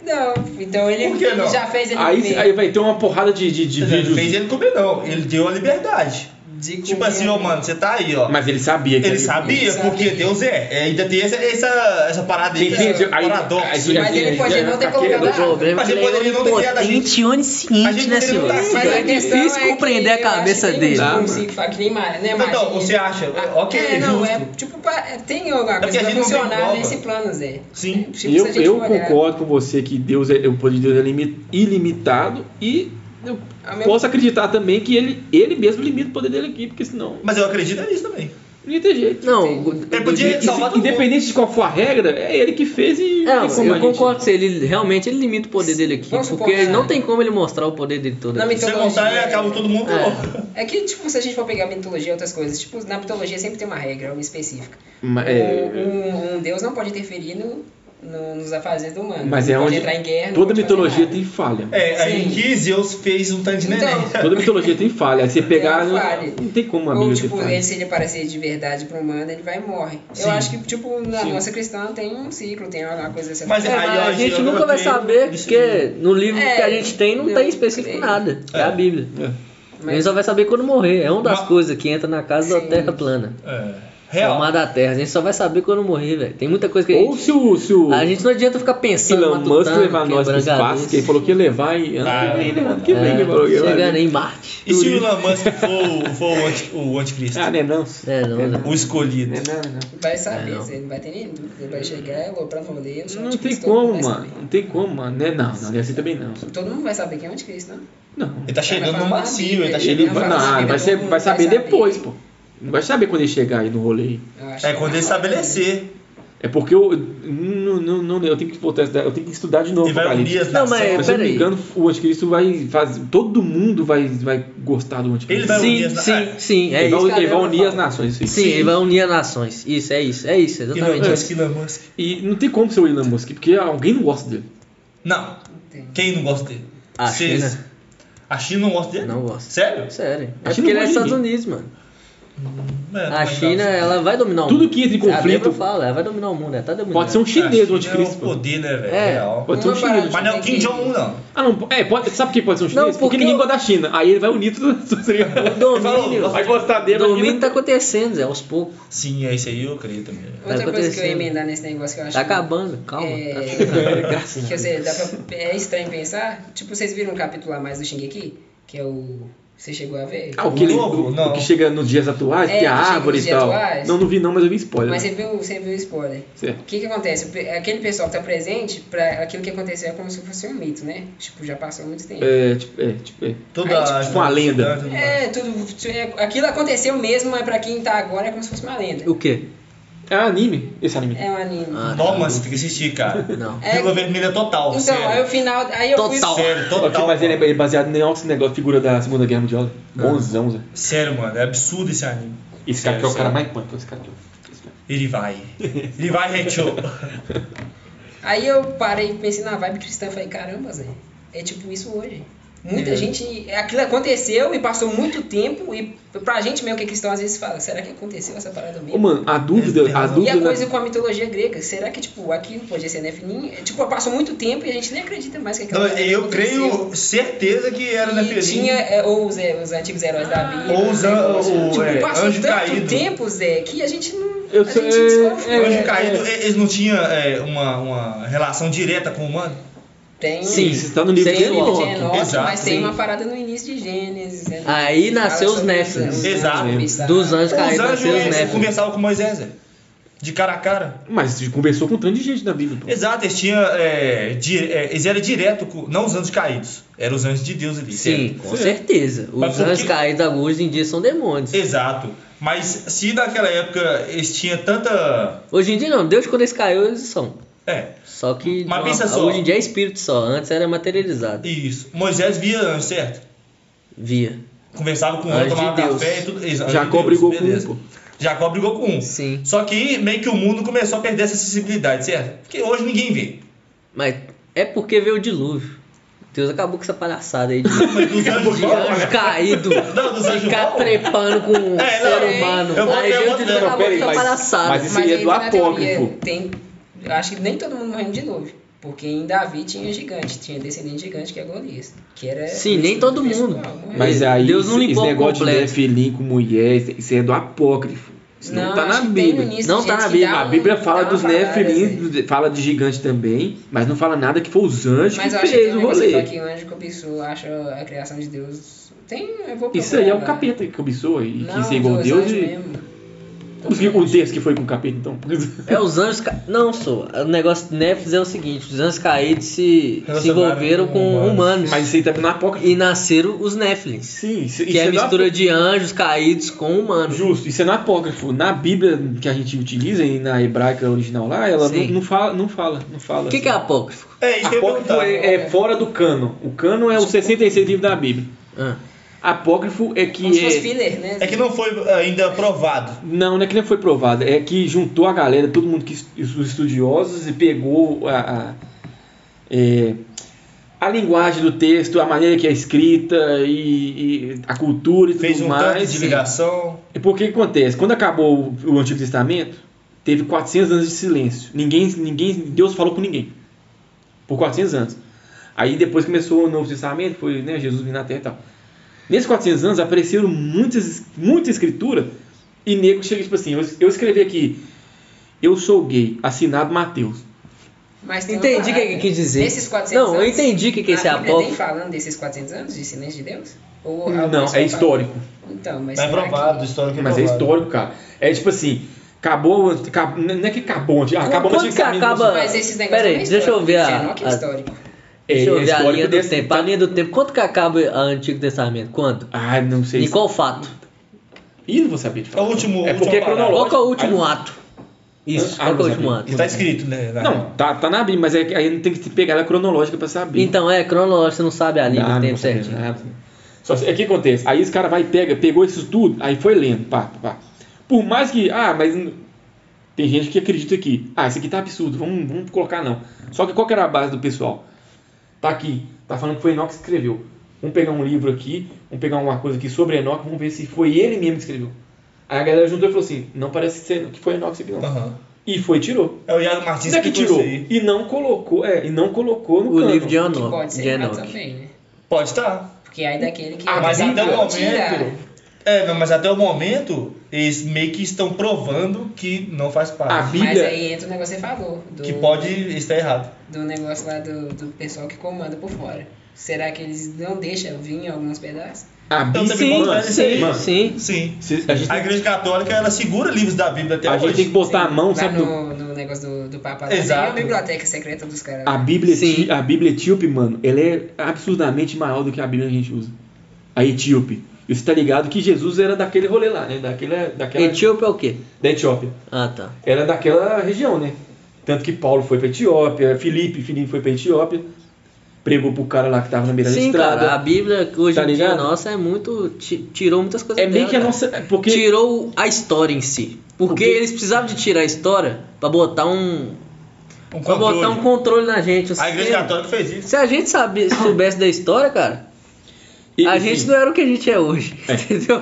S3: não. Então ele,
S2: Por que não?
S3: ele já fez ele
S1: Aí,
S3: comer.
S1: aí vai ter uma porrada de, de, de
S2: Ele
S1: vídeos.
S2: fez ele comer, não. Ele deu a liberdade.
S3: De
S2: Tipo
S3: comer.
S2: assim, ó, mano, você tá aí, ó.
S1: Mas ele sabia que
S2: Ele sabia,
S3: Ele sabia.
S2: porque Deus é. É, Ainda tem essa, essa, essa parada aí,
S1: Entende?
S2: esse
S1: Aí-
S2: paradoxo.
S1: aí-
S3: Mas
S1: aí- tá
S3: ele
S1: aí-
S3: pode não ter
S1: aí-
S3: colocado
S1: aí-
S4: O
S3: a
S4: problema é
S2: Mas
S4: que
S2: ele
S4: ele
S2: poderia
S4: é
S2: não ter criado a
S4: impotente
S2: gente.
S4: e
S2: A
S4: onisciente,
S2: gente poderia
S4: né, senhor?
S2: não ter criado a
S4: É
S2: gente.
S4: difícil compreender a cabeça dele.
S1: Dá,
S3: Não
S1: mano.
S3: consigo falar que nem Maria, né,
S2: Então,
S3: Maria?
S2: você acha? É, Ok,
S3: é, não,
S2: justo.
S3: é tipo, pa- é, tem alguma coisa
S2: porque a
S3: pra
S2: gente não tem
S3: funcionar
S2: prova.
S3: nesse plano, Zé.
S2: Sim.
S3: Tipo,
S1: Eu,
S3: se a gente
S1: eu
S3: for olhar-
S1: concordo com você que Deus é, o poder de Deus é limi- ilimitado e eu
S3: Ao mesmo-
S1: posso acreditar também que ele, ele mesmo limita o poder dele aqui, porque senão
S2: Mas eu acredito nisso também.
S1: não ia ter jeito.
S4: Não, É
S2: Ele podia salvar todo mundo.
S1: Independente de qual for a regra, é ele que fez e
S4: Não,
S1: tem como a gente-
S4: eu concordo com você, ele realmente ele limita o poder dele aqui.
S3: Vamos supor
S4: Porque
S3: que-
S4: não tem como ele mostrar o poder dele todo.
S3: Na
S4: aqui.
S2: Se eu
S3: mitologia-
S2: contar, ele acaba todo mundo.
S4: É.
S2: acabou.
S3: É que, tipo, se a gente for pegar mitologia e outras coisas, tipo, na mitologia sempre tem uma regra, uma específica.
S1: Mas é,
S3: Um, um- um deus não pode interferir no- no- nos afazeres do humano.
S1: mas
S3: Não
S1: é
S3: pode
S1: onde
S3: entrar em guerra, não
S1: toda
S3: pode fazer
S1: mitologia
S3: nada.
S1: tem falha.
S2: É, aí
S3: Sim.
S2: que Zeus fez um tanto de
S3: Então,
S2: neném.
S1: Toda mitologia tem falha. Aí você pegar.
S3: uma
S1: Não,
S3: É, falha.
S1: não tem como um a
S3: Ou,
S1: Bíblia ter
S3: tipo,
S1: falha.
S3: ele se ele aparecer de verdade pro humano, ele vai e morre.
S2: Sim.
S3: Eu acho que, tipo, na
S1: Sim.
S3: nossa cristã tem um ciclo, tem alguma coisa assim.
S2: Mas
S4: É, mas
S2: Aí, ó,
S4: a gente
S2: eu
S4: nunca vai
S2: creio
S4: saber,
S2: nisso
S4: porque no livro
S3: É,
S4: que a gente tem não
S3: eu
S4: tem específico
S3: creio.
S4: nada. É a Bíblia.
S1: É.
S3: Mas-
S4: Ele só vai saber quando morrer. É uma das
S2: Mas-
S4: coisas que entra na casa da
S3: Sim.
S4: Terra plana.
S2: É. Real.
S4: Formada da Terra. A gente só vai saber quando morrer, velho. Tem muita coisa que a
S1: Ou
S4: gente.
S1: se o, se o
S4: A gente não adianta ficar pensando.
S1: Elon Musk
S4: matutando,
S3: é
S1: levar nós pro
S4: quebrando a
S1: espaço,
S4: cabeça.
S1: que ele falou que ia levar e ano
S2: Ah,
S1: que vem, né? Ano que vem,
S4: É,
S1: que ele falou que ia levar.
S4: Chegando em Marte.
S2: E se o Elon Musk for, o- for o, anti- o anticristo?
S1: Ah, né, não.
S4: É, não, não.
S2: O escolhido.
S1: É, não, não. É.
S3: Vai saber,
S4: É, não.
S3: Zé, não. vai ter nem dúvida. Ele vai chegar, é aloprando o rolê. eu sou
S1: Não tem
S3: anticristo, tipo, todo
S1: como,
S3: mundo vai
S1: mano. Não tem como, mano. Né? Não, não, assim também não.
S3: saber. Todo mundo vai saber quem é o anticristo, não?
S1: Não.
S2: Ele tá chegando no macio, ele tá
S1: Ele
S2: chegando
S1: vai,
S2: no
S1: não,
S2: macio.
S1: ele vai, ser- vai saber
S3: Vai saber.
S1: depois, pô. Não vai saber quando ele chegar aí no rolê.
S3: Eu acho
S2: É
S3: que
S2: quando ele
S3: não.
S2: estabelecer.
S1: É porque eu. Não, não, não, eu tenho que voltar, a estudar- eu tenho que estudar de novo.
S2: Ele vai um
S1: Apocalipse.
S2: unir as
S4: Não, mas-
S1: Mas é,
S2: nações.
S1: se eu não me
S4: Peraí.
S1: engano, o anticristo vai fazer. Todo mundo vai, vai gostar do anticristo.
S2: Ele vai unir
S4: Sim,
S2: as
S4: sim,
S2: nações.
S4: sim. É
S1: Ele vai-
S4: isso.
S1: ele
S4: que a
S1: vai
S4: Bíblia
S1: unir
S4: fala.
S1: as nações. Isso aí.
S4: Sim, ele vai unir as nações. Isso, é isso, é isso,
S2: Elon
S4: exatamente isso.
S2: Musk, Elon Musk.
S1: E não tem como ser o Elon Musk, porque alguém não gosta dele.
S2: Não.
S3: Entendi.
S2: Quem não gosta dele?
S4: A
S2: Vocês-
S4: China.
S2: A China não gosta dele?
S4: Não gosta.
S2: Sério?
S4: Sério.
S1: A China
S4: É porque
S1: não
S4: ele é
S1: gosta de
S4: Estados
S1: ninguém.
S4: Unidos, mano.
S2: É,
S4: A
S2: não
S4: China,
S2: gosta.
S4: ela vai dominar o mundo.
S1: Tudo que entra em
S4: A Bíblia
S1: conflito-
S4: fala, ela vai dominar o mundo, ela tá dominando.
S1: Pode ser um
S2: A
S1: chinês
S2: China
S1: o
S2: É o
S1: anticristo. pô.
S2: poder, né, velho?
S4: É.
S2: Real.
S1: Pode ser um
S3: Uma parada
S1: chinês.
S2: Mas não é o Kim Jong-un, não.
S1: Ah, não. É, pode, sabe por que pode ser um chinês?
S4: Não,
S1: porque,
S4: porque
S1: ninguém
S4: eu-
S1: gosta da China. Aí ele vai unir tudo. [laughs] tudo
S4: O
S2: Falou,
S4: domínio.
S1: vai gostar dele.
S4: O
S1: mas
S4: domínio
S1: ninguém
S4: tá
S1: vai-
S4: acontecendo, Zé, aos poucos.
S2: Sim, é isso aí, eu creio também.
S4: Tá
S3: Outra coisa que eu ia
S4: acontecendo.
S3: emendar nesse negócio que eu acho
S4: Tá
S3: que-
S4: acabando, calma. Tá
S3: [laughs] É,
S4: acabando.
S3: que
S1: né?
S3: eu sei, dá pra, é estranho pensar. Tipo, vocês viram um capítulo a mais do Shingeki? Que é o. Você chegou a ver?
S1: Ah, o que, ele-
S2: Novo?
S1: o-
S2: Não.
S1: o que chega nos dias atuais,
S3: É,
S1: que é a
S3: que chega
S1: árvore
S3: nos
S1: e
S3: dias
S1: tal.
S3: atuais.
S1: Não, não vi não, mas eu vi spoiler.
S3: Mas você viu, você viu o spoiler.
S1: Certo.
S3: O que, que acontece? O pe- Aquele pessoal que tá presente, pra aquilo que aconteceu é como se fosse um mito, né? Tipo, já passou muito tempo.
S1: É, tipo, é, tipo, é.
S2: Toda
S3: Aí,
S1: tipo, uma lenda.
S3: É, tudo. é, Aquilo aconteceu mesmo, mas pra quem tá agora é como se fosse uma lenda.
S4: O quê?
S1: É anime, esse anime.
S3: É um anime.
S4: Ah,
S2: Toma, você tem que assistir, cara.
S4: Não.
S3: É-
S2: Pílula vermelha total,
S3: então, aí o
S2: sério.
S3: final. Aí eu fui.
S4: Total.
S2: Sério, total.
S1: Ok, mas ele é
S2: mano.
S1: ele é baseado em altos negócios, figura da Segunda Guerra Mundial. Bonzão, Zé.
S2: Sério, mano, é absurdo esse anime.
S1: Ah. Esse cara
S2: Sério,
S1: aqui é o cara [laughs]
S2: sério. é
S1: mais punk, esse cara aqui. ó. Esse cara.
S2: Ele vai. Ele vai, Retro.
S3: Aí eu parei e pensei na vibe cristã e falei, caramba, Zé, é tipo isso hoje. Muita gente. Aquilo aconteceu e passou muito tempo. E pra gente mesmo que é cristão, às vezes fala, será que aconteceu essa parada mesmo?
S1: Ô, mano, a dúvida. A
S3: E
S2: né?
S1: dúvida
S3: a coisa com a mitologia grega, será que, tipo, aqui não podia ser Nefilim? Tipo, passou muito tempo e a gente nem acredita mais que aquela
S2: Não,
S3: parada
S2: eu
S3: aconteceu.
S2: creio certeza que era na
S3: Então, E tinha
S2: Felinha.
S3: é, ou os, é, os antigos heróis da Bíblia.
S2: Ou os an- o-
S3: tipo,
S2: é,
S3: passou
S2: anjo
S3: tanto
S2: caído.
S3: tempo, Zé, que a gente não.
S1: Eu
S3: a
S1: sei-
S3: gente desconfia.
S1: é,
S2: Anjo caído, e- eles não tinham é, uma, uma relação direta com o humano?
S3: Tem.
S4: Sim,
S1: Isso tá no livro
S4: Sem
S1: de
S3: Tem
S1: Enoch.
S3: o
S4: Enoch.
S3: Enoch,
S2: Exato,
S3: mas tem
S2: sim.
S3: uma parada no início de Gênesis. né?
S4: Aí
S3: Que
S4: nasceu
S3: fala
S4: os
S3: sobre
S4: Néfilim.
S3: os
S2: Exato.
S3: anjos, tá?
S4: Dos anjos
S2: Os
S4: caídos,
S2: anjos
S4: nasceu os
S2: eles
S4: Néfilim.
S2: conversavam com Moisés, é, de cara a cara.
S1: Mas conversou com um tanto de gente na Bíblia. pô.
S2: Exato, eles tinham. é, di- é, eles eram direto, com- não os anjos caídos, eram os anjos de Deus ali.
S4: Sim,
S2: certo?
S4: com certeza.
S2: Mas
S4: Os
S2: por
S4: anjos
S2: que-
S4: caídos alguns em dia são demônios.
S2: Exato. Mas se naquela época eles tinham tanta.
S4: Hoje em dia não, Deus quando eles caiu, eles são.
S2: É,
S4: Só que
S2: Mas
S4: não,
S2: pensa só.
S4: hoje em dia é espírito só, antes era materializado.
S2: isso. Moisés via anjo, certo?
S4: Via.
S2: Conversava com o
S4: Anjo
S2: anjo,
S4: de
S2: tomava
S4: Deus.
S2: café e tudo. ex- anjo de
S1: Jacó
S2: Deus,
S1: brigou com um,
S2: beleza.
S1: pô.
S2: Jacó brigou com um.
S4: Sim.
S2: Só que meio que o mundo começou a perder essa acessibilidade, certo? Porque hoje ninguém vê.
S4: Mas é porque veio o dilúvio. Deus acabou com essa
S2: [laughs]
S4: palhaçada aí de,
S2: Mas dos anjos
S4: de anjo caído.
S2: Não, dos anjos
S4: ficar
S2: bons.
S4: trepando com um
S2: É, não,
S4: ser humano.
S2: eu botei
S4: Aí
S2: uma-
S4: veio o
S2: não,
S4: dilúvio acabou com
S1: peraí,
S4: essa
S1: mas-
S4: palhaçada.
S1: mas Isso aí é
S3: ainda
S1: do
S3: na teoria,
S1: apócrifo.
S3: Tem, eu acho que nem todo mundo morrendo de novo. Porque em Davi tinha um gigante, tinha descendente gigante que é Golias. Que era né?
S4: Sim, nem todo
S3: pessoal,
S4: mundo.
S3: morreu.
S1: Mas aí
S4: Deus não
S1: esse, esse
S4: limpou
S1: negócio
S4: completo.
S1: de Nefilim com mulher, isso- isso é do apócrifo. Isso não, tá na
S3: acho que tem no
S1: Bíblia.
S3: início,
S4: Não
S3: gente,
S4: tá na
S3: que
S4: Bíblia.
S3: dá
S1: A
S3: um-
S1: Bíblia fala
S3: dá uma
S1: dos
S3: parada,
S1: Nefilim,
S3: assim.
S1: do- fala de gigante também, mas não fala nada que foi os anjos
S3: Mas eu
S1: que
S3: acho que tem
S1: fez
S3: um
S1: o
S3: negócio que
S1: rolê.
S3: fala que o anjo cobiçou, acha a criação de Deus. Tem, eu vou
S1: Isso aí é o
S3: procurar, né?
S1: capeta que cobiçou e
S3: Não,
S1: quis ser igual a
S3: os
S1: Deus.
S3: anjos
S1: E...
S3: mesmo.
S1: Por que o texto que foi com o capeta então?
S3: [laughs]
S4: É, os anjos ca... Não, sou. O negócio de Nefes é o seguinte: os anjos caídos se, se
S2: Relacionaram
S4: envolveram
S2: com
S4: com humanos.
S2: humanos.
S1: Mas isso aí também não é apócrifo.
S4: E nasceram os Neflins.
S1: Sim, isso,
S4: Que
S1: isso
S4: é a
S1: do
S4: mistura de anjos caídos com humanos.
S1: Justo, isso é no apócrifo. Na Bíblia que a gente utiliza, e na hebraica original lá, ela não,
S4: Sim.
S1: não fala, não fala, não fala.
S4: O que, que é apócrifo?
S2: É, isso que eu ia
S1: Apócrifo
S2: perguntar.
S1: é, é fora do cano. O cano é os 66 livros da Bíblia.
S4: Ah,
S1: Apócrifo é que
S3: Como se fosse
S1: é...
S3: filler, né?
S2: É que não foi ainda provado.
S1: Não, não é que nem foi provado. É que juntou a galera, todo mundo que es- os estudiosos e pegou a, a, é, a linguagem do texto, a maneira que é escrita e, e a cultura e tudo
S2: Fez um tanto
S1: mais.
S2: de ligação.
S1: E por que que acontece? Quando acabou o- o Antigo Testamento, teve 400 anos de silêncio. Ninguém, ninguém, Deus falou com ninguém. Por 400 anos. Aí depois começou o Novo Testamento, foi né, Jesus vindo na Terra e tal. Nesses 400 anos apareceram muitas, muita escritura e nego chega tipo assim, eu, eu escrevi aqui, eu sou gay, assinado Mateus.
S3: Mas tem uma
S4: entendi o que
S3: parada.
S4: ele quis dizer.
S3: Nesses 400
S4: não, eu
S3: anos,
S4: entendi o que, que é esse
S3: a Bíblia tem
S4: apócrifo.
S3: falando desses 400 anos de silêncio de Deus? Ou alguém
S1: Não,
S3: só
S1: é
S3: fala?
S1: histórico.
S3: Então, mas
S2: Mas é
S3: será
S2: provado,
S3: que-
S2: histórico
S1: Mas é
S2: provado.
S1: histórico, cara. É tipo assim, acabou, acabou não é que acabou, antes- acabou
S4: Quando
S1: antes
S4: que
S1: de-
S4: acaba-
S3: Mas esses negócios
S4: Peraí,
S3: não é
S4: deixa eu
S3: histórico,
S4: ver a-
S3: Enoch é
S4: a-
S3: histórico.
S4: Deixa eu
S1: é
S4: ver a
S1: histórico
S4: linha do
S1: desse-
S4: tempo.
S2: tá-
S4: A linha do tempo, quanto que acaba o Antigo Testamento? Quando?
S1: Ah, não sei.
S4: Em qual fato?
S1: Ih, não vou saber te
S2: É o
S1: falar.
S2: último.
S1: É
S2: última
S1: porque é
S2: parada.
S1: cronológico.
S4: Qual que é o último
S1: Aí-
S4: ato? Isso,
S1: Ah,
S4: qual que é o
S1: não
S4: último
S1: sabia.
S4: ato?
S2: Que tá escrito, né? na-
S1: Não, tá, tá na Bíblia, mas é, que aí não tem que pegar ela cronológica pra saber.
S4: Então, é, cronológico, você não sabe a linha
S1: Ah,
S4: do tempo
S1: não sei
S4: certinho.
S1: nada. Só é que o que acontece? Aí esse cara vai e pega, pegou isso tudo, aí foi lendo, pá, pá, pá. Por mais que. Ah, mas. n- Tem gente que acredita que. Ah, isso aqui tá absurdo, vamos, vamos colocar não. Só que qual que era a base do pessoal? Tá aqui, tá falando que foi Enoch que escreveu. Vamos pegar um livro aqui, vamos pegar uma coisa aqui sobre Enoch, vamos ver se foi ele mesmo que escreveu. Aí a galera juntou e falou assim: não parece ser que foi Enoch que escreveu. não.
S2: Aham.
S1: E foi e tirou.
S2: É o Iago Martins
S1: Onde é que
S2: explicou
S1: tirou?
S2: isso aí.
S1: E não colocou, é, e não colocou no
S4: O
S1: cânon.
S4: livro de
S3: Que
S4: Enoch.
S3: pode
S4: De
S3: ser errado
S4: Enoch.
S3: também, né?
S2: Pode estar.
S3: Porque aí daquele que...
S1: Ah,
S2: Mas
S1: Sim,
S2: até o
S1: eu
S2: momento.
S3: Tira.
S2: É, mas até o momento, eles meio que estão provando que não faz
S1: A
S2: parte.
S1: Bíblia.
S3: Mas aí entra o negócio que você falou. Do,
S2: Que pode estar errado.
S3: do negócio lá do, do pessoal que comanda por fora. Será que eles não deixam vir alguns pedaços?
S1: A
S2: Então,
S1: Bíblia.
S2: também
S4: Sim,
S2: pode
S1: isso aí,
S4: sim,
S1: mano.
S4: sim.
S2: Sim.
S1: Se- a gente,
S2: A
S1: tem,
S2: Igreja Católica, ela segura livros da Bíblia até
S1: a
S2: hoje.
S1: gente tem que botar a mão,
S3: lá
S1: sabe? do-
S3: no, no negócio do, do Papa lá.
S2: Exato.
S3: Tem a biblioteca secreta dos caras.
S1: A Bíblia,
S4: Sim.
S1: eti- a Bíblia etíope, mano, ela é absurdamente maior do que a Bíblia que a gente usa. A etíope. E você tá ligado que Jesus era daquele rolê lá, né? Daquela, daquela,
S4: Etíope é o quê?
S1: da Etiópia.
S4: Ah, tá.
S1: Era daquela região, né? Tanto que Paulo foi pra Etiópia, Filipe, Filipe foi pra Etiópia, pregou pro cara lá que tava na beira da
S4: Sim,
S1: estrada.
S4: cara, a Bíblia hoje
S1: Tá
S4: em dia
S1: ligado?
S4: nossa é muito. ti- Tirou muitas coisas
S1: é meio
S4: dela,
S1: que a
S4: cara.
S1: nossa. Porque
S4: Tirou a história em si. Porque
S1: Porque-
S4: eles precisavam de tirar a história pra botar um.
S2: Um
S4: Vai botar um controle na gente. um
S2: A igreja
S4: sistema.
S2: católica fez isso.
S4: Se a gente sabe, soubesse da história, cara,
S1: E-
S4: a gente
S1: e-
S4: não era o que a gente é hoje. [laughs] Entendeu?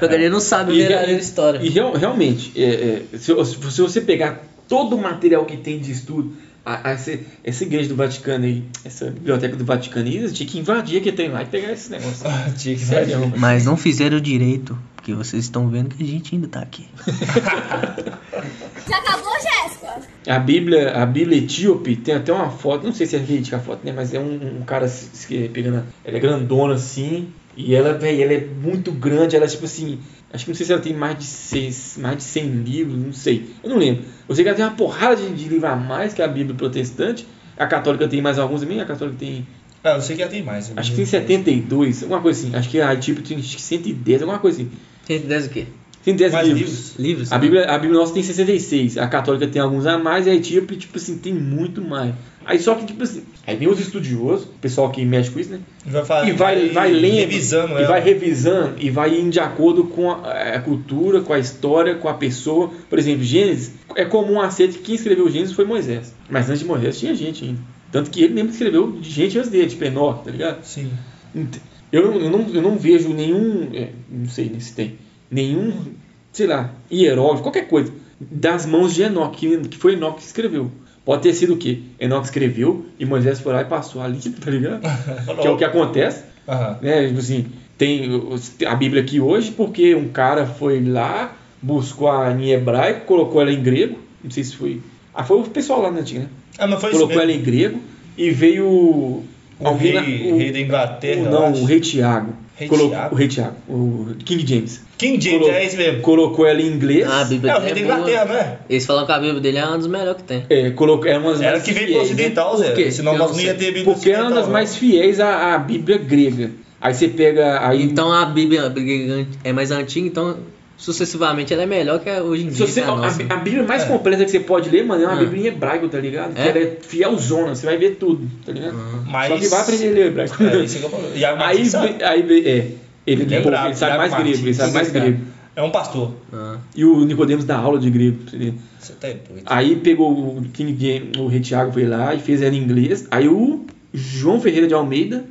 S4: Porque a gente não sabe
S1: E
S4: ver a
S1: rea-
S4: história.
S1: E real- realmente, é, é, se, se- se você pegar todo o material que tem de estudo, a- a- esse- essa igreja do Vaticano aí, essa biblioteca do Vaticano, aí, tinha que invadir que tem lá e pegar esse negócio.
S2: Tinha que
S1: Sério.
S4: Mas não fizeram direito, porque vocês estão vendo que a gente ainda tá aqui.
S5: Já acabou, Jéssica?
S1: A Bíblia, a Bíblia etíope tem até uma foto, não sei se é verídica a foto, né? Mas é um, um cara se- se que- pegando. a- Ela é grandona assim. E ela, velho, ela é muito grande. Ela é tipo assim. Acho que não sei se ela tem mais de seis, mais de 100 livros, não sei. Eu não lembro. Eu sei que ela tem uma porrada de, de livro a mais que a Bíblia protestante. A católica tem mais alguns também. A católica tem.
S2: Ah, eu sei que ela tem mais.
S1: Acho que tem 72, alguma coisa assim. Acho que a etíope tem acho que 110, alguma coisa assim.
S4: 110 o quê?
S1: 110
S2: Mais
S1: livros.
S2: livros?
S4: Livros?
S1: A Bíblia, a Bíblia nossa tem 66, a católica tem alguns a mais e a etíope, tipo assim, tem muito mais. Aí só que, tipo assim, aí vem os estudiosos, o pessoal que mexe com isso, né?
S2: Vai falar,
S1: E vai, vai lendo,
S2: Revisando
S1: e
S2: ela.
S1: vai revisando, e vai indo de acordo com a, a cultura, com a história, com a pessoa. Por exemplo, Gênesis, é comum aceito que quem escreveu Gênesis foi Moisés. Mas antes de Moisés tinha gente ainda. Tanto que ele mesmo escreveu de gente antes dele, de Enoch, tá ligado?
S2: Sim.
S1: Ent- Eu, não- eu, não, eu não vejo nenhum, é, não sei nem se tem, nenhum, sei lá, hieróglifo, qualquer coisa, das mãos de Enoque, que- que foi Enoque que escreveu. Pode ter sido o quê? Enoque escreveu e Moisés foi lá e passou a limpo, [laughs] tá ligado? que é o que acontece,
S2: Aham.
S1: né? Tipo assim, tem os- a Bíblia aqui hoje porque um cara foi lá, buscou a em hebraico, colocou ela em grego, não sei se foi... Ah, foi o pessoal lá na antiga, né?
S2: Ah, mas foi
S1: Colocou
S2: isso
S1: ela
S2: mesmo.
S1: em grego e veio...
S2: O
S1: alguém
S2: rei,
S1: lá- o-
S2: rei da Inglaterra.
S1: o-
S2: eu
S1: não,
S2: acho.
S1: o Rei Tiago.
S2: Rei
S1: Colocou-
S2: Tiago?
S1: O Rei Tiago, o King James.
S2: King James,
S1: Colo-
S2: é esse mesmo.
S1: Colocou ela em inglês.
S4: Ah, a Bíblia
S2: É, o rei da
S4: dele é boa.
S2: Inglaterra, né?
S4: Eles falam que a Bíblia dele é uma das melhores que tem.
S1: É, colocou, é uma das
S2: Era
S1: mais
S2: que veio pro
S1: fiéis, né?
S2: ocidental, Zé.
S4: Por quê?
S2: Senão
S4: Eu
S2: nós
S4: não
S2: não
S4: sei.
S2: ia ter Bíblia
S1: Porque é uma das
S2: ocidental, né?
S1: mais fiéis à, à Bíblia grega. Aí você pega. Aí,
S4: Então a Bíblia a Bíblia é mais antiga, então sucessivamente ela é melhor que a hoje em
S1: se
S4: dia.
S1: você-
S4: que a
S1: a,
S4: ah, nossa.
S1: a Bíblia
S2: É.
S1: mais completa que você pode ler, mano, é uma
S4: Ah.
S1: Bíblia em hebraico, tá ligado? Que
S4: É? Ah.
S1: ela é fielzona, você vai ver tudo, tá ligado?
S2: Mas...
S1: Só que vai aprender a ler hebraico.
S2: É, isso que eu falo. E a
S1: aí,
S2: Martins sabe.
S1: vem- aí vem- é, ele,
S2: Ele é
S1: pô,
S2: brabo,
S1: ele sabe
S2: Tiago
S1: mais grego, ele
S2: Martins.
S1: sabe mais
S2: Esse cara
S1: grego.
S2: É um pastor.
S4: Ah.
S1: E o Nicodemos dá aula de grego, pra você ver.
S2: Você tá doido.
S1: Aí pegou o King James, o Rei Tiago foi lá e fez ela em inglês. Aí o João Ferreira de Almeida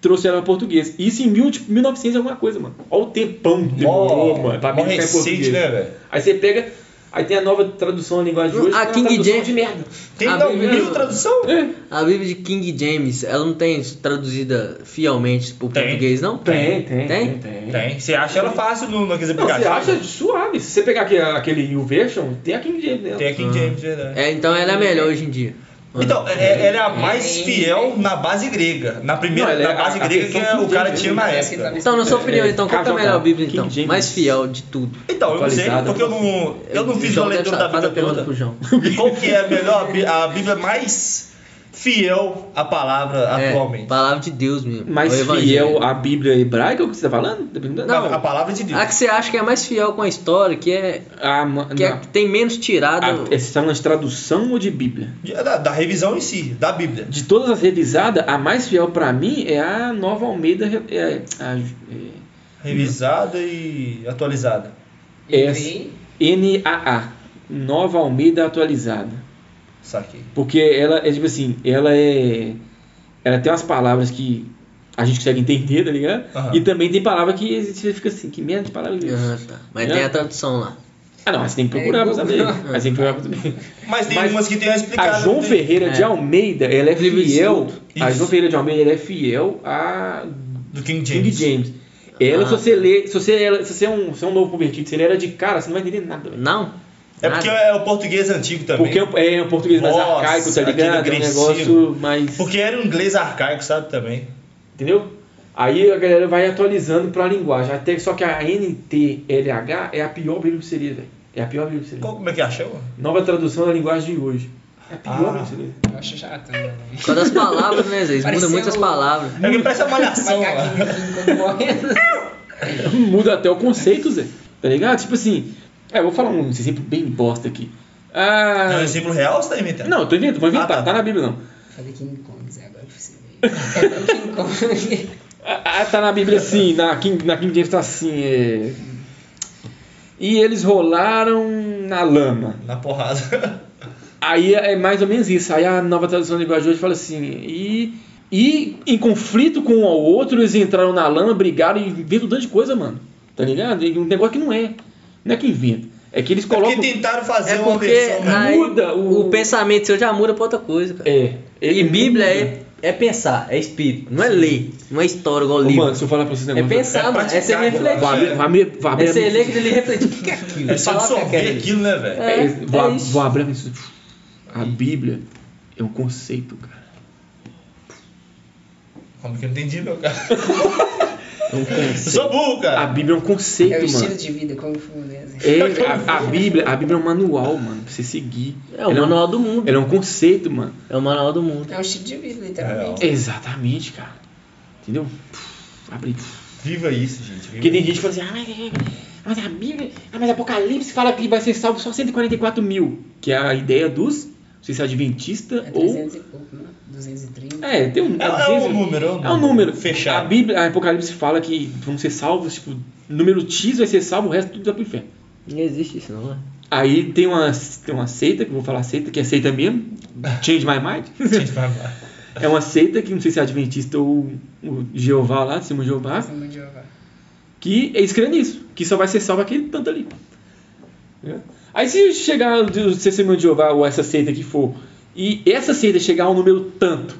S1: trouxe ela em português. Isso em mil, tipo, 1900 e alguma coisa, mano. Olha o tempão que demorou,
S2: Mó-
S1: mano. Pra
S2: mó
S1: Bíblia ficar em português.
S2: recente, né, velho?
S1: Aí você pega, aí tem a nova tradução na linguagem de hoje.
S4: A
S1: que é uma
S4: King
S1: tradução
S4: James-
S1: de merda.
S2: Tem
S4: A
S2: não,
S4: Bíblia-
S2: mil tradução?
S1: É.
S4: A Bíblia de King James, ela não tem traduzida fielmente pro
S2: Tem.
S4: português, não?
S1: Tem, tem,
S4: Tem?
S1: tem, tem.
S2: Tem. Você acha ela fácil no, naqueles
S1: Não, você
S2: aplicativos?
S1: acha suave. Se você pegar aqui, aquele YouVersion, tem a King James nela.
S2: Tem a King James, verdade.
S4: É, então ela é melhor hoje em dia.
S2: Então, é- ela é a mais
S3: É.
S2: fiel na base grega. Na primeira,
S1: Não, ela é-
S2: na base
S1: a- a
S2: grega que
S1: versão King
S2: o cara
S1: James,
S2: tinha na
S3: né?
S2: época.
S4: Então, na sua opinião,
S1: É,
S4: então, qual que é a
S1: KJH,
S4: melhor Bíblia, então?
S1: King James.
S4: Mais fiel de tudo.
S2: Então, eu não sei,
S1: Atualizada.
S2: porque eu não, eu não fiz
S4: É, João
S2: uma
S4: deve
S2: leitura da
S4: saber. Faz
S2: Bíblia
S4: a pergunta
S2: toda.
S4: pro João.
S2: Qual que é a melhor, bí- a Bíblia mais fiel à palavra
S4: É,
S2: Tá, atualmente?
S4: palavra de Deus mesmo.
S1: Mais
S4: É o Evangelho.
S1: fiel à é Bíblia hebraica, é o que você tá falando?
S4: Não.
S2: A palavra de Deus.
S4: A que você acha que é mais fiel com a história, que é
S1: Ah, ma-
S4: que, é,
S1: não.
S4: que tá tem menos tirado.
S1: Ah, Você está falando de tradução ou de Bíblia?
S2: é Da, da revisão em si, da Bíblia.
S1: De todas as revisadas, a mais fiel pra mim é a Nova Almeida. É, a, é,
S2: Revisada e atualizada.
S1: é NAA Nova Almeida Atualizada.
S2: Saquei.
S1: Porque ela é tipo assim, ela é. Ela tem umas palavras que a gente consegue entender, tá ligado?
S2: Aham.
S1: E também tem palavra que você fica assim, que merda de palavra é
S4: Ah,
S1: essa?
S4: tá. Mas
S1: É.
S4: tem a tradução lá.
S1: Ah, não, mas você tem que procurar pra
S3: É,
S1: saber.
S3: Google.
S1: Mas tem que procurar pra
S4: [laughs]
S1: saber.
S2: Mas tem
S1: Mas
S2: umas que tem a
S1: A
S2: explicada.
S1: João
S2: né?
S1: Ferreira de
S4: É.
S1: Almeida, ela é
S4: Livre de
S1: fiel.
S2: estudo.
S1: A
S2: Isso.
S1: João Ferreira de Almeida ela é fiel a
S2: Do King
S1: King
S2: James.
S1: James. Ela,
S4: Ah.
S1: se você lê, se você, ela- se você é um, se é um novo convertido, se ele era de cara, você não vai entender nada. velho.
S4: Não?
S2: É
S4: Nada.
S2: porque é o português antigo também.
S1: Porque é um- é um português mais
S2: Nossa,
S1: arcaico, tá
S2: aquele
S1: ligado? É um
S2: agressivo.
S1: negócio mais.
S2: Porque era um inglês arcaico, sabe, também.
S1: Entendeu? Aí a galera vai atualizando pra linguagem. Até, só que a NTLH é a pior Bíblia que seria, velho. É a pior Bíblia que seria.
S2: Qual, como é que achou?
S1: Nova tradução da linguagem de hoje. É a pior
S2: Ah.
S1: Bíblia que seria.
S3: Eu acho chato. né?
S4: Por causa das palavras, né, Zé? Eles
S3: Pareceu-
S4: mudam muitas palavras.
S2: É que parece uma malhação.
S3: Macaquinho
S2: ó.
S3: aqui quando morre.
S1: [coughs] Muda até o conceito, Zé. Tá ligado? Tipo assim. É, eu vou falar um exemplo bem bosta aqui.
S2: É um
S1: Ah.
S2: exemplo real ou você tá inventando?
S1: Não, eu tô inventando, vou inventar,
S2: Ah, tá.
S1: tá na Bíblia não.
S3: Falei King Kong, Zé, agora pra você ver. É King Kong.
S1: Ah, ah, tá na Bíblia assim, na King, na King James tá assim, é... E eles rolaram na lama.
S2: Na porrada. [laughs]
S1: Aí é mais ou menos isso. Aí a nova tradução da linguagem de hoje fala assim, e, e em conflito com o outro, eles entraram na lama, brigaram e inventam um tanto de coisa, mano. Tá ligado? E Um negócio que não é. Não é que inventa. É que eles colocam.
S2: Porque tentaram fazer
S4: É
S2: uma
S4: porque
S2: versão. né?
S4: aí,
S1: muda o-
S4: o... pensamento seu já muda pra outra coisa, cara.
S1: É.
S4: E
S1: muda.
S4: Bíblia é, é pensar, é espírito, não é lei, não é história igual
S1: Ô,
S4: livro.
S1: Mano, se eu falar pra vocês um
S4: é
S1: negócio-
S4: pensar, mano, é você
S2: praticar,
S1: Vai
S4: refletir.
S1: abrir- vai abrir- vai abrir
S4: É
S1: a
S4: você
S1: mente.
S4: ler aquilo ali e refletir. O que é aquilo?
S2: É só
S4: Falar o que
S2: absorver
S4: aquilo.
S2: aquilo, né, velho?
S1: É,
S4: É,
S1: isso. vou,
S4: é isso.
S1: vou abrir a mente. A Bíblia é um conceito, cara.
S2: Como que eu entendi, meu cara?
S1: É um conceito.
S2: Eu sou burro,
S1: A
S2: cara.
S1: Bíblia é um conceito,
S3: É o
S1: mano.
S3: estilo de vida, como foi, né? Zé?
S1: É, a, a Bíblia, a Bíblia é um manual, mano, pra você seguir.
S4: É o
S1: Ela
S4: manual do mundo.
S1: Ela é um conceito, mano.
S4: É o manual do mundo.
S3: É um estilo de vida, literalmente.
S1: Exatamente, cara. Entendeu? Puf, Abre.
S2: Viva isso, gente. Viva.
S1: Porque tem gente que fala assim, ah, mas, mas a Bíblia, ah, mas Apocalipse fala que vai ser salvo só 144 mil. Que é a ideia dos, não sei se é adventista
S3: É
S1: ou
S3: 300 e pouco, né? 230.
S1: É, tem um.
S2: É- é
S1: às vezes-
S2: um número, é um
S1: É um
S2: número.
S1: número.
S2: Fechado.
S1: A Bíblia, a Apocalipse fala que vão ser salvos, tipo, número X vai ser salvo, o resto tudo vai pro inferno.
S4: Não existe isso, não. né?
S1: Aí tem uma, tem uma seita, que eu vou falar seita, que é seita mesmo, Change My Mind.
S2: [laughs] Gente, vai lá.
S1: é uma seita que não sei se é adventista ou o Jeová lá, Simão Jeová,
S3: Testemunho assim, de Jeová.
S1: que eles creem nisso, que só vai ser salvo aquele tanto ali. Entendeu? Aí se chegar o Simão de Jeová ou essa seita que for, e essa seita chegar ao número tanto,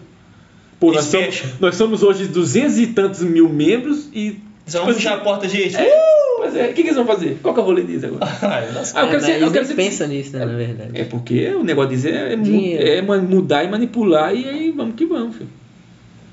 S1: pô, nós
S2: Eles
S1: somos,
S2: fecham.
S1: nós somos hoje 200 e tantos mil membros e.
S2: Só vamos fechar a porta, gente.
S1: Tipo É, pois é, o que, que eles vão fazer? Qual que é o rolê disso agora?
S2: Ai, nossa.
S1: Ah, eu
S4: É,
S1: quero
S4: mas
S1: ser- eu
S4: eles
S1: quero
S4: nem
S1: ser-
S4: pensam nisso, né, na verdade.
S1: É porque o negócio disso é, é mu-
S4: Dinheiro.
S1: é ma- mudar e manipular e aí vamos que vamos, filho.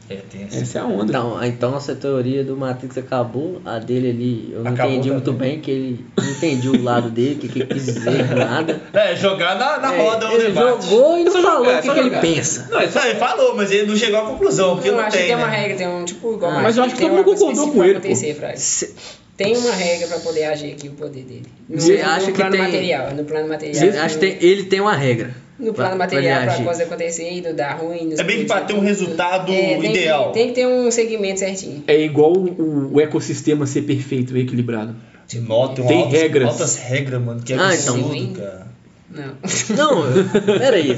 S2: É tenso.
S1: Essa é a onda.
S4: Então, então essa teoria do Matrix acabou, a dele ali eu não
S2: Acabou
S4: entendi muito
S2: também.
S4: bem, que ele não entendi o lado dele, o que, que ele quis dizer, nada.
S2: É, jogar na, na roda o
S4: ele
S2: debate.
S4: jogou e não falou
S1: jogar,
S4: o que,
S1: É, só
S4: que ele
S1: jogar. é
S4: pensa.
S2: Não, ele só- ele falou, mas ele não chegou à conclusão, porque
S3: Eu
S2: não,
S3: acho que
S2: tem,
S3: tem uma
S2: né?
S3: regra, tem um tipo igual.
S1: Mas eu acho que
S3: tem
S1: todo mundo
S3: uma coisa
S1: concordou
S3: específica
S1: com
S3: pra
S1: ele, pô.
S3: acontecer, Fraga. Tem uma regra pra poder agir aqui o poder dele. No,
S4: Você acha
S3: no
S4: que
S3: plano
S4: tem-
S3: material, no plano material.
S4: Acho que tem- ele tem uma regra.
S3: No
S4: pra-
S3: plano material,
S4: pra
S3: pra
S4: ele agir.
S3: coisa acontecer e não dar ruim.
S2: É bem que pra ter um resultado
S3: É, tem que-
S2: ideal.
S3: tem que ter um segmento certinho.
S1: É igual o, o ecossistema ser perfeito e equilibrado.
S2: Tem, nota,
S1: Tem
S2: altas,
S1: regras.
S2: altas regras, mano, que é
S4: Ah, então.
S2: absurdo,
S3: Sim.
S2: cara.
S3: Não.
S4: Não, peraí.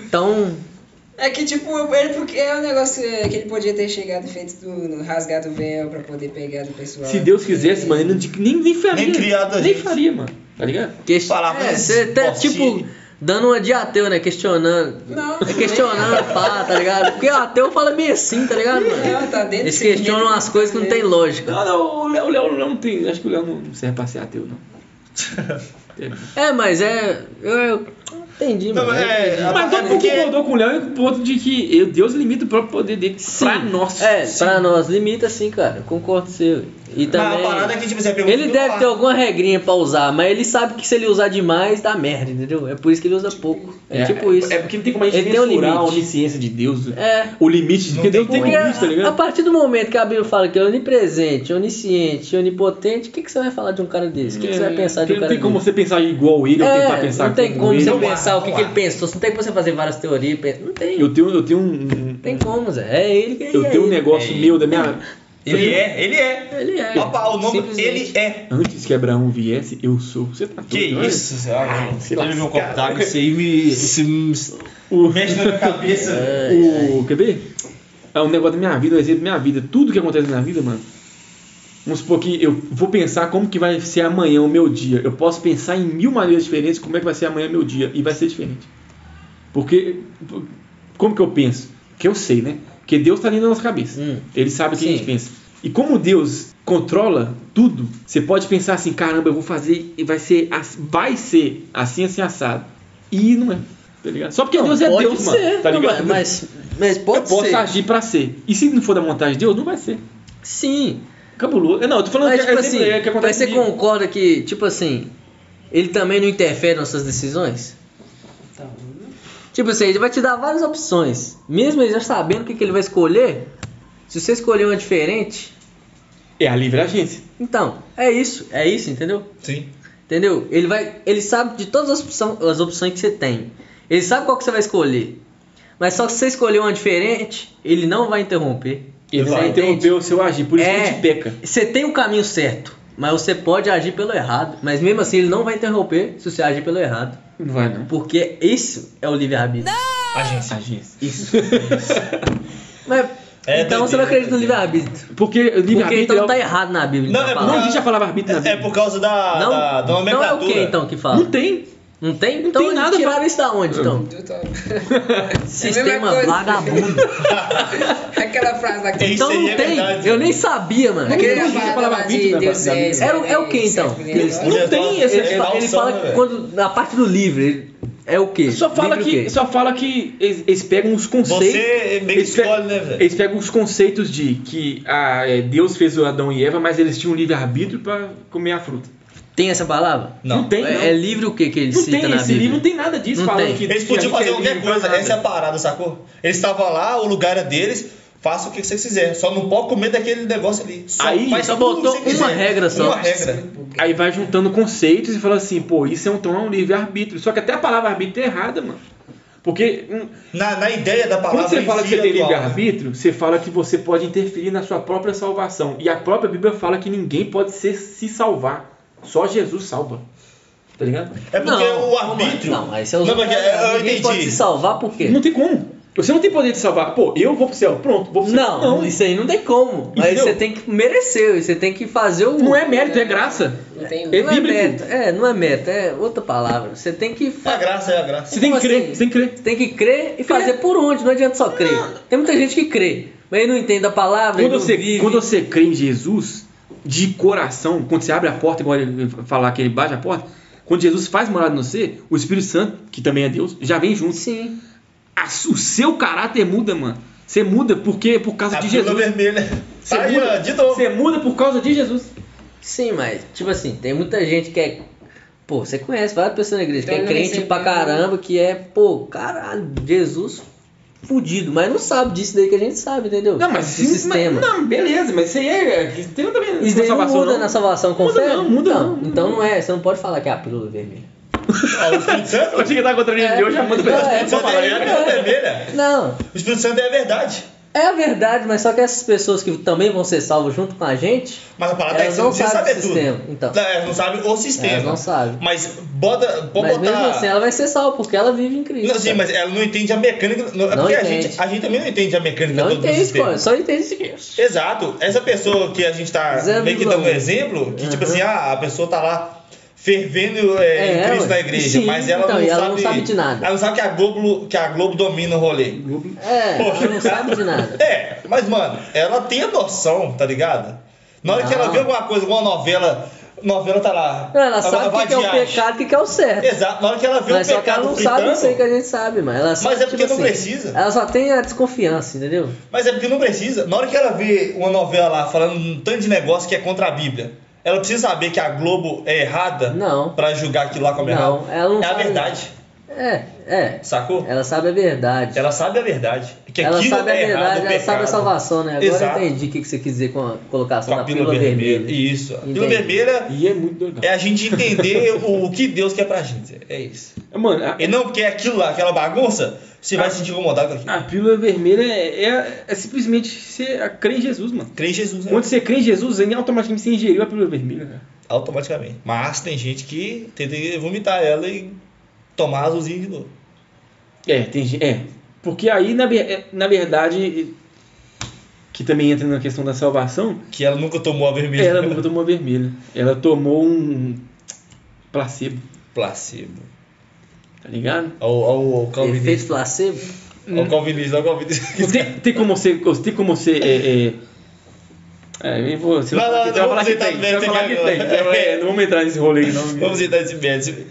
S4: Então,
S3: É que, tipo, ele, porque é um negócio é, que ele podia ter chegado e feito do, rasgado o véu pra poder pegar do pessoal.
S1: Se Deus quisesse, mano, ele não, tinha- nem, nem faria.
S2: Nem criado a
S1: Nem
S2: gente.
S1: faria, mano. Tá ligado?
S4: que,
S2: Palavras
S4: é, você tá
S2: fortíssimas.
S4: tipo dando uma de ateu, né? Questionando.
S3: Não.
S4: É questionando, pá, tá ligado? Porque o ateu fala meio assim, tá ligado?
S3: [laughs] Não,
S4: Mano?
S3: tá dentro
S4: Eles
S3: do segmento
S4: questionam umas coisas
S3: é.
S4: que não tem lógica.
S1: Não, não, o Léo, o Léo não tem. Acho que o Léo não não serve pra ser ateu, não.
S4: É, mas é. Eu, eu entendi,
S2: Não,
S4: mano.
S2: mas é, a
S1: Mas todo
S2: parada é
S1: mundo
S2: que-
S1: concordou com o Léo é o ponto de que eu- Deus limita o próprio poder dele pra nós.
S4: É, pra nós, limita sim, cara. Eu Concordo com você. E
S2: Mas
S4: também.
S2: a parada é que, tipo, você pergunta
S4: Ele
S2: do
S4: deve
S2: ar.
S4: ter alguma regrinha pra usar, mas ele sabe que se ele usar demais, dá merda, entendeu? É por isso que ele usa pouco. É, tipo isso.
S1: É porque não tem como a gente
S4: Ele tem um
S1: mensurar a
S4: limite.
S1: onisciência de Deus.
S4: É.
S1: O limite de
S2: Não
S1: porque
S2: tem
S1: Deus tem
S4: Porque
S1: limite, tá
S4: a, a
S1: ligado?
S4: partir do momento que a Bíblia fala que é onipresente, onisciente, onipotente, o que, que você vai falar de um cara desse? O que, que você vai pensar de
S1: É, Porque
S4: um
S1: não
S4: cara
S1: tem
S4: desse?
S1: como você pensar igual ele, ou
S4: É,
S1: tentar pensar
S4: não tem
S1: como
S4: como
S1: ele.
S4: você
S2: Não há,
S4: pensar o que,
S2: não
S4: que
S2: há.
S4: ele pensou, não tem como você fazer várias teorias, pensa- não tem,
S1: Eu tenho, eu tenho um. um-
S4: não tem como, Zé. É ele que
S1: eu
S4: é
S1: tenho um
S4: ele.
S1: negócio
S2: É
S1: meu da minha.
S2: Ele é, ele é.
S4: Ele é.
S2: Opa, o nome ele
S4: Simplesmente.
S2: é.
S1: Antes que Abraão viesse, eu sou. Você tá doido?
S2: Que
S1: olha.
S2: isso, Zé? Ah,
S1: sei
S2: Toma
S1: lá.
S2: meu copo d'água, isso aí me. Isso me-
S1: O-
S2: mexe na minha cabeça.
S1: É.
S4: é.
S1: O, quer ver? É um negócio da minha vida, um exemplo da minha vida. Tudo que acontece na minha vida, mano. Vamos supor que eu vou pensar como que vai ser amanhã o meu dia. Eu posso pensar em mil maneiras diferentes como é que vai ser amanhã o meu dia. E vai ser diferente. Porque, como que eu penso? Que eu sei, né? Porque Deus tá ali na nossa cabeça.
S4: Hum.
S1: Ele sabe o que a
S4: Sim.
S1: gente pensa. E como Deus controla tudo, você pode pensar assim, caramba, eu vou fazer e vai ser, ass- vai ser assim, assim, assado. E não é. Tá ligado? Só porque
S4: Não,
S1: Deus é
S4: pode
S1: Deus,
S4: um ser.
S1: mano. Tá
S4: Não,
S1: ligado?
S4: mas, mas
S1: Eu
S4: pode
S1: posso
S4: ser.
S1: agir É pra ser. E se não for da vontade de Deus, não vai ser.
S4: Sim.
S1: Cabuloso. Não, eu tô falando
S4: Mas,
S1: que,
S4: tipo
S1: é
S4: assim,
S1: sempre- é que
S4: mas
S1: acontece
S4: você
S1: comigo.
S4: concorda que, tipo assim, ele também não interfere nas suas decisões? Tipo assim, ele vai te dar várias opções. Mesmo ele já sabendo o que, que ele vai escolher, se você escolher uma diferente,
S1: É a livre agência.
S4: então, é isso, é isso, entendeu?
S2: Sim.
S4: Entendeu? Ele vai, ele sabe de todas as, opção- as opções que você tem. Ele sabe qual que você vai escolher. Mas só que se você escolher uma diferente, ele não vai interromper.
S1: Ele
S4: Você
S1: vai
S4: entende?
S1: interromper o seu agir, por isso que a
S4: É,
S1: gente peca.
S4: Você tem o caminho certo, Mas você pode agir pelo errado. Mas mesmo assim, ele não vai interromper se você agir pelo errado.
S1: Não vai, não.
S4: Porque isso é o livre-arbítrio.
S2: Agência.
S1: Agência.
S4: Isso. Mas,
S2: É
S4: então
S2: doideira,
S4: você não acredita
S2: doideira.
S4: no livre-arbítrio.
S1: Porque
S4: Porque
S1: livre-arbítrio.
S4: então
S1: é
S4: tá
S1: o-
S4: errado na Bíblia.
S2: Não,
S4: tá
S2: é-
S1: Não
S4: falando.
S1: existe a palavra arbítrio na
S2: É
S1: Bíblia.
S2: por causa da,
S4: não,
S2: da, da
S4: não é o
S2: nomenclatura.
S4: que então que fala?
S1: Não tem.
S4: Não tem?
S1: Não
S4: então
S1: tem
S4: eles
S1: nada É
S4: tiraram isso da onde, então?
S3: Eu tô-
S4: Sistema
S3: coisa.
S4: vagabundo.
S3: Aquela frase lá que
S2: [laughs] Isso
S4: Então
S2: aí
S4: não
S2: é
S4: tem.
S2: verdade.
S4: Eu nem sabia, mano.
S1: Aquele-
S3: Aquela
S1: Não, a
S3: parada
S1: palavra
S3: lá
S1: vítima
S3: de Deus
S1: né, pra mim.
S3: é.
S4: Era o- é o que, então? Eles-
S3: Não,
S2: Mulher
S1: Não tem
S2: fala-
S1: esse-
S2: é
S4: Ele, fa-
S2: falsão,
S4: ele fala
S2: né,
S4: que
S2: velho?
S4: quando, na parte do livre, ele- é o quê?
S1: Só fala,
S4: Livre o
S1: que,
S4: quê?
S1: só fala que eles, eles pegam os conceitos.
S2: Você meio que
S1: eles pe-
S2: escolhe, né, velho?
S1: Eles pegam os conceitos de que ah, é, Deus fez o Adão e Eva, mas eles tinham livre-arbítrio pra comer a fruta.
S4: Tem essa palavra?
S2: Não.
S1: Não tem, não.
S4: É, é livre o quê que ele
S1: Não
S4: cita
S1: tem,
S4: na
S1: esse
S4: Bíblia?
S1: livro não tem nada disso
S4: Não
S1: falando
S4: tem.
S1: que. que
S2: Eles
S1: a
S2: podiam
S1: gente
S2: fazer
S1: é
S2: qualquer
S1: livre pra
S2: coisa,
S1: nada.
S2: essa é a parada, sacou? Eles estavam lá, o lugar era deles, faça o que vocês quiserem, só não pode comer daquele negócio ali. Só
S1: Aí,
S2: faz
S4: só
S2: tudo o que
S4: botou
S2: você
S4: uma
S2: quiser.
S4: regra só.
S2: Uma regra.
S1: Aí vai juntando conceitos e fala assim, pô, isso é um tom, é um livre-arbítrio. Só que até a palavra arbítrio é errada, mano. Porque hum,
S2: Na, na ideia da palavra.
S1: quando você
S2: em
S1: fala
S2: si
S1: que você tem
S2: atual, né?
S1: livre-arbítrio, você fala que você pode interferir na sua própria salvação. E a própria Bíblia fala que ninguém pode ser, se salvar. Só Jesus salva. Tá ligado?
S2: É porque
S4: Não,
S2: o arbítrio.
S4: Não, mas esse é o
S2: Não, mas é- eu
S4: Ninguém
S2: entendi.
S4: pode se salvar por quê?
S1: Não tem como. Você não tem poder de salvar. Pô, eu vou pro céu. Pronto, vou pro céu.
S4: Não, isso aí não tem como. Mas
S1: Entendeu?
S4: você tem que merecer, você tem que fazer o.
S1: Não é mérito, é graça.
S3: Não tem-
S1: é
S4: não é
S1: bíblico.
S4: meta. É, não é meta, é outra palavra. Você tem que
S2: É a
S4: fazer.
S2: graça, é a graça.
S1: Você tem que
S4: Como
S1: crer,
S4: assim?
S1: você tem que crer.
S4: Você tem que crer e fazer por onde, não adianta só crer. Tem muita gente que crê, mas ele não entende a palavra, ele
S1: Quando
S4: não
S1: você,
S4: vive.
S1: quando você crê em Jesus, de coração, quando você abre a porta, igual ele falar que ele bate a porta, quando Jesus faz morada no você, o Espírito Santo, que também é Deus, já vem junto.
S4: Sim.
S1: A- o seu caráter muda, mano. Você muda porque por causa
S2: A
S1: de
S2: pílula
S1: Jesus.
S2: vermelha.
S1: Você
S2: Tá aí, ó,
S1: muda,
S2: de novo.
S1: você muda por causa de Jesus.
S4: Sim, mas, tipo assim, tem muita gente que é. Pô, você conhece várias pessoas na igreja que é
S3: Então,
S4: crente
S3: recebeu.
S4: pra caramba, que é, pô, caralho, Jesus fudido, mas não sabe disso daí que a gente sabe, entendeu?
S1: Não, mas
S4: Esse sistema.
S1: Mas, não, beleza, mas isso aí é. é, Tem nada a ver com
S4: Isso daí não
S1: salvação,
S4: muda
S1: não.
S4: na salvação com
S1: Muda
S4: fé?
S1: não, muda
S4: então,
S1: não.
S4: então não é, você não pode falar que é a pílula vermelha.
S2: Ó, o Espírito Santo.
S1: Eu tinha que dar contra a linha de hoje, já muda pra
S4: É,
S2: O Espírito Santo é a
S1: né?"
S2: pílula vermelha.
S4: Não,
S2: O Espírito Santo é a verdade.
S4: é a verdade, mas só que essas pessoas que também vão ser salvas junto com a gente,
S2: Mas a parada é que
S4: Elas
S2: você
S4: não
S2: não precisa
S4: sabem
S2: saber
S4: o
S2: tudo.
S4: sistema, então.
S2: Não, Elas não sabem o sistema.
S4: Elas não sabem.
S2: Mas bota, pode
S4: mas
S2: botar.
S4: mesmo assim ela vai ser salva, porque ela vive em Cristo.
S2: Não, sim, mas ela não entende a mecânica. Não, é
S4: Não
S2: porque a
S4: entende.
S2: gente, a gente também não entende a mecânica
S4: não
S2: do, do
S4: entende,
S2: sistema.
S4: pô, só entende isso.
S1: É.
S2: Exato. Essa pessoa que a gente tá
S4: Zero
S2: meio que
S4: vírgula
S2: dando um
S4: um.
S2: exemplo, que tipo assim, ah, a pessoa tá lá fervendo é,
S4: É,
S2: em Cristo
S4: ué.
S2: na igreja,
S4: Sim,
S2: mas ela,
S4: então,
S2: não,
S4: e ela
S2: sabe,
S4: não sabe de nada.
S2: Ela não sabe que a Globo, que a Globo domina o rolê.
S4: É,
S2: Poxa,
S4: ela não sabe de nada.
S2: É, mas mano, ela tem a noção, tá ligado? Na hora que ela
S4: Não.
S2: vê alguma coisa, alguma novela, novela tá lá.
S4: Não, ela sabe o
S2: vai
S4: que, que é o
S2: adiante.
S4: pecado e o que é o certo.
S2: Exato, na hora que ela vê
S4: Mas
S2: o
S4: só que ela
S2: pecado
S4: não
S2: fritando,
S4: sabe isso aí que é- a gente sabe, mas ela só,
S2: Mas é porque
S4: tipo
S2: não
S4: assim,
S2: precisa.
S4: Ela só tem a desconfiança, entendeu?
S2: mas é porque não precisa. Na hora que ela vê uma novela lá falando um tanto de negócio que é contra a Bíblia, ela precisa saber que a Globo é errada
S4: Não.
S2: pra julgar aquilo lá como
S4: Não,
S2: errado.
S4: ela não
S2: é
S4: sabe.
S2: a verdade,
S4: É, é.
S2: sacou?
S4: Ela sabe a verdade.
S2: Ela sabe a verdade. Que
S4: Ela
S2: aquilo
S4: sabe a
S2: é errado,
S4: verdade, ela
S2: pecado.
S4: sabe a salvação, né? Agora
S2: Exato.
S4: eu entendi o que que você quis dizer com a
S2: Com
S4: colocação
S2: a
S4: da pílula vermelha.
S2: Isso. A pílula
S4: Entendi.
S2: vermelha
S1: E é muito doido.
S2: é a gente entender o, o que Deus quer pra gente. É isso.
S1: Mano, a,
S2: E não porque é aquilo lá, aquela bagunça, você vai se sentir incomodado com aquilo.
S1: a pílula vermelha é, é- é simplesmente você crer em Jesus, mano.
S2: Crê em Jesus, né?
S1: Quando você crê em Jesus, aí automaticamente você ingeriu a pílula vermelha, cara.
S2: Automaticamente. Mas tem gente que tenta vomitar ela e tomar azulzinho de novo.
S1: É, tem gente. É. Porque aí, na, ver- é, na verdade, que também entra na questão da salvação,
S2: Que ela nunca tomou a vermelha.
S1: ela nunca tomou vermelha. Ela tomou um placebo,
S2: Placebo.
S1: tá ligado?
S2: Olha o
S4: Efeito
S2: calvinista.
S4: placebo?
S1: né?
S2: Olha o calvinista, olha o calvinista.
S1: Tem, tem como você. Tem como você. É, é, é, eu vou, você
S2: Não,
S1: vai
S2: não,
S1: falar que- você vai
S2: não,
S1: falar que
S2: você tá
S1: tem.
S2: bem,
S1: Você vai
S2: você
S1: falar que
S2: quer-
S1: tem. Você vai- [laughs] é, Não vamos entrar nesse rolê, aí, não.
S2: [laughs] Vamos entrar nesse médico.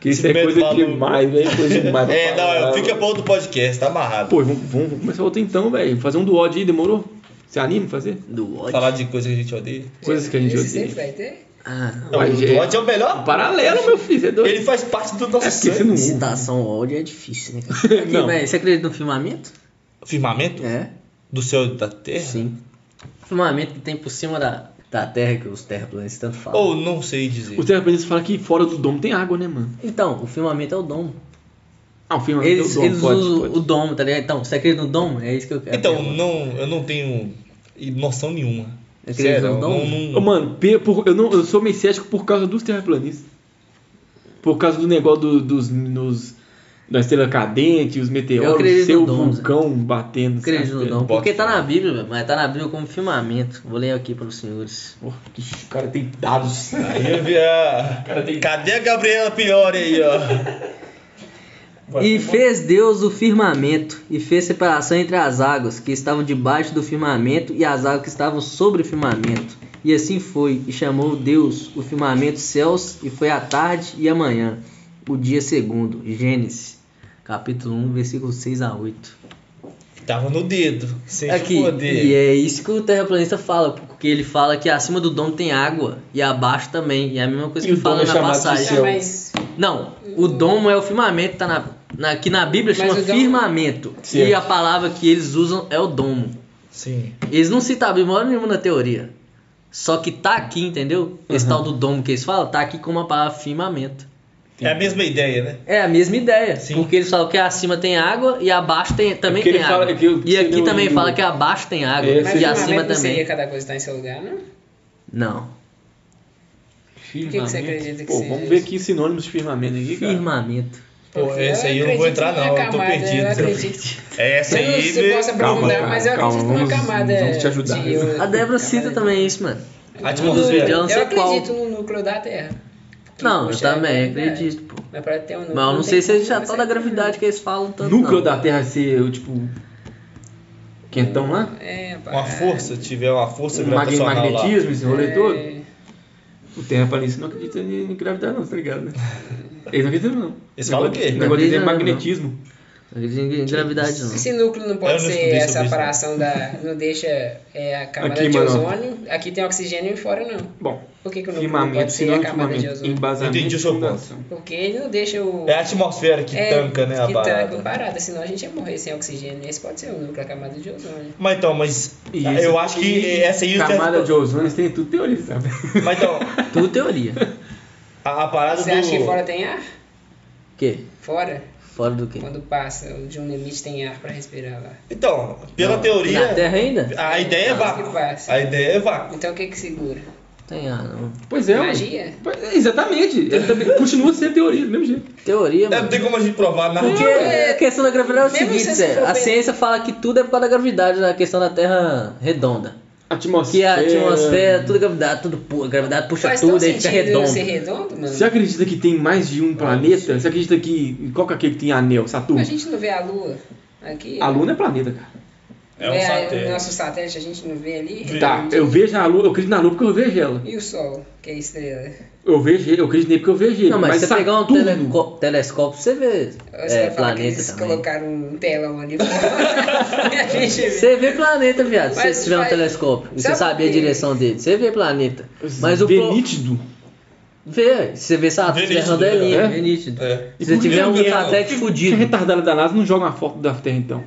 S1: Que isso é
S2: Esse
S1: coisa
S2: método maluco.
S1: demais, velho. Coisa
S2: [laughs]
S1: demais. pra
S2: É, não,
S1: falar,
S2: fica
S1: velho.
S2: pra outro podcast, tá amarrado.
S1: Pô, vamos, vamos- vamos começar outro então, velho. Fazer um do ódio aí, demorou? Você anima a fazer?
S4: Do ódio.
S2: Falar de coisa que a gente odeia.
S1: Coisas que a gente
S3: Esse sempre
S1: odeia.
S3: vai ter.
S4: Ah,
S2: Não,
S1: Mas,
S2: o
S1: é-
S2: Duarte é o melhor.
S1: Paralelo, meu filho, você é doido.
S2: Ele faz parte do
S1: É porque você
S2: nosso sangue.
S1: não ouve.
S4: citação ao ódio é difícil, né?
S2: [laughs]
S4: cara? Aqui,
S1: Não.
S4: velho, você acredita no firmamento?
S2: Firmamento?
S4: É.
S2: Do céu e da terra?
S4: Sim. Firmamento que tem por cima da, da terra, que os terraplanistas tanto falam.
S2: Ou não sei dizer.
S1: O terraplanista fala que fora do domo tem água, né, mano?
S4: Então, o firmamento é o dom.
S1: Ah, o filme
S4: Eles,
S1: é o domo,
S4: eles
S1: pode,
S4: usam
S1: pode.
S4: o dom, É tá ligado? Então, você acredita no dom? É isso que eu quero.
S2: Então, não, eu não tenho noção nenhuma.
S4: Acredito,
S2: Sério,
S4: não.
S2: não- não-
S1: Ô, mano, pe- por- eu, não, eu sou meio cético por causa dos terraplanistas. Por causa do negócio do- dos, nos- da estrela cadente, os
S4: Eu
S1: meteoros,
S4: acredito
S1: seu
S4: no dom, Zé.
S1: vulcão batendo.
S4: Acredito
S1: sabe?
S4: no dom.
S2: Bota
S4: Porque tá
S2: fé.
S4: na Bíblia, velho, mas tá na Bíblia como firmamento. Vou ler aqui para os senhores.
S1: Pô, que ch- o cara tem
S2: [laughs]
S1: dados.
S2: Aí eu vi a- Cadê a Gabriela Piore aí, ó?
S1: tá
S4: E fez Deus o firmamento, e fez separação entre as águas que estavam debaixo do firmamento e as águas que estavam sobre o firmamento. E assim foi, e chamou Deus o firmamento céus, e foi a tarde e a manhã, o dia segundo. Gênesis, capítulo 1, versículo 6 a 8.
S2: Tava no dedo, sem
S4: Aqui,
S2: poder.
S4: e é isso que o terraplanista fala, porque ele fala que acima do dom tem água, e abaixo também, e é a mesma coisa
S1: E
S4: que
S1: o dom
S4: fala
S1: é
S4: na
S1: chamado de
S4: passagem.
S1: céu.
S3: mas
S4: Não, o domo é o firmamento, tá na, na- que na Bíblia
S3: Mas
S4: chama
S3: o domo-
S4: firmamento.
S1: Certo.
S4: E a palavra que eles usam é o domo.
S2: Sim.
S4: Eles não citam a Bíblia hora nenhuma na teoria. Só que tá aqui, entendeu? Esse tal do domo que eles falam, tá aqui como a palavra firmamento.
S2: É a mesma ideia, né?
S4: É a mesma ideia.
S2: Sim.
S4: Porque eles falam que acima tem água e abaixo tem, também
S1: Porque
S4: tem
S1: ele fala
S4: água.
S1: que eu-
S4: e aqui
S1: eu-
S4: também
S1: eu-
S4: fala que abaixo tem água
S1: É,
S3: mas
S4: e
S1: sim.
S4: acima
S3: firmamento não
S4: também.
S3: seria cada coisa está em seu lugar, não?
S4: Não.
S1: O
S3: que você acredita que
S1: Pô,
S3: seja
S1: vamos ver
S3: isso?
S1: aqui sinônimos de firmamento aqui, cara.
S4: Firmamento.
S2: Pô,
S3: Porque
S2: esse aí eu não vou
S3: acredito
S2: entrar, não.
S3: numa
S2: Eu tô
S3: camada, é-
S2: perdido.
S3: Eu acredito.
S2: É Essa
S3: Eu não
S2: aí.
S3: sei se posso aprofundar,
S1: cara,
S3: mas eu
S1: calma,
S3: acredito numa
S1: vamos-
S3: camada. é
S1: vamos te ajudar.
S3: de-
S4: A Débora cita também isso, mano.
S2: Atmosfera.
S4: Eu
S3: Eu,
S4: não sei qual.
S3: acredito no núcleo da Terra. Que
S4: Não, eu
S3: puxa né? a
S4: também
S3: gravidade.
S4: acredito, pô.
S3: Mas pra ter um núcleo.
S4: Mas eu não sei
S3: tem
S4: se é
S3: como
S4: já
S3: você
S4: tal da
S3: ter um
S4: gravidade que eles falam tanto.
S1: Núcleo
S4: não.
S1: da Terra ser, o, tipo, quentão lá?
S3: núcleo. É,
S2: Uma
S3: pá.
S2: força, tiver uma força
S1: O mag-
S2: gravitacional lá.
S1: magnetismo, esse rolê
S3: É.
S1: todo. O terraplanista não acredita em gravidade não, tá ligado,
S3: [laughs]
S1: né? Eles não acreditam não.
S2: Eles falam o quê?
S1: O negócio deles é
S4: Não.
S1: magnetismo.
S4: Eu acredito em gravidade não.
S3: Esse núcleo não
S2: Eu
S3: pode
S2: não
S3: ser
S2: estudei
S3: essa
S2: sobre isso,
S3: separação da. Não deixa é, a camada
S1: Aqui,
S3: de
S1: mano.
S3: ozônio. Aqui tem oxigênio e fora não.
S1: Bom,
S3: Por que, que o núcleo não
S1: firmamento,
S3: pode ser a
S1: sinônimo de
S3: camada de
S1: firmamento,
S3: ozônio?
S1: embasamento
S2: Entendi o
S1: e
S2: seu ponto.
S1: fundação.
S3: Porque ele não deixa o.
S2: É a atmosfera que
S3: É,
S2: tanca, né? A
S3: que tanca a
S2: parada.
S3: parada, senão a gente ia morrer sem oxigênio. Esse pode ser o núcleo, a camada de ozônio.
S2: Mas então, mas.
S1: E
S2: Eu acho que essa aí.
S1: Camada de ozônio, eles têm tudo teoria, sabe? [laughs]
S2: Mas então,
S4: Tudo
S3: [laughs]
S4: teoria.
S2: a, a parada
S3: Você
S2: do.
S3: acha que fora tem ar?
S4: O quê?
S3: Fora?
S4: Fora do quê?
S3: Quando passa de um limite tem ar pra respirar lá.
S2: Então, pela
S4: Não.
S2: teoria.
S4: Na Terra ainda?
S2: A ideia é
S3: Que
S2: vácuo.
S4: assim.
S3: passa.
S2: A ideia é vácuo.
S3: Então o que que segura?
S4: Tem ah, não.
S1: Pois é.
S3: Magia?
S1: mano. Pois é, Exatamente. Ele também continua sendo teoria, do mesmo jeito.
S4: Teoria,
S2: É, não
S4: mano.
S2: tem como a gente provar nada.
S4: Porque a questão da gravidade é o
S3: Mesmo se
S4: seguinte,
S3: você
S4: Zé.
S3: for
S4: A
S3: ver-
S4: ciência fala que tudo é por causa da gravidade, da questão da Terra redonda. Que
S1: Atmosfera.
S4: a atmosfera, tudo é gravidade, tudo pu- a gravidade puxa
S3: Faz tão
S4: tudo, aí fica
S3: sentido eu
S4: redondo. é
S3: ser redondo, mano?
S1: Você acredita que tem mais de um planeta? Você acredita que. Qual que é aquele que tem anel? Saturno?
S3: A gente não vê a lua aqui?
S1: A Lua não é planeta, cara.
S2: É um
S3: Vê a-
S2: satélite.
S3: O nosso satélite a gente não vê ali?
S1: Tá, eu vejo a Lua, eu acredito na Lua porque eu vejo ela.
S3: E o sol, que é estrela?
S1: Eu vejo, eu acredito nele porque eu vejo ele.
S4: Não, mas, se você pegar um
S1: Saturno-
S4: teleco- telescópio, você vê
S3: Ou Você
S4: é,
S3: vai falar que
S4: planeta
S3: eles
S4: também.
S3: colocaram um telão
S4: [laughs]
S3: ali fora? e [laughs] a gente vê.
S4: Você vê planeta, viado, se
S3: Mas
S4: você tiver um
S3: vai-
S4: telescópio. e Você
S3: Sabe
S4: sabe a
S3: que-
S4: direção dele. Você vê planeta. Mas o
S1: vê
S4: pro-
S1: nítido.
S4: Vê, se você vê Saturno,
S2: Vê nítido,
S4: Terra é linha,
S1: é.
S4: vê nítido.
S2: É.
S4: Se você
S1: E por que
S4: tiver um
S2: que-
S4: satélite
S1: Que
S4: fudido.
S1: retardada da NASA não joga uma foto da Terra, então.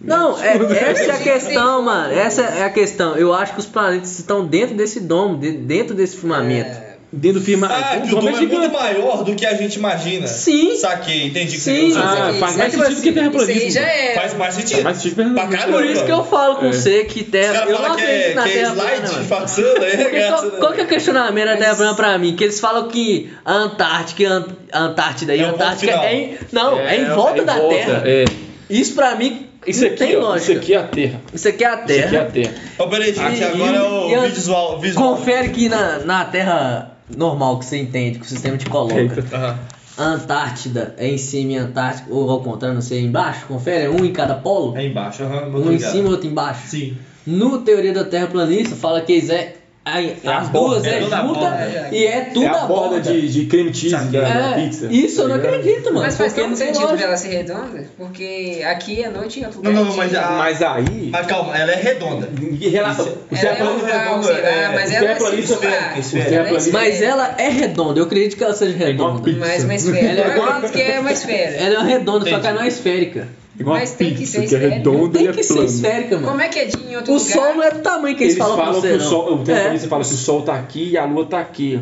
S4: Não, é- essa é a questão, mano. Essa é a questão. Eu acho que os planetas estão dentro desse domo, de- dentro desse firmamento.
S3: É,
S1: Dentro do um firma.
S2: Ah, que o domo é muito maior do que a gente imagina.
S4: Sim.
S2: Saquei, entendi. o que
S4: Sim.
S2: você
S4: Ah,
S2: quer dizer.
S1: Ah,
S3: isso
S1: faz
S3: aí-
S1: mais
S3: isso aí-
S1: sentido que terraplanismo.
S3: Isso aí já é.
S2: Faz mais sentido.
S1: Mas tive
S2: Pra caramba.
S4: Por isso que eu falo com
S1: É.
S4: você que
S2: Os
S4: Terra.
S2: caras
S4: Eu não
S2: falam que
S4: acredito
S2: é,
S4: na
S2: que é
S4: Terra plana.
S2: slide
S4: mano.
S2: façando, é,
S4: [laughs] Porque qual,
S2: graças
S4: qual que é o questionamento da
S3: Mas-
S4: Terra plana pra mim? Que eles falam que a Antártica, e a Ant- a Antártida e
S2: É
S4: a
S2: um ponto
S4: Antártica
S2: final.
S4: é em, não, é, em volta
S1: um- em
S4: da
S1: volta,
S4: Terra.
S1: É.
S4: Isso pra mim
S1: Isso
S4: não tem
S1: aqui, ó, isso
S4: lógica.
S1: aqui é a Terra.
S4: Isso aqui é a
S1: Isso aqui é
S4: Terra.
S1: a Terra.
S2: Ó, peraí, gente,
S4: E-
S2: agora é
S4: e- e
S2: o
S4: a-
S2: visual. visual.
S4: Confere que na, na Terra normal que você entende, que o sistema te coloca.
S1: Eita.
S2: Aham.
S4: A Antártida é em cima e a Antártica, ou ao contrário, não sei, é embaixo? Confere, é um em cada polo?
S2: Aí embaixo, aham, muito
S4: um em
S2: obrigado.
S4: cima, outro embaixo?
S2: Sim.
S4: No Teoria da Terra Planista, fala que eles é, a-
S2: a
S4: as
S2: borda,
S4: duas
S2: é
S4: é,
S2: toda a
S4: junta
S2: borda.
S4: e é tudo
S1: é a borda, de, de creme cheese da, da
S4: É,
S1: pizza.
S4: Isso
S1: tá
S4: eu não
S1: ligado?
S4: acredito, mano.
S3: Mas faz
S4: porque
S3: tanto
S4: não tem
S3: sentido
S4: lógica.
S3: dela ser redonda, porque aqui é noite e outro
S2: Não,
S3: lugar.
S2: não,
S3: é
S2: não, mas
S3: dia.
S2: a-
S1: Mas aí.
S2: Mas calma, ela é redonda.
S1: Em relação. O
S3: Ela é
S1: terraplanista-
S3: oval, sei lá,
S2: é-
S3: mas
S1: o
S3: ela é
S1: terraplanista
S3: circular.
S2: vê- esfera.
S3: Ela é
S1: Mas
S4: Mas
S3: esfera.
S4: ela é redonda, eu acredito que ela seja
S1: Igual
S4: redonda.
S1: pizza.
S3: Mais uma esfera.
S4: Ela é
S3: Eu
S4: igual-
S3: acredito que é uma esfera.
S4: Ela é redonda, só que
S2: Entendi.
S4: ela não é esférica.
S1: Igual uma
S3: Mas tem que
S1: pizza,
S3: ser
S1: que é
S3: esférica.
S1: redonda e
S4: Tem
S1: é
S4: que ser
S1: plano.
S4: esférica,
S3: Como
S4: mano.
S3: é que é dia em outro
S4: O
S3: lugar?
S4: sol não é do tamanho que eles,
S1: Eles falam
S4: pra
S1: que
S4: você,
S1: o
S4: não.
S1: sol. O
S4: É.
S1: terraplanista fala que o sol tá aqui e a lua tá aqui.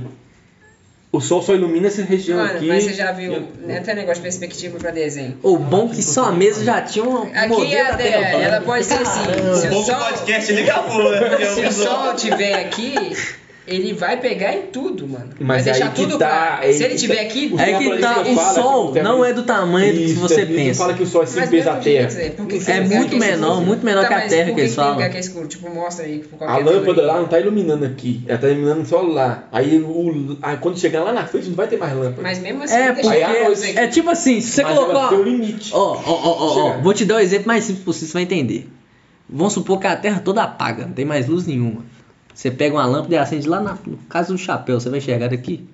S1: O sol só ilumina essa região
S3: Mano,
S1: aqui.
S3: mas você já viu.
S1: e-
S3: né, Até negócio de perspectiva pra desenho.
S4: O bom é que só a mesa já tinha um
S3: Aqui
S4: modelo
S3: é a
S4: da
S3: de- ela pode ser assim. Se
S2: O
S3: o
S2: povo do
S3: sol,
S2: podcast ele acabou, né? Porque
S3: se
S2: eu
S3: o
S2: fiz uma-
S3: sol tiver aqui, ele vai pegar em tudo, mano. vai
S1: Mas
S3: deixar
S1: aí que
S3: tudo
S1: tá,
S3: claro.
S1: aí
S3: Se ele
S1: que
S3: tiver
S1: tá.
S3: aqui,
S1: O
S4: É que tá,
S1: Fala,
S4: o
S1: fala que
S4: sol
S1: tem-
S4: não é do tamanho do que
S1: Isso,
S4: você
S1: a Bíblia
S4: pensa.
S1: fala que o sol é cinco
S3: Mas
S1: vezes a
S3: mesmo jeito,
S1: Terra.
S3: Zé, por que
S4: É
S3: que tem lugar
S4: muito
S3: que é
S4: menor,
S3: escuro?
S4: muito menor
S3: Tá,
S4: que a
S3: mas
S4: Terra
S3: por
S4: que eles
S3: tem lugar
S4: falam.
S3: que é escuro? Tipo, mostra aí por qualquer
S1: A lâmpada
S3: teoria.
S1: lá não tá iluminando aqui, ela tá iluminando só lá. Aí, o, aí quando chegar lá na frente não vai ter mais lâmpada.
S3: Mas mesmo assim,
S4: É,
S3: deixa
S1: Aí a
S3: eu
S1: noite.
S3: ver.
S4: porque. É tipo assim, se você
S1: Mas
S4: colocou.
S1: ela tem um limite.
S4: Ó, ó, ó, ó, ó,
S1: Chega.
S4: vou te dar o exemplo mais simples possível, você vai entender. Vamos supor que a terra toda apaga, não tem mais luz nenhuma. Você pega uma lâmpada e acende lá na no caso do chapéu, você vai enxergar daqui.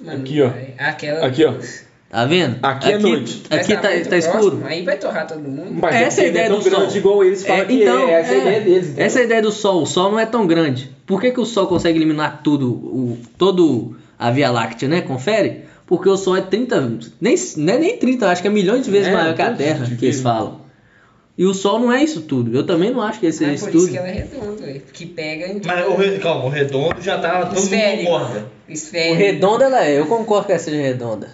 S3: Mano,
S1: Aqui, ó.
S3: vai. Aquela...
S1: Aqui, ó.
S4: Tá vendo?
S1: Aqui é noite.
S3: Mas
S4: Aqui tá,
S3: muito
S4: tá
S3: próximo,
S4: escuro.
S3: Aí vai torrar todo mundo.
S1: Mas
S4: Essa é a
S1: porque
S4: ideia
S1: não é
S4: do
S1: tão grande
S4: sol.
S1: igual eles falam
S4: É,
S1: que é, essa é a ideia deles. entendeu?
S4: Essa é a ideia do sol. O sol não é tão grande. Por que, que o sol consegue eliminar tudo, o, todo a Via Láctea, né? Confere? Porque o sol é 30, nem, não é nem 30, acho que é milhões de vezes
S1: É,
S4: maior que a
S1: todos
S4: Terra,
S1: de
S4: que eles
S1: vezes.
S4: falam. E o sol não é isso tudo. Eu também não acho que esse é
S3: Mas
S4: isso
S3: por isso
S4: tudo.
S3: que ela é redonda, velho. Que pega em tudo.
S2: Mas o, re- calma, o redondo já tá. Todo mundo
S3: Esférico.
S2: concorda.
S4: O
S3: Esférico.
S4: Redonda ela é, eu concordo que ela seja redonda.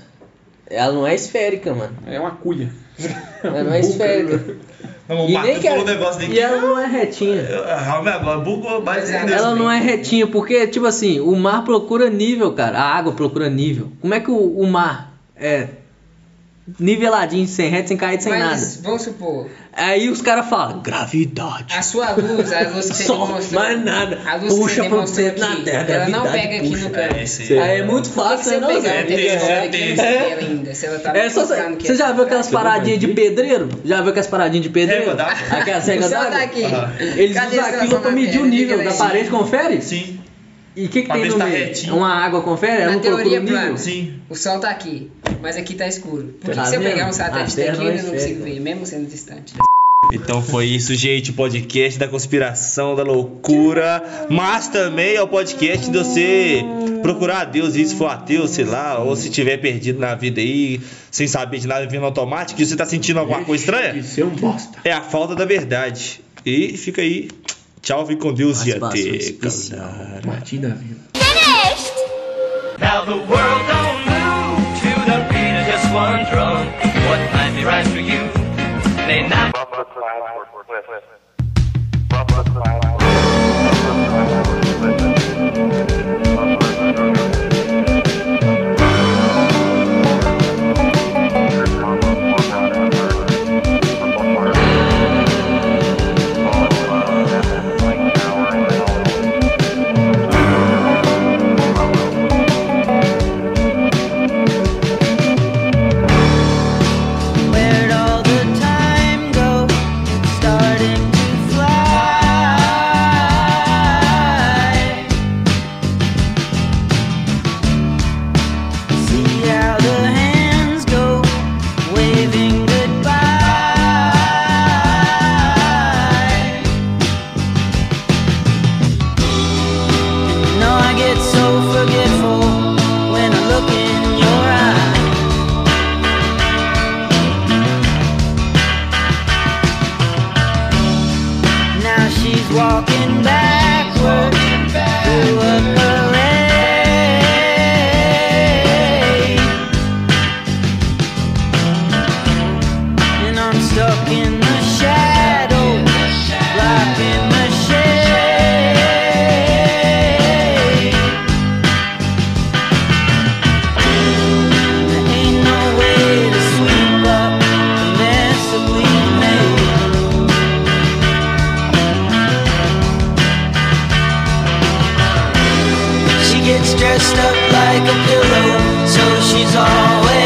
S4: Ela não é esférica, mano.
S1: É uma Um culha. [laughs]
S4: Ela não é esférica.
S2: Não, o
S4: E, nem
S2: Marco
S4: que
S2: falou um
S4: ela,
S2: negócio
S4: e
S2: daqui.
S4: ela não é retinha.
S2: Calma agora, bugou, mas.
S3: Ela
S4: Ela não é retinha, porque, tipo assim, o mar procura nível, cara. A água procura nível. Como é que o, o mar é niveladinho, sem reto, sem caída, sem
S3: Mas,
S4: nada?
S3: vamos supor,
S4: Aí os caras falam, gravidade.
S3: a sua luz, a luz que você
S4: Só,
S3: demonstrou.
S4: mais nada.
S3: A luz que você
S4: Puxa pra
S3: demonstrou
S4: você na
S3: aqui,
S4: terra,
S3: ela não
S4: gravidade
S3: pega aqui
S4: puxa.
S3: no canto.
S2: esse-
S4: Aí é
S3: Por
S4: muito
S3: que
S4: fácil,
S3: você
S4: né, não,
S3: pegar
S4: Zé?
S3: um telescópio aqui
S2: É, tem-
S3: não tem ela ainda? Se ela tá
S4: É só,
S3: mostrando que
S4: você já viu aquelas
S1: Você não
S4: paradinhas de
S1: vai
S4: pedreiro? Já viu aquelas paradinhas de pedreiro?
S2: Régua d'água.
S4: Aquelas
S3: O
S4: regras
S3: céu
S4: d'água?
S3: tá aqui.
S4: Eles
S3: Cadê
S4: usam
S3: essa
S4: aquilo pra
S3: matéria?
S4: medir o
S3: Diga
S4: nível
S3: lá
S4: da
S3: isso.
S4: parede, confere?
S2: Sim,
S4: E o que, que
S2: Pra
S4: tem
S2: ver
S4: no
S2: se tá
S4: meio?
S2: retinho.
S4: Uma água confere? Ela
S3: Na
S4: não procura
S3: teoria
S4: o nível?
S3: plana.
S2: sim.
S3: O sol tá aqui, mas aqui tá escuro. Por que
S4: Tá
S3: que se eu
S4: vendo?
S3: pegar um
S4: A
S3: satélite
S4: Terra
S3: daqui,
S4: não é
S3: eu não consigo
S4: esférica.
S3: ver, mesmo sendo distante? né?
S2: Então foi isso, gente. O podcast da conspiração, da loucura. Mas também é o podcast de você procurar a Deus, e se for ateu, sei lá, ou se tiver perdido na vida aí, sem saber de nada, vindo automático, e você tá sentindo alguma coisa estranha?
S1: Isso é um bosta.
S2: É a falta da verdade. E fica aí. Tchau, fique com Deus e
S4: Participação
S2: até.
S4: especial.
S2: galera.
S1: Martim da Vila.
S5: Finished!
S10: Now the world don't move to the beat of just one drum. What might be right for you may not.
S6: Where'd all the time go? It's starting to fly. See how the hands go, waving goodbye. You know I get so forgetful when I look in your eyes. Now she's walking backwards through a parade. And I'm stuck in the shadows, blocking the shade. There ain't no way to sweep up the mess that we made. She gets dressed up like a pillow, so she's always